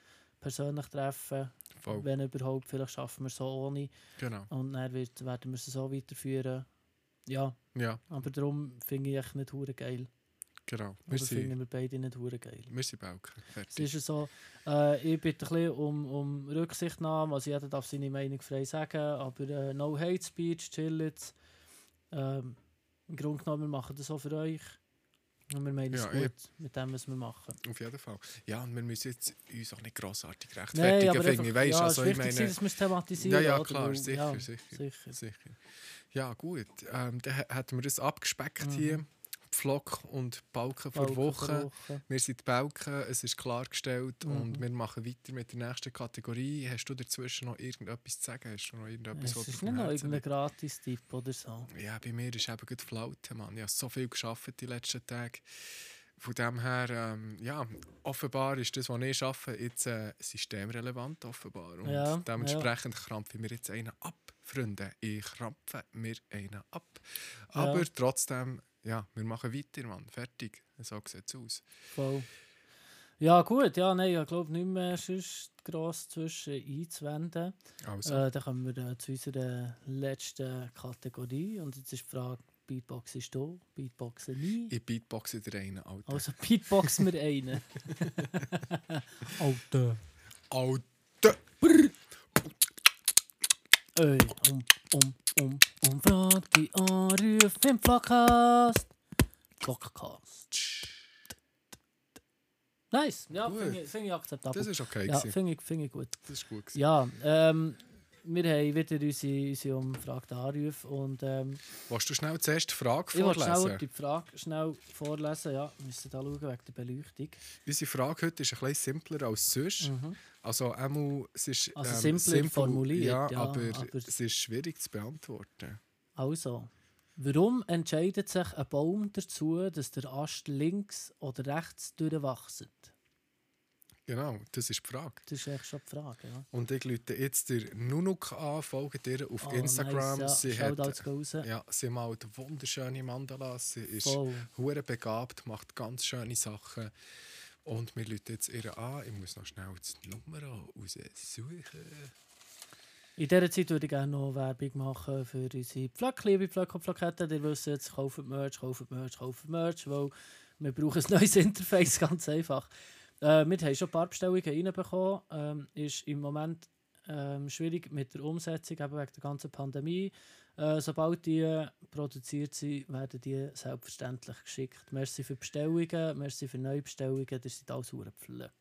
persönlich treffen. Voll. Wenn überhaupt, vielleicht schaffen wir es so ohne. Genau. Und dann wird, werden wir es so weiterführen. Ja, Ja, aber darum finde ich echt nicht hure geil. genau. Wir Oder sind, finden wir beide nicht hure geil. wir sind Balken. Es Fertig. ist ja so, äh, ich bitte ein bisschen um, um Rücksichtnahme, also jeder darf seine Meinung frei sagen, aber äh, no hate speech, chill jetzt. Ähm, Im Grunde genommen, wir machen das auch für dus euch. Und wir meinen es Ja, gut eben. mit dem, was wir machen. Auf jeden Fall. Ja, und wir müssen jetzt uns auch nicht grossartig Nein, rechtfertigen, aber finde einfach, ich. Weißt, ja, also, es ich ist wichtig, meine, gewesen, dass wir es thematisieren. Ja, ja, oder? klar, Weil- sicher, ja, sicher. sicher. Sicher. Ja, gut. Ähm, dann hä- hätten wir das abgespeckt hier. Pflock und Balken vor Mhm. Balken vor Wochen. Wochen. Wir sind die Balken, es ist klargestellt Mhm. und wir machen weiter mit der nächsten Kategorie. Hast du dazwischen noch irgendetwas zu sagen? Hast du noch irgendetwas, Es was ist dir nicht auf dem noch Herzen irgendein Gratis-Tipp oder so. liegt? Ja, bei mir ist eben gut Flaute, Mann. Ich habe so viel geschafft die letzten Tage. Von dem her, ähm, ja, offenbar ist das, was ich arbeite, jetzt äh, systemrelevant, offenbar. Und Ja, dementsprechend krampfen wir jetzt einen ab, Freunde. Ich krampfe mir einen ab. Aber trotzdem, ja, wir machen weiter, Mann. Fertig. So sieht es aus. Voll. Ja, gut, ja, nein, ich glaube nicht mehr sonst gross zwischen einzuwenden. Also, Äh, dann kommen wir äh, zu unserer letzten Kategorie. Und jetzt ist die Frage: Beatbox ist da, Beatbox nie. ich beatboxe dir einen, Alter. Also, Beatboxen wir einen. Alter. Alter! Ey, um, um, um, um, frag die Anrufe im Vlogcast. Vlogcast. Nice, ja, Gut. finde ich, find ich akzeptabel. Das ist okay. ja, gewesen. finde ich, find ich gut. das ist gut. gewesen. Ja, ähm, wir haben wieder unsere, unsere Umfrage der Anrufe und ähm, Willst du schnell zuerst die Frage ich wollte schnell vorlesen? die Frage schnell vorlesen. Ja, wir müssen da schauen wegen der Beleuchtung. Unsere Frage heute ist ein bisschen simpler als sonst. Also, Emu, es ist Mhm. ähm, Also simpler formuliert, ja, ja, aber, aber- es ist schwierig zu beantworten. Also, warum entscheidet sich ein Baum dazu, dass der Ast links oder rechts durchwachsen? Genau, das ist die Frage. Das ist eigentlich schon die Frage. Ja. Und ich lüte jetzt der Nunuk an, folge ihr auf Oh, Nice, Instagram. ja. Sie Schaut hat alles raus. Ja, sie malt wunderschöne Mandalas, sie ist Voll. hure begabt, macht ganz schöne Sachen. Und wir rufen jetzt ihr an. Ich muss noch schnell die Nummer raussuchen. In dieser Zeit würde ich gerne noch Werbung machen für unsere Pflöcke, liebe Pflöcke und Pflöcketten. Ihr wisst jetzt, kauft Merch, kauft Merch, kauft Merch, weil wir brauchen ein neues Interface, ganz einfach. Äh, wir haben schon ein paar Bestellungen reinbekommen. Ähm, ist im Moment ähm, schwierig mit der Umsetzung, eben wegen der ganzen Pandemie. Äh, sobald die produziert sind, werden die selbstverständlich geschickt. Merci für Bestellungen, merci für Neubestellungen. Das sind alles hure Pflöcke.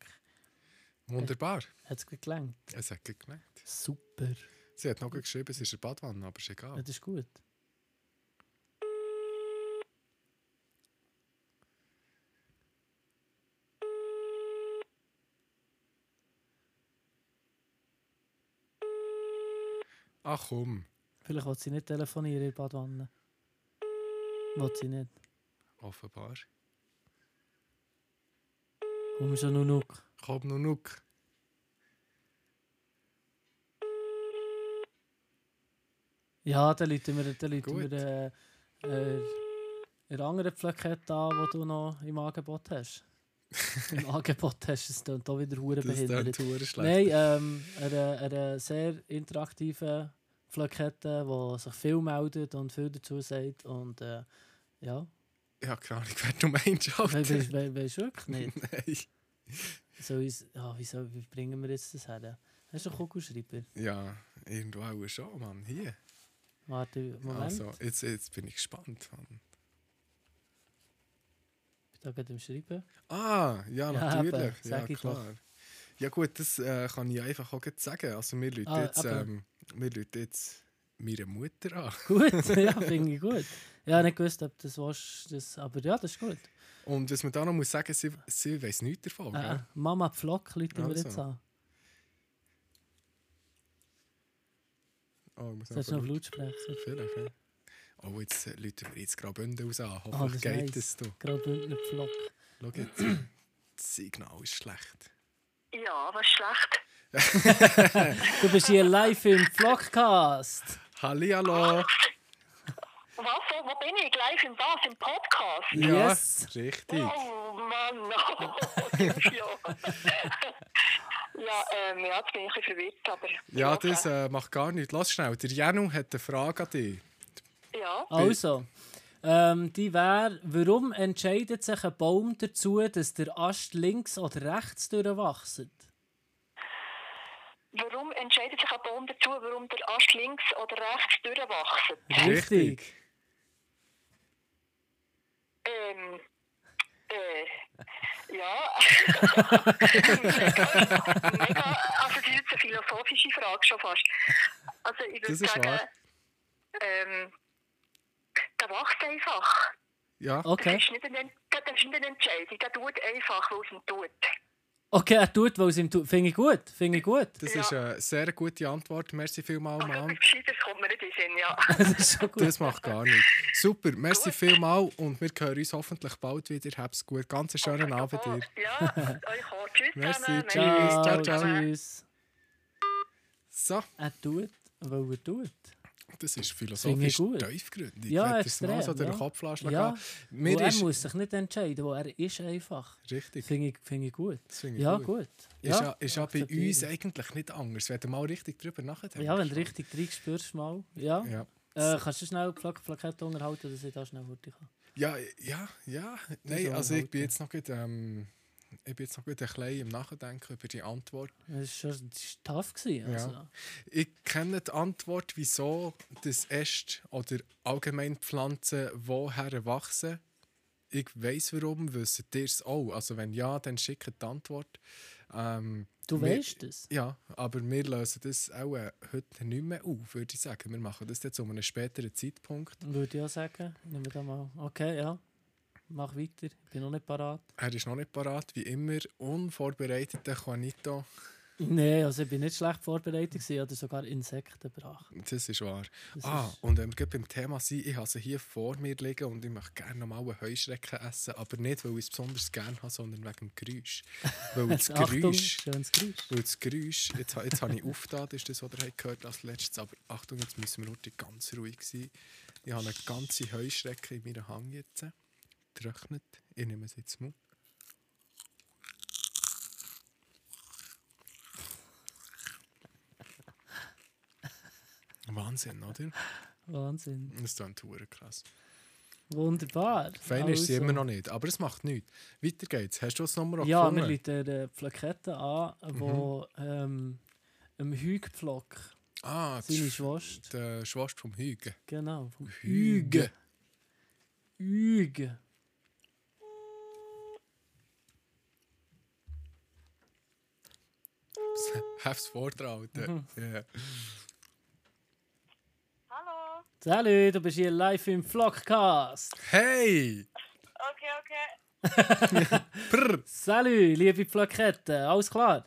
Wunderbar, Hat es gelangt? es hat gleich gemerkt. Super. Sie hat noch geschrieben, es ist eine Badwanne, aber ist Ja, egal. das ist gut. Ach komm, Vielleicht will sie nicht telefonieren in eh, der Badwanne. Will sie nicht. offenbar. Komm schon, Nunuk. Komm, Nunuk. Ja, dann läuten wir, dann läuten Gut. wir äh, äh, eine andere Plakette an, die du noch im Angebot hast. Im Angebot hast, es klingt auch wieder hure Das ist dann behindert. hure schlecht. Nein, ähm, eine, eine sehr interaktive Plakette, die sich viel meldet und viel dazu sagt. Und äh, ja, Ich habe keine Ahnung, wer du meinst, Alter. we- we- we- weisst du wirklich nicht. Nein. So ist, ja, wieso, wie bringen wir jetzt das her? Hast du einen Kugelschreiber? Ja, irgendwo auch schon, Mann. Hier. Warte, Moment. Also, jetzt, jetzt bin ich gespannt, Mann. Ich bin da gerade am Schreiben. Ah, ja, natürlich. eben, Ja, sag ich klar. Ja, gut, das äh, kann ich einfach auch gleich sagen. Also, wir Leute Ah, jetzt, ähm, eben. wir Leute jetzt meine Mutter an. Gut, ja, finde ich gut. Ja, nicht gewusst, ob das was das, aber ja, das ist gut. Und was man da noch muss sagen, sie, sie weiß nichts davon. Äh, gell? Mama Pflock läuten wir Also. jetzt an. Oh, ich muss Sollst du noch noch auf Lautsprecher? Vielleicht, ja. Oh, jetzt äh, Leute wir jetzt Graubünden raus an. Ah, Hoffentlich geht nice. es. Du. Gerade Bündner Pflock. Schau jetzt. das Signal ist schlecht. Ja, was schlecht. Du bist hier live im Vlogcast. Hallihallo! Ah, Was? Wo, wo bin ich? Live im was? Im Podcast? Yes! Ja, richtig. Oh Mann, no. ja, ähm, ja, jetzt bin ich ein bisschen verwirrt, aber... Ja, das äh, macht gar nichts. Lass schnell. Der Janu hat eine Frage an dich. Ja, Also, ähm, die wäre, warum entscheidet sich ein Baum dazu, dass der Ast links oder rechts durchwachsen? warum entscheidet sich ein Baum dazu, warum der Ast links oder rechts durchwachsen? Richtig. Ähm, äh, ja. mega, mega, also das ist jetzt eine philosophische Frage schon fast. Also ich würde Das ist sagen, wahr. ähm, der wacht einfach. Ja, Das, Okay. ist nicht eine, das ist nicht eine Entscheidung, der tut einfach, was er tut. Okay, er tut, weil es ihm tut. Finde ich gut, finde ich gut. das Ja. ist eine sehr gute Antwort. Merci vielmals, Also etwas Mann. Gescheites kommt mir nicht in den Sinn, ja. Das ist schon gut. Das macht gar nichts. Super, merci vielmals und wir hören uns hoffentlich bald wieder. Hab's gut. Ganz einen schönen Abend dir. Oh, Ja, Oh, euch auch. Tschüss Merci, zusammen. tschüss. Ciao, Ciao, ciao, ciao. tschüss. So, Er tut, weil er tut. das ist Finde philosophisch ich gut. tiefgründig. Ja, Hat das mal so extrem, durch den ja. Kopf lassen Ja. gehen. Und Mir er ist muss sich nicht entscheiden, weil er ist einfach. richtig. Finde ich, finde ich gut. finde ich ja, gut. gut. Ist ja, ist ja bei akzeptiere uns ich. eigentlich nicht anders. Wenn du mal richtig drüber nachdenkst. Ja, wenn du richtig drin spürst, mal. Ja. Ja. Äh, kannst du schnell die Plak Plakette unterhalten, dass ich da schnell fertig kann? Ja, ja, ja. Nein, soll also ich halt, bin ja. jetzt noch nicht. Ähm, ich bin jetzt noch gut ein bisschen im Nachdenken über die Antwort. Das war schon das war tough. Gewesen, also. Ja. Ich kenne die Antwort, wieso das Äste oder allgemein Pflanzen woher wachsen. Ich weiß warum, wissen ihr es auch. Also wenn ja, dann schickt die Antwort. Ähm, Du wir- weißt es. Ja, aber wir lösen das auch äh, heute nicht mehr auf, würde ich sagen. Wir machen das jetzt zu einem späteren Zeitpunkt. Würde ich auch sagen. Nehmen wir da mal. Okay, ja. Mach weiter. Ich bin noch nicht parat. Er ist noch nicht parat, wie immer. Unvorbereiteter Juanito, Nein, also ich bin nicht schlecht vorbereitet. gewesen. Ich habe sogar Insekten gebracht. das ist wahr. Das ah, ist- und wenn wir gerade beim Thema sind, ich habe sie hier vor mir liegen und ich möchte gerne nochmal einen Heuschrecken essen. Aber nicht, weil ich es besonders gerne habe, sondern wegen dem Geräusch. Weil das Achtung, Geräusch. schönes Geräusch. Weil das Geräusch, jetzt, ha- jetzt habe ich aufgetan, das ist das, was ihr habt gehört als letztes, aber Achtung, jetzt müssen wir heute ganz ruhig sein. Ich habe eine ganze Heuschrecke in meiner Hand jetzt. Trocknet. Ich nehme es jetzt mal. Wahnsinn, oder? Wahnsinn. Das klingt verdammt krass. Wunderbar. Fein ist sie Also. immer noch nicht, aber es macht nichts. Weiter geht's. Hast du das Nummer Ja, wir gefunden? rufen eine Plakette an, wo Mhm. ähm, im Hügpflock Ah, die seine Sch- Schwast. der Schwast vom Hüge. Genau, vom Hüge. Hüge. Hefs vortrauten. Mhm. Ja. Hallo. Salut, du bist hier live im Vlogcast. Hey! Okay, okay. Brr! Salut, liebe Plakette, alles klar?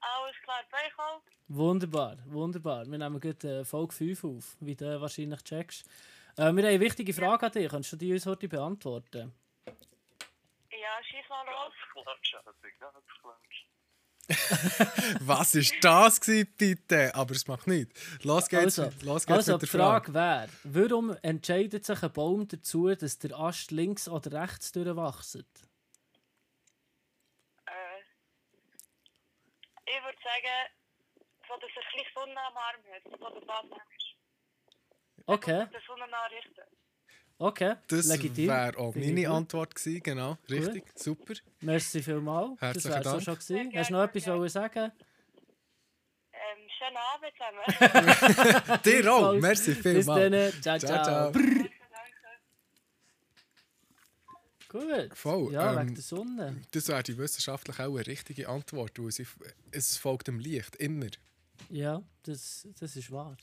Alles klar, Beichel. Wunderbar, wunderbar. Wir nehmen gut äh, Folge 5 auf, wie du wahrscheinlich checkst. Äh, wir haben eine wichtige Frage an dich, kannst du die uns heute beantworten? Ja, schieß mal los. Was ist das gewesen, bitte? Aber es macht nichts. Los geht's, Also, los geht's also mit die der Frage. Frage wäre, warum entscheidet sich ein Baum dazu, dass der Ast links oder rechts durchwachset? Äh, ich würde sagen, so dass er ein bisschen Sonne am Arm hat, so dass das ist. Okay, Die Sonne nachrichten. okay, Das legitim. wäre auch Finde ich meine gut. Antwort gewesen, genau. Richtig, super. Merci Dus vielmals, das Herzlichen wäre so Dank. schon gewesen. Sehr Hast du noch gerne, etwas sehr gerne. wollen sagen? Ähm, schönen Abend zusammen. Dir auch, Falls- Oh, merci Bis dann, vielmals. ciao, ciao. Ciao, ciao. Gut, Voll, ja, ähm, wegen der Sonne. Das wäre die wissenschaftlich auch eine richtige Antwort, weil sie, es folgt dem Licht, immer. Ja, dus, das, das ist wahr.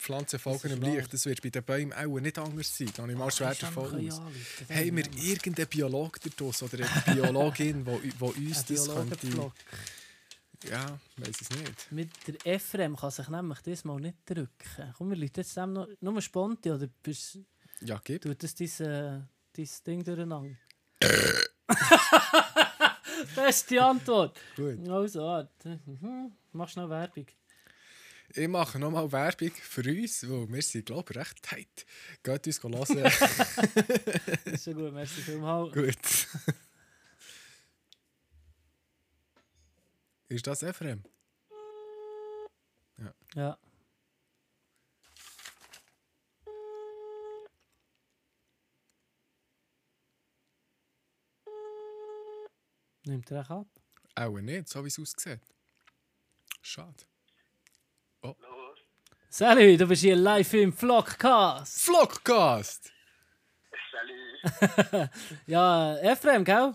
Pflanzen folgen ist dem wahr. Licht, das wird bei den Bäumen auch nicht anders sein. Da habe ich mal schwer Kannst du davon einfach aus. ein anrufen, wenn Haben wir jemand- irgendeinen Biolog daraus oder eine Biologin, die uns Ein das könnte... Biologenpflock. Ja, weiß es nicht. Mit der Ephraim kann sich nämlich diesmal nicht drücken. Komm, wir Leute, jetzt dem noch, nur Sponti oder bist, Ja, gib. tut das dein, äh, dein Ding durcheinander? Beste Antwort. Gut. Also, warte. Oh, Mhm. mach schnell Werbung. Ich mache nochmal Werbung für uns, weil wir sind, glaube ich, recht tight. Geht uns hören. Ist ja gut, merci vielmals. Gut. Ist das Ephraim? Ja. Nimmt er auch ab? Auch nicht, so wie es aussieht. Schade. Salut, du bist hier live im Vlogcast. Vlogcast! Ja, äh, Ephraim, gell? Ja,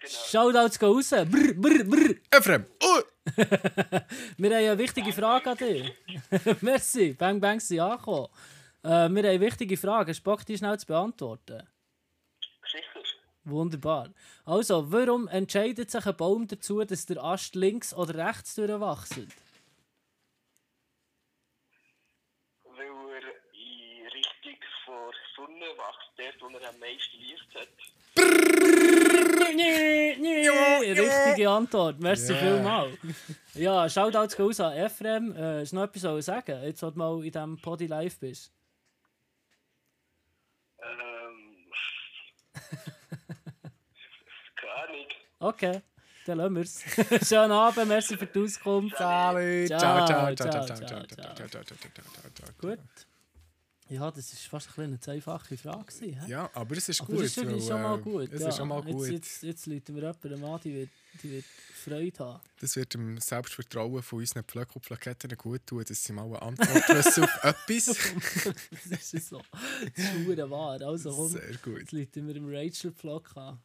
genau. Shoutouts gehen raus. Brr, brr, brr. Ephraim! Oh! Wir haben eine wichtige Frage an dich. Merci, Bang Bang sind angekommen. Äh, wir haben eine wichtige Frage. Hast du Bock, die schnell zu beantworten? Sicher. Wunderbar. Also, warum entscheidet sich ein Baum dazu, dass der Ast links oder rechts durchwachsen? Weil er in Richtung vor Sonne wächst, dort wo er am meisten Licht hat. Richtige Antwort. Merci Ja. vielmals. Ja, Shoutouts gehen raus an Ephraim. Äh, ist noch etwas zu sagen, jetzt, wo du mal in diesem Podi live bist? Ähm. Keine Ahnung. Okay, dann lassen wir es. Schönen Abend, merci für die Auskunft. Ciao, ciao, ciao, ciao, ciao, ciao, ciao, ciao, ciao, ciao, ciao, ciao, ciao, ciao. Gut. Ja, das ist fast ein bisschen eine einfache Frage. Gewesen, hä? Ja, aber es ist Aber gut. das ist natürlich weil, schon mal äh, gut. Es ja. ist schon mal gut. Jetzt, jetzt, jetzt läuten wir jemanden an, die wird, die wird Freude haben. Das wird dem Selbstvertrauen von unseren Pflöck und Plaketten gut tun, dass sie mal eine Antwort wissen auf etwas. Das ist so. Das ist verdammt wahr. Also komm, Sehr gut. jetzt läuten wir dem Rachel-Vlog an.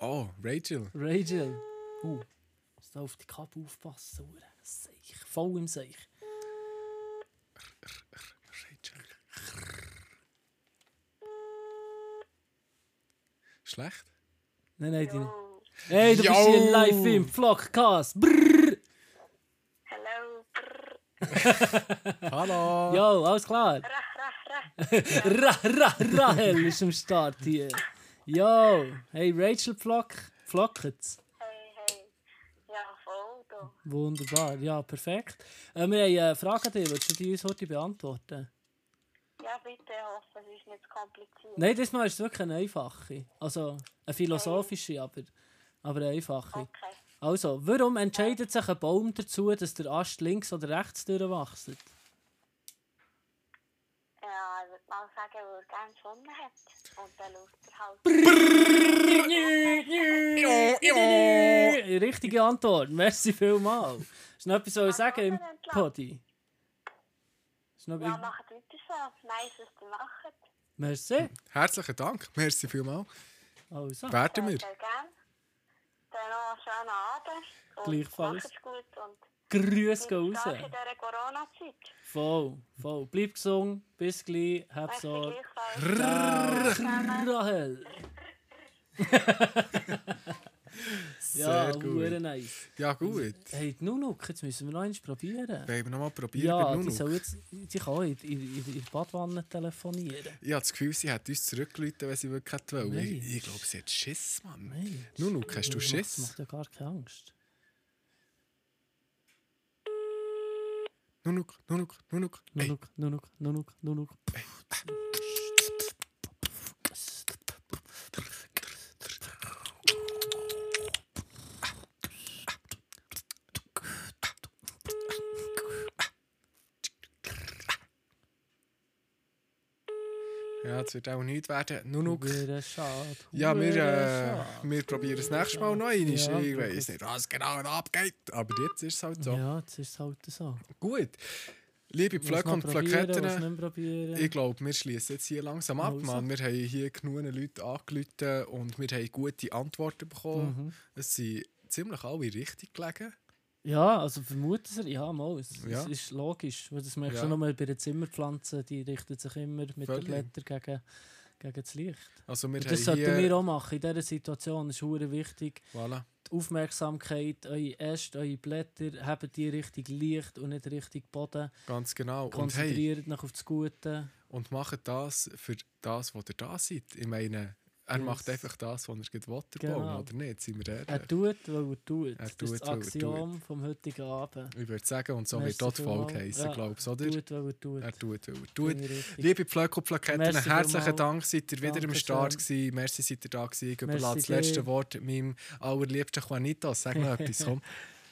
Oh, Rachel. Rachel. Uh, musst du auf die Kappe aufpassen. Hure. Seich. Voll im Seich. Rachel. Schlecht? Nein, nein, die Hey, du bist Yo. hier live im Vlogcast. Brrr. Hallo, brrr, Hallo! Jo, alles klar. rach, rach, rach. Ra, ra, Rahel ist am Start hier. Jo, hey Rachel Flock, flockt's. Hey, hey. Ja, voll, da. Wunderbar, ja, perfekt. Äh, wir haben eine Frage an dich, willst du die uns heute beantworten? Ja, bitte, ich hoffe, es ist nicht zu kompliziert. Nein, diesmal ist es wirklich eine einfache. Also, eine philosophische, aber, aber eine einfache. Okay. Also, warum entscheidet sich ein Baum dazu, dass der Ast links oder rechts durchwachset? Ja, ich würde mal sagen, weil er gerne Sonne hat. Und dann schaut er halt. Richtige Antwort, merci vielmals. Ist noch etwas, was ich sagen im Podi? Ist noch Ja, etwas- macht weiter so. Nice, was ihr macht. Merci. Herzlichen Dank. Merci vielmals. Also, Warten Sehr, wir. sehr gerne. Dann noch einen schönen Abend. Und Gleichfalls. Macht's gut und grüß bleibt gehen stark raus. in dieser Corona-Zeit. Voll, voll. Bleib gesund, bis gleich, hab Merci, Sorge. gleichfalls. Rahel. ja, Sehr gut. hure nice. Ja, gut. Hey, die Nunuk, jetzt müssen wir noch eins probieren. Wollen wir nochmal probieren? Ja, bei die Nunu? soll jetzt, die kann auch in, in, in, in der Badwanne telefonieren. Ich habe das Gefühl, sie hat uns zurückgeläutet, wenn sie wirklich hätte wollen. Nein. Ich, ich glaube, sie hat Schiss, Mann. Nein. Nunu, hast Das macht- du Das Schiss? macht ja gar keine Angst. Nunuk, Nunuk, Nunuk. Ey, Nunuk, Nunuk, Nunuk, Nunuk. ja, das wird auch nichts werden. Nunuk. Hure schade. Ja, wir, hure äh, schade. wir probieren es nächstes Mal noch einmal. halt. Ja, ich wirklich. weiß nicht, was genau da abgeht. Aber jetzt ist es halt so. Ja, jetzt ist es halt so. Gut. Liebe Was Pflöcke noch und probieren, was Pflöcketten, nicht probieren. ich glaube, wir schließen jetzt hier langsam ab. Also. Mann. Wir haben hier genug Leute angerufen und wir haben gute Antworten bekommen. Mhm. Es sind ziemlich alle richtig gelegen. Ja, also vermuten sie, ja, mal. Es, Ja. es ist logisch. Weil das merkst Ja. du nochmal bei den Zimmerpflanzen, die richten sich immer mit Völlig. den Blättern gegen, gegen das Licht. Also wir Und das haben sollten hier... wir auch machen. In dieser Situation ist es wichtig, Voilà. die Aufmerksamkeit, eure Äste, eure Blätter, haben die richtig Licht und nicht richtig Boden. Ganz genau. Und hey, Konzentriert euch auf das Gute. und macht das für das, was ihr da seid. Ich meine, er Yes. macht einfach das, was er gerade will, der Genau. Baum, oder nicht? Sind wir ehrlich? Er tut, weil er tut. Er das tut, ist weil das er Axiom vom heutigen Abend. Ich würde sagen, und so Merci wird auch die Folge vielmals. heissen, Ja, glaubst du, oder? Tut, weil er tut. Er tut, weil er tut. Finde ich richtig. Liebe Pflöcke und Plaketten, Merci herzlichen vielmals. Dank, seid ihr wieder am Dankeschön. Start gewesen. Merci, seid ihr da gewesen. Ich überlasse Merci das letzte dir. Wort meinem allerliebsten Juanitos. Sag noch etwas, komm.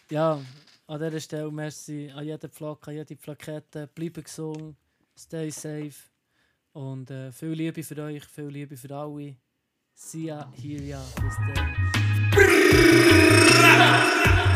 Ja, an dieser Stelle merci an jeden Pflock, an jede Plakette. Bleibt gesund, stay safe und äh, viel Liebe für euch, viel Liebe für alle. See ya, hear ya, bis dann.